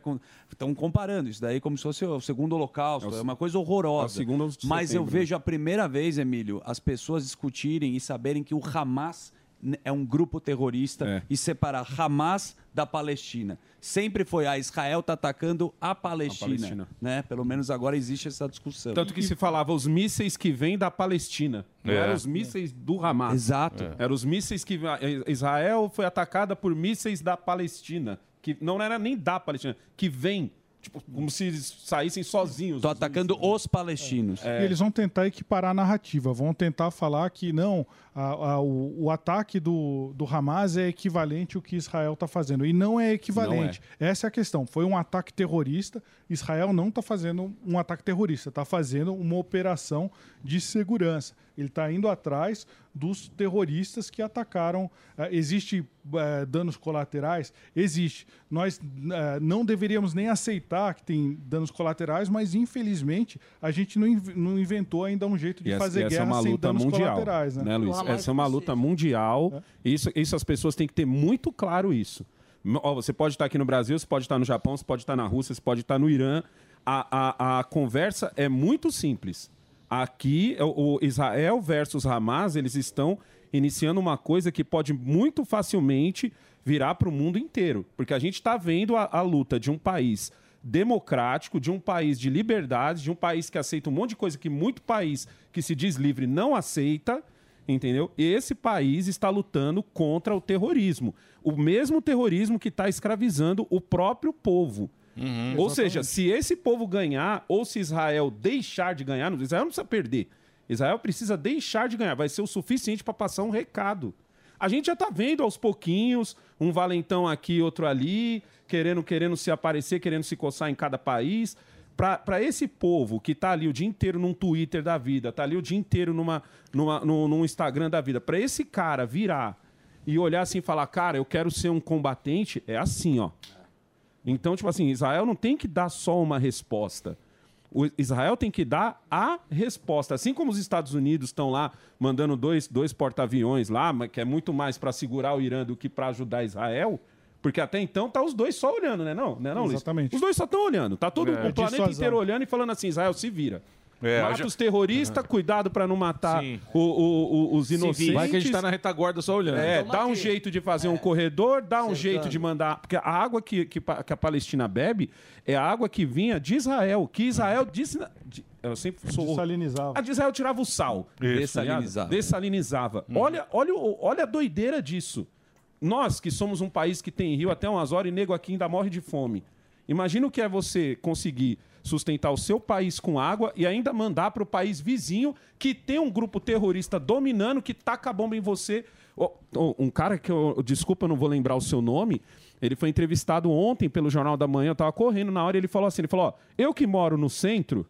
Estão comparando isso daí como se fosse o segundo holocausto,
É o-
é uma coisa horrorosa.
é o segundo de
mas eu
setembro, né?
vejo a primeira vez, Emílio, as pessoas discutirem e saberem que o Hamas n- é um grupo terrorista e separar Hamas da Palestina. Sempre foi a Israel está atacando a Palestina,
Palestina.
né? Pelo menos agora existe essa discussão.
Tanto que se falava os mísseis que vêm da Palestina. Não
É.
eram os mísseis do Hamas.
Exato.
É. Eram os mísseis que. eh, Israel foi atacada por mísseis da Palestina. Que não era nem da Palestina, que vêm. Tipo, como se saíssem sozinhos. É. Tô
atacando os palestinos.
E eles vão tentar equiparar a narrativa, vão tentar falar que não, a- a- o, o ataque do, do Hamas é equivalente ao que Israel está fazendo. E não é equivalente. Essa é a questão. Foi um ataque terrorista. Israel não está fazendo um ataque terrorista, está fazendo uma operação de segurança. Ele está indo atrás dos terroristas que atacaram. Eh, existe eh, danos colaterais? Existe. Nós eh, não deveríamos nem aceitar que tem danos colaterais, mas infelizmente a gente não, inv- não inventou ainda um jeito de
E essa,
fazer
essa
guerra
é uma
sem
luta
danos
mundial,
colaterais, né?
né, Luiz? Essa é uma luta mundial. Isso, isso as pessoas têm que ter muito claro isso. M- ó, você pode estar aqui no Brasil, você pode estar no Japão, você pode estar na Rússia, você pode estar no Irã. A, a, a conversa é muito simples. Aqui, é o o Israel versus Hamas, eles estão iniciando uma coisa que pode muito facilmente virar para o mundo inteiro. Porque a gente está vendo a, a luta de um país democrático, de um país de liberdade, de um país que aceita um monte de coisa que muito país que se diz livre não aceita, entendeu? Esse país está lutando contra o terrorismo. O mesmo terrorismo que está escravizando o próprio povo. Ou seja, se esse povo ganhar, ou se Israel deixar de ganhar, não- Israel não precisa perder. Israel precisa deixar de ganhar. Vai ser o suficiente para passar um recado. A gente já tá vendo aos pouquinhos, um valentão aqui, outro ali, querendo, querendo se aparecer, querendo se coçar em cada país. Para esse povo que tá ali o dia inteiro num Twitter da vida, tá ali o dia inteiro numa, numa, num, num Instagram da vida, para esse cara virar e olhar assim e falar, cara, eu quero ser um combatente, é assim, ó. Então, tipo assim, Israel não tem que dar só uma resposta. O Israel tem que dar a resposta. Assim como os Estados Unidos estão lá mandando dois, dois porta-aviões lá, mas que é muito mais para segurar o Irã do que para ajudar Israel. Porque até então tá os dois só olhando, né? Não, né, não, Luiz?
Exatamente.
Os dois só estão olhando. Tá todo
É.
o planeta
Dissuasão.
inteiro olhando e falando assim: Israel, se vira.
É,
Mata
já-
os terroristas, cuidado para não matar
Sim.
o- o- o- os
Se vira.
inocentes.
Vai que a gente tá na
retaguarda só olhando. É,
Toma
dá um jeito de fazer um corredor, dá um jeito de mandar. Porque a água que, que, pa- que a Palestina bebe é a água que vinha de Israel, que Israel disse. Eu sempre sou.
Dessalinizava.
A de Israel tirava o sal.
Isso.
Dessalinizava. Dessalinizava. Olha, olha, o- olha a doideira disso. Nós, que somos um país que tem rio até umas horas e nego aqui ainda morre de fome. Imagina o que é você conseguir sustentar o seu país com água e ainda mandar para o país vizinho que tem um grupo terrorista dominando que taca a bomba em você. Ó, ó, Um cara que eu, desculpa, eu não vou lembrar o seu nome. Ele foi entrevistado ontem pelo Jornal da Manhã, eu tava correndo na hora e ele falou assim: ele falou, ó, eu que moro no centro,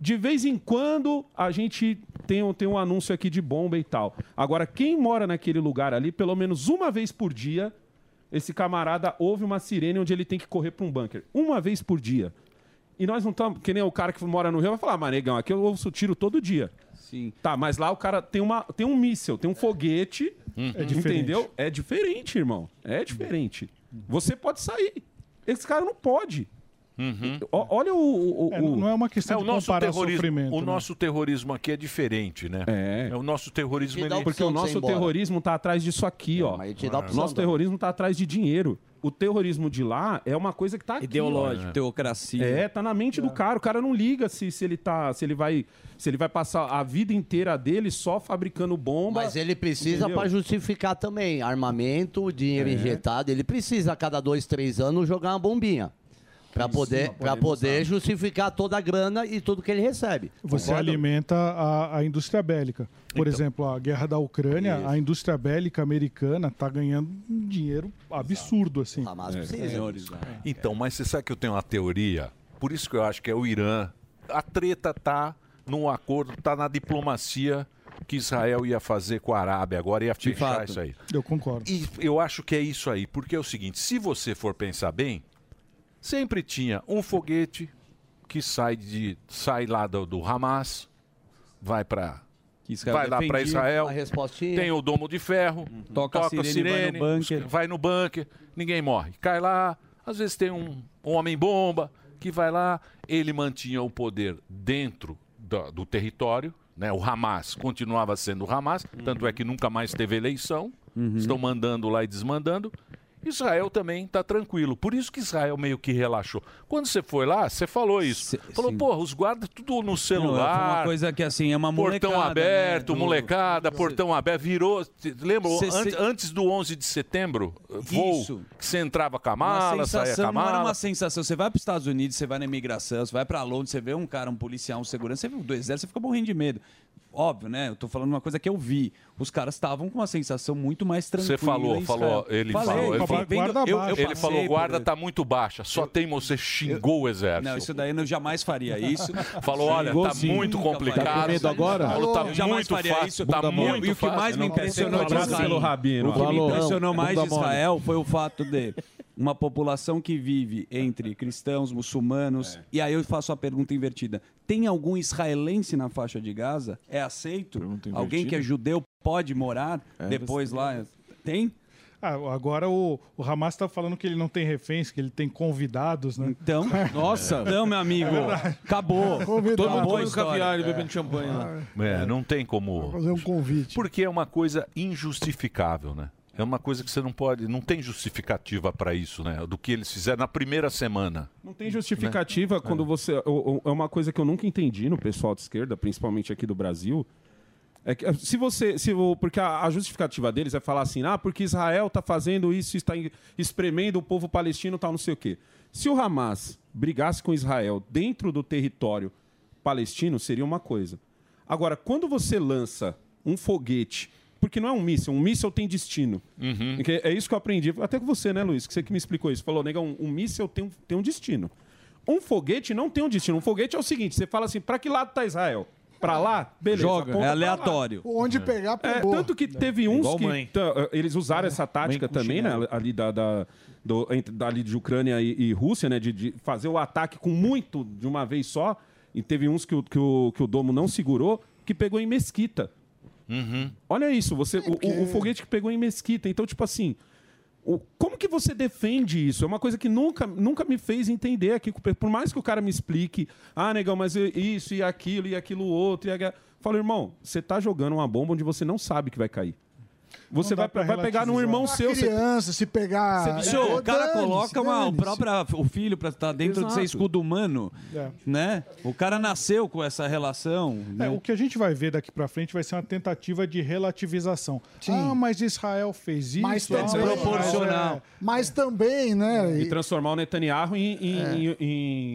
de vez em quando a gente tem, um- tem um anúncio aqui de bomba e tal. Agora, quem mora naquele lugar ali, pelo menos uma vez por dia, esse camarada ouve uma sirene onde ele tem que correr para um bunker. Uma vez por dia. E nós não estamos. Que nem o cara que mora no Rio vai falar, "Ah, mas negão, aqui eu ouço tiro todo dia. Sim. Tá, mas lá o cara tem, uma, tem um míssel, tem um foguete.
Hum.
É diferente.
entendeu? É diferente, irmão. É diferente. Você pode sair. Esse cara não pode. O- olha o. o- o-
É, não- não é uma questão
Uhum. É, o
de
nosso
comparar
terrorismo,
sofrimento,
o
né?
nosso terrorismo aqui é diferente, né? É. o nosso terrorismo ele...
Porque o nosso terrorismo tá atrás disso aqui, ó.
te
É.
dá a
O
opção
nosso
também.
terrorismo tá atrás de dinheiro. O terrorismo de lá é uma coisa que tá aqui.
Ideológico.
ó.
Teocracia.
É, tá na mente do cara. O cara não liga se, se ele tá. Se ele vai. Se ele vai passar a vida inteira dele só fabricando bomba.
Mas ele precisa
entendeu? É.
para justificar também armamento, dinheiro injetado. Ele precisa a cada dois, três anos jogar uma bombinha para poder, para poder justificar toda a grana e tudo que ele recebe.
Você
Concorda?
alimenta a, a indústria bélica.
Então.
Por exemplo, a guerra da Ucrânia, a indústria bélica americana está ganhando um dinheiro absurdo, assim.
É.
Hamas
Então, mas você sabe que eu tenho uma teoria? Por isso que eu acho que é o Irã. A treta tá num acordo, tá na diplomacia que Israel ia fazer com a Arábia agora, ia fechar isso aí.
Eu concordo.
E eu acho que é isso aí, porque é o seguinte, se você for pensar bem, sempre tinha um foguete que sai de sai lá do, do Hamas, vai para
Israel
vai lá para
defendia,
Israel,
a Então, respostinha.
tem o domo de ferro,
Toca
toca,
a
a
sirene, vai
sirene,
no bunker.
os- vai no bunker, ninguém morre, cai lá, às vezes tem um, um homem bomba que vai lá, ele mantinha o poder dentro da- do território, né? O Hamas continuava sendo o Hamas, tanto é que nunca mais teve eleição.
Uhum.
Estão mandando lá e desmandando. Israel também está tranquilo. Por isso que Israel meio que relaxou. Quando você foi lá, você falou isso. falou, porra, os guardas tudo no celular.
Não, é uma coisa que, assim, é uma
Portão
molecada,
aberto,
né, do-
molecada, portão aberto. Virou. Lembra?
Cê-
an-
cê-
Antes do 11 de setembro, voo.
Isso.
Que você entrava com a
uma
mala, saía com
sensação,
a
não era
mala.
uma sensação. Você vai para os Estados Unidos, você vai na imigração, você vai para Londres, você vê um cara, um policial, um segurança, você vê do exército, você fica morrendo de medo. Óbvio, né? Eu tô falando uma coisa que eu vi. Os caras estavam com uma sensação muito mais tranquila.
Você falou,
em
falou,
Israel.
ele
Falei,
falou, ele
eu
falou,
vim vendo- eu- eu
ele
passei
falou,
por-
guarda tá muito baixa, só tem você xingou o exército.
Não, isso daí eu jamais faria isso.
Falou, olha, tá muito complicado.
Tá com medo agora?
Falou, tá
Eu jamais
muito
faria
fácil,
isso.
tá
Bunda mole.
muito
E o que
fácil.
mais me
Não tem
impressionou de
problema.
Israel,
Pelo Rabino.
o que me
Falou.
impressionou
Não,
mais de
bunda mole.
Israel foi o fato de uma população que vive entre cristãos,
É.
muçulmanos, e aí eu faço a pergunta invertida. Tem algum israelense na faixa de Gaza? É aceito? Alguém que é judeu pode morar
É,
Ah, depois
você-
lá? Tem?
Ah, agora o, o Hamas está falando que ele não tem reféns, que ele tem convidados, né?
Então, nossa. Então, meu amigo,
É
acabou.
Convidado.
Todo mundo
Acabou a
comendo
história.
caviar e
É.
bebendo champanhe lá.
É, não tem como.
Fazer um convite.
Porque é uma coisa injustificável, né? É uma coisa que você não pode, não tem justificativa para isso, né? Do que eles fizeram na primeira semana.
Não tem justificativa quando você. o- o- É uma coisa que eu nunca entendi no pessoal de esquerda, principalmente aqui do Brasil. É que, eh, se você. Se, o- porque a, a justificativa deles é falar assim, ah, porque Israel está fazendo isso, está em- espremendo o povo palestino tal, não sei o quê. Se o Hamas brigasse com Israel dentro do território palestino, seria uma coisa. Agora, quando você lança um foguete, porque não é um míssil, um míssil tem destino.
Uhum.
Porque É isso que eu aprendi, até com você, né, Luiz? Que você que me explicou isso. Falou, nega, um, um míssil tem um, tem um destino. Um foguete não tem um destino. Um foguete é o seguinte: você fala assim, pra que lado tá Israel? Pra lá? Beleza.
Joga,
aponta
é
pra lá.
aleatório.
Onde pegar,
É,
pegou.
tanto que teve uns
Igual
que
mãe. É.
tá, eles usaram essa tática também, né? Ali da, da, do, entre- dali de Ucrânia e, e Rússia, né? De, de fazer o ataque com muito de uma vez só. E teve uns que o, que o, que o domo não segurou, que pegou em mesquita.
Uhum.
Olha isso, você o- o, o foguete que pegou em mesquita. Então, tipo assim, o- como que você defende isso? É uma coisa que nunca, nunca me fez entender aqui. com o pe- Por mais que o cara me explique, ah, negão, mas eu- isso e aquilo e aquilo outro. E a... Falo, irmão, você tá jogando uma bomba onde você não sabe que vai cair. Você
Não dá
vai,
pra
vai pegar num
relativizar.
irmão
Uma
seu. você-
criança, se pegar.
Você-
Senhor,
Ô,
o cara
dane-se,
coloca uma, o,
dane-se.
própria, o filho pra estar dentro de
Exato.
ser escudo humano,
É.
né? O cara nasceu com essa relação.
É,
né?
o que a gente vai ver daqui pra frente vai ser uma tentativa de relativização.
Sim.
Ah, mas Israel fez isso.
Mas
ah, é.
também-
Israel-
Mas também, né?
E transformar o Netanyahu em, em-
É.
em-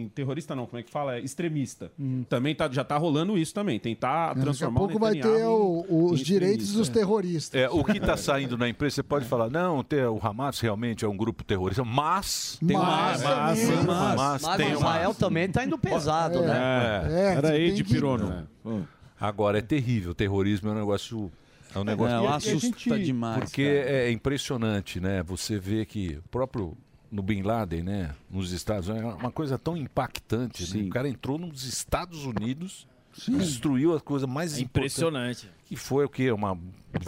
em terrorista, não, como é que fala? É, extremista.
Hum.
Também tá, já tá rolando isso também. Tentar
É, Daqui a
transformar
pouco
o
vai
Netanyahu. é
ter o- os
em
direitos
extremista.
dos terroristas.
É, o que está saindo na imprensa, você pode falar, não, te- o Hamas realmente é um grupo terrorista, mas... um
Tem uma- Mas também.
mas,
Mas
tem uma...
Israel também tá indo pesado, né?
É.
Era aí de
Pirono.
Agora, é terrível, terrorismo é um negócio... É um negócio...
Não, E a- e a assusta gente- demais,
Porque é impressionante, né? Você vê que o próprio... No Bin Laden, né? Nos Estados Unidos, é uma coisa tão impactante. Né? O cara entrou nos Estados Unidos, destruiu a coisa mais
É
importante.
impressionante.
Que foi o quê? Uma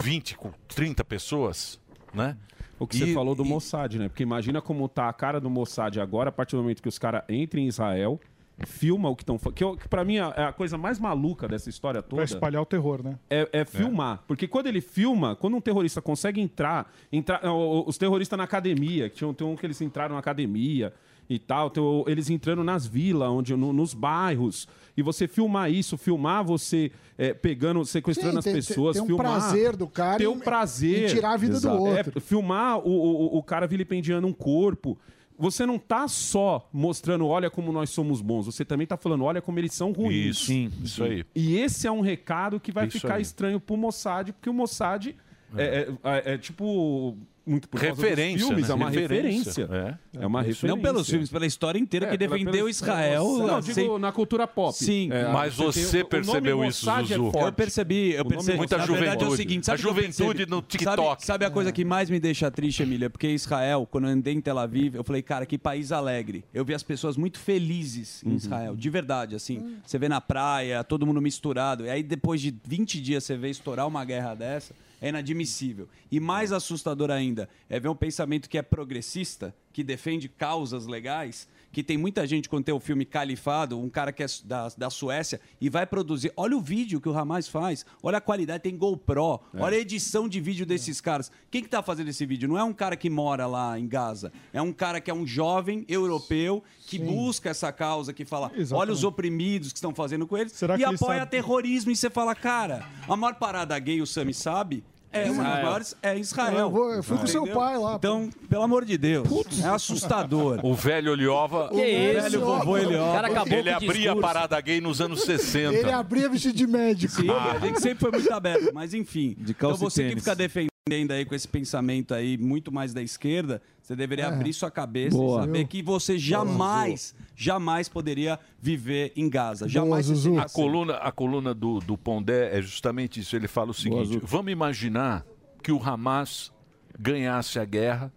20, com 30 pessoas, né?
O que você falou do Mossad, né? Porque imagina como tá a cara do Mossad agora, a partir do momento que os caras entram em Israel, filma o que estão falando. Que, eu- que pra mim é a coisa mais maluca dessa história toda.
Pra espalhar o terror, né?
É, é filmar. Porque quando ele filma, quando um terrorista consegue entrar, entrar ó, ó, os terroristas na academia, que tinha, tem um que eles entraram na academia e tal, tem o- eles entrando nas vilas, onde, no- nos bairros. E você filmar isso, filmar você é, pegando, sequestrando
Sim,
as
tem- tem-
pessoas,
tem um
filmar.
prazer do cara
Ter
em-
um prazer.
em tirar a vida do outro.
É, filmar o, o, o cara vilipendiando um corpo. Você não tá só mostrando, olha como nós somos bons, você também tá falando, olha como eles são ruins.
Isso, Sim. isso aí.
E esse é um recado que vai
Isso
ficar
aí.
estranho pro Mossad, porque o Mossad é, é- é- é tipo. Muito por causa dos
Referência,
filmes,
né?
é uma referência.
Referência.
É. uma referência.
Não pelos filmes, pela história inteira
É,
que
pela-
defendeu
pela-
Israel.
Não,
assim.
digo na cultura pop.
Sim.
É,
Mas você
tem- o- o nome
percebeu isso,
Mossad é
Zuzu?
forte.
Eu percebi,
O
eu
nome
percebi.
Muita
Na verdade, é o
juventude.
seguinte,
A
sabe o que eu
juventude
percebi?
no
Sabe-
TikTok.
Sabe, a coisa que mais me deixa triste, Emília? Porque Israel, quando eu andei em Tel Aviv, eu falei, cara, que país alegre. Eu vi as pessoas muito felizes
Uhum.
em Israel, de verdade, assim. Você vê na praia, todo mundo misturado. E aí, depois de 20 dias, você vê estourar uma guerra dessa, é inadmissível. E mais assustador ainda é ver um pensamento que é progressista, que defende causas legais, que tem muita gente quando tem o filme Califado, um cara que é su- da, da Suécia, e vai produzir. Olha o vídeo que o Hamas faz, olha a qualidade, tem GoPro,
É.
olha a edição de vídeo desses caras. Quem que tá fazendo esse vídeo? Não é um cara que mora lá em Gaza, é um cara que é um jovem europeu que busca essa causa, que fala, olha os oprimidos que estão fazendo com eles,
que
e
ele
apoia
sabe-
terrorismo, e você fala, cara, a maior parada gay, o Sami sabe... É, uma das
Israel.
maiores é Israel.
Eu vou- eu fui com seu
Entendeu?
pai lá, pô.
Então, pelo amor de Deus, é assustador.
O velho Oliova.
Que isso?
velho
vovô Eliova.
Cara,
acabou
ele
com o
abria a
discurso.
parada gay nos anos 60.
Ele abria vestido de médico.
Sim, a gente sempre foi muito aberto, mas enfim. então
Ah. calça e
você que
tênis.
fica defendendo aí com esse pensamento aí muito mais da esquerda, você deveria
É.
abrir sua cabeça
Boa.
e saber que você jamais, jamais poderia viver em Gaza. Jamais você
A
seria aceito.
coluna, a coluna do, do Pondé é justamente isso. Ele fala o seguinte: vamos imaginar que o Hamas ganhasse a guerra.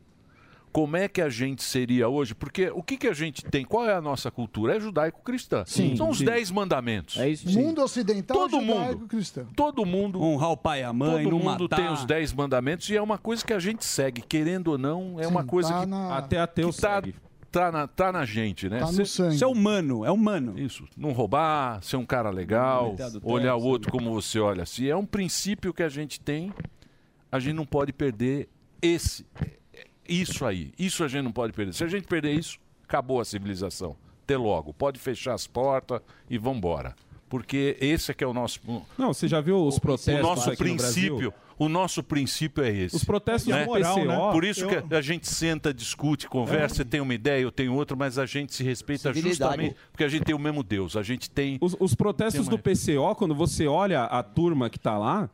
Como é que a gente seria hoje? Porque o que, que a gente tem? Qual é a nossa cultura? É judaico-cristã.
Sim,
São os
sim.
dez mandamentos. É isso,
Mundo ocidental,
Todo
judaico,
mundo.
cristão.
Todo mundo.
Honrar o pai e a mãe,
Todo
não
mundo
matar.
tem os dez mandamentos e é uma coisa que a gente segue, querendo ou não, é uma coisa
tá
que
na-
até ateu que tá, tá na, tá na gente, né?
Tá no
Ser-
sangue.
Isso é humano, é humano.
Isso. Não roubar, ser um cara legal,
Coitado do
olhar o
Tex, né?
outro como você olha. Se é um princípio que a gente tem, a gente não pode perder esse isso aí. Isso a gente não pode perder. Se a gente perder isso, acabou a civilização. Até logo. Pode fechar as portas e vambora. Porque esse é que é o nosso
Não, você já viu os protestos
o nosso
aqui no Brasil?
princípio, o nosso princípio é esse.
Os protestos
né?
da moral, né?
Por isso
Eu-
que a gente senta, discute, conversa, você tem uma ideia, eu tenho outra, mas a gente se respeita
Civilidade.
justamente porque a gente tem o mesmo Deus, a gente tem
Os, os protestos do PCO, quando você olha a turma que tá lá,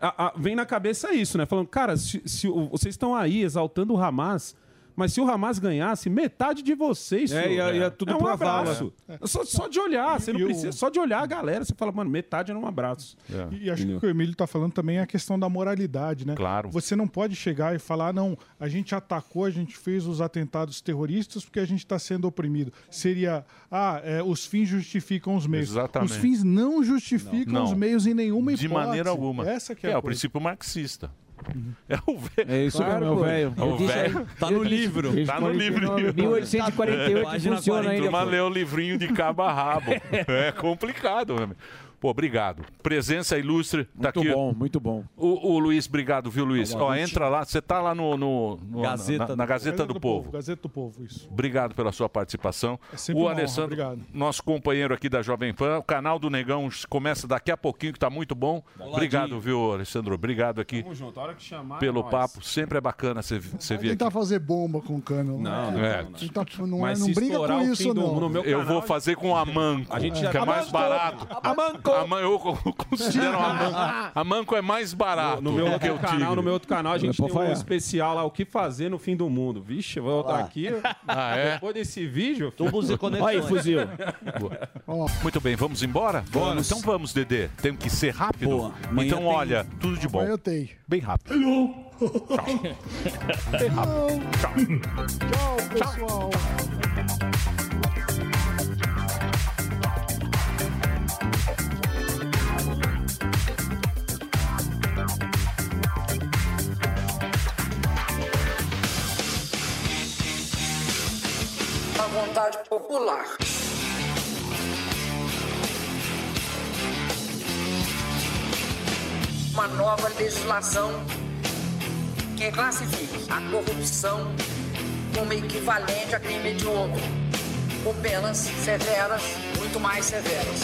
a- a- vem na cabeça isso, né? Falando, cara, se, se o- vocês estão aí exaltando o Hamas, mas se o Hamas ganhasse, metade de vocês.
É,
senhor,
ia- ia tudo
é um
pra vala.
abraço.
É.
Só, só de olhar, você não
E o-
precisa. Só de olhar a galera, você fala, mano, metade era um abraço.
E acho que o que o Emílio tá falando também é a questão da moralidade, né?
Claro.
Você não pode chegar e falar, "Ah, não, a gente atacou, a gente fez os atentados terroristas porque a gente está sendo oprimido. Seria, ah, é, os fins justificam os meios.
Exatamente.
Os fins não justificam
Não.
os meios em nenhuma
de
hipótese.
maneira alguma.
Essa que é,
é
a
o
coisa.
princípio marxista. É o velho.
É isso Claro, mesmo, é o pô. velho.
É o
Ele diz aí.
velho.
Tá no livro. Ele
Tá no livro.
1848
Página
funciona ainda,
um.
Turma
pô.
lê o livrinho de cabo a rabo. É complicado, meu amigo. Pô, obrigado. Presença ilustre. Tá Muito
bom, muito bom.
O, o Luiz, obrigado, viu, Luiz? Ó, entra lá, você tá lá no, no- no-
Gazeta
na,
do-
na Gazeta do, Povo.
Gazeta do Povo, isso.
Obrigado pela sua participação.
É sempre
o
uma honra,
Alessandro,
obrigado.
nosso companheiro aqui da Jovem Pan, o canal do Negão começa daqui a pouquinho, que está muito bom. Obrigado, viu, Alessandro? Obrigado aqui
Tamo junto, a hora que chamar.
pelo
é nóis.
papo. Sempre é bacana você você vir aqui.
Tentar Tá fazer bomba com cano.
Não, não,
é.
não, não.
Tentar- Então,
tá-
Não, é-
Mas
não
se
briga
estourar
com
o fim
isso,
do-
não.
no meu eu vou fazer com a Manco,
A gente já-
tá
que é mais
Amanco!
barato. A Manco! eu co- considero a Manco. A Manco é mais barato
No meu
do que
outro
o
canal,
Tigre.
no meu outro canal, a gente
Não é
tem
pra
um
falhar.
especial lá, o que fazer no fim do mundo. Vixe, eu vou voltar
lá.
aqui.
Ah, é?
Depois desse vídeo.
Tubos e conexões.
Olha aí, fuzil.
Boa. Muito bem, vamos embora? Vamos. Então vamos, Dedê. Tem que ser rápido.
Amanhã
Então,
tem-
olha, tudo de bom.
Amanhã eu tenho.
Bem rápido.
É
Bem rápido.
Tchau, pessoal.
A vontade popular. Uma nova legislação que classifique a corrupção como equivalente a crime hediondo, com penas severas, muito mais severas.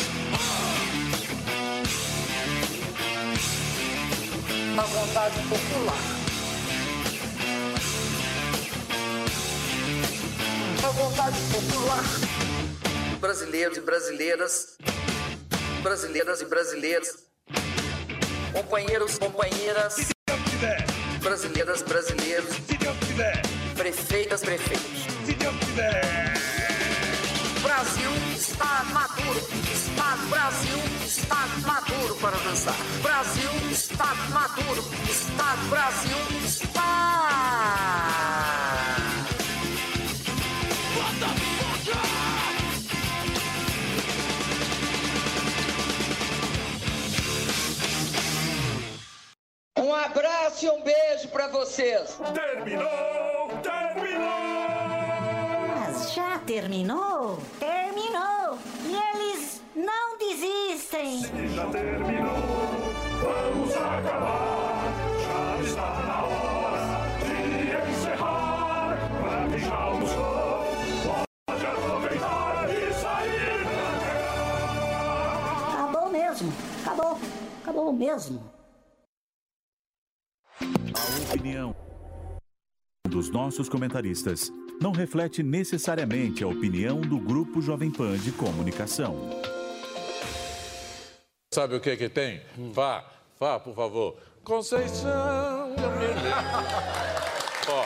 Uma vontade popular. a vontade popular. Brasileiros e brasileiras, brasileiras e brasileiros, companheiros, companheiras, brasileiras, brasileiros, prefeitas, prefeitos. Brasil está maduro, está Brasil está maduro para dançar. Brasil está maduro, está Brasil está. Um abraço e um beijo pra vocês. Terminou, terminou.
Mas já terminou? Terminou! E eles não desistem!
Já terminou, vamos acabar. Já está na hora de encerrar. Pra quem já almoçou, pode aproveitar e sair.
Acabou mesmo! Acabou! Acabou mesmo!
A opinião dos nossos comentaristas não reflete necessariamente a opinião do Grupo Jovem Pan de Comunicação.
Sabe o que que tem?
Hum.
Vá, vá, por favor. Conceição. Ó.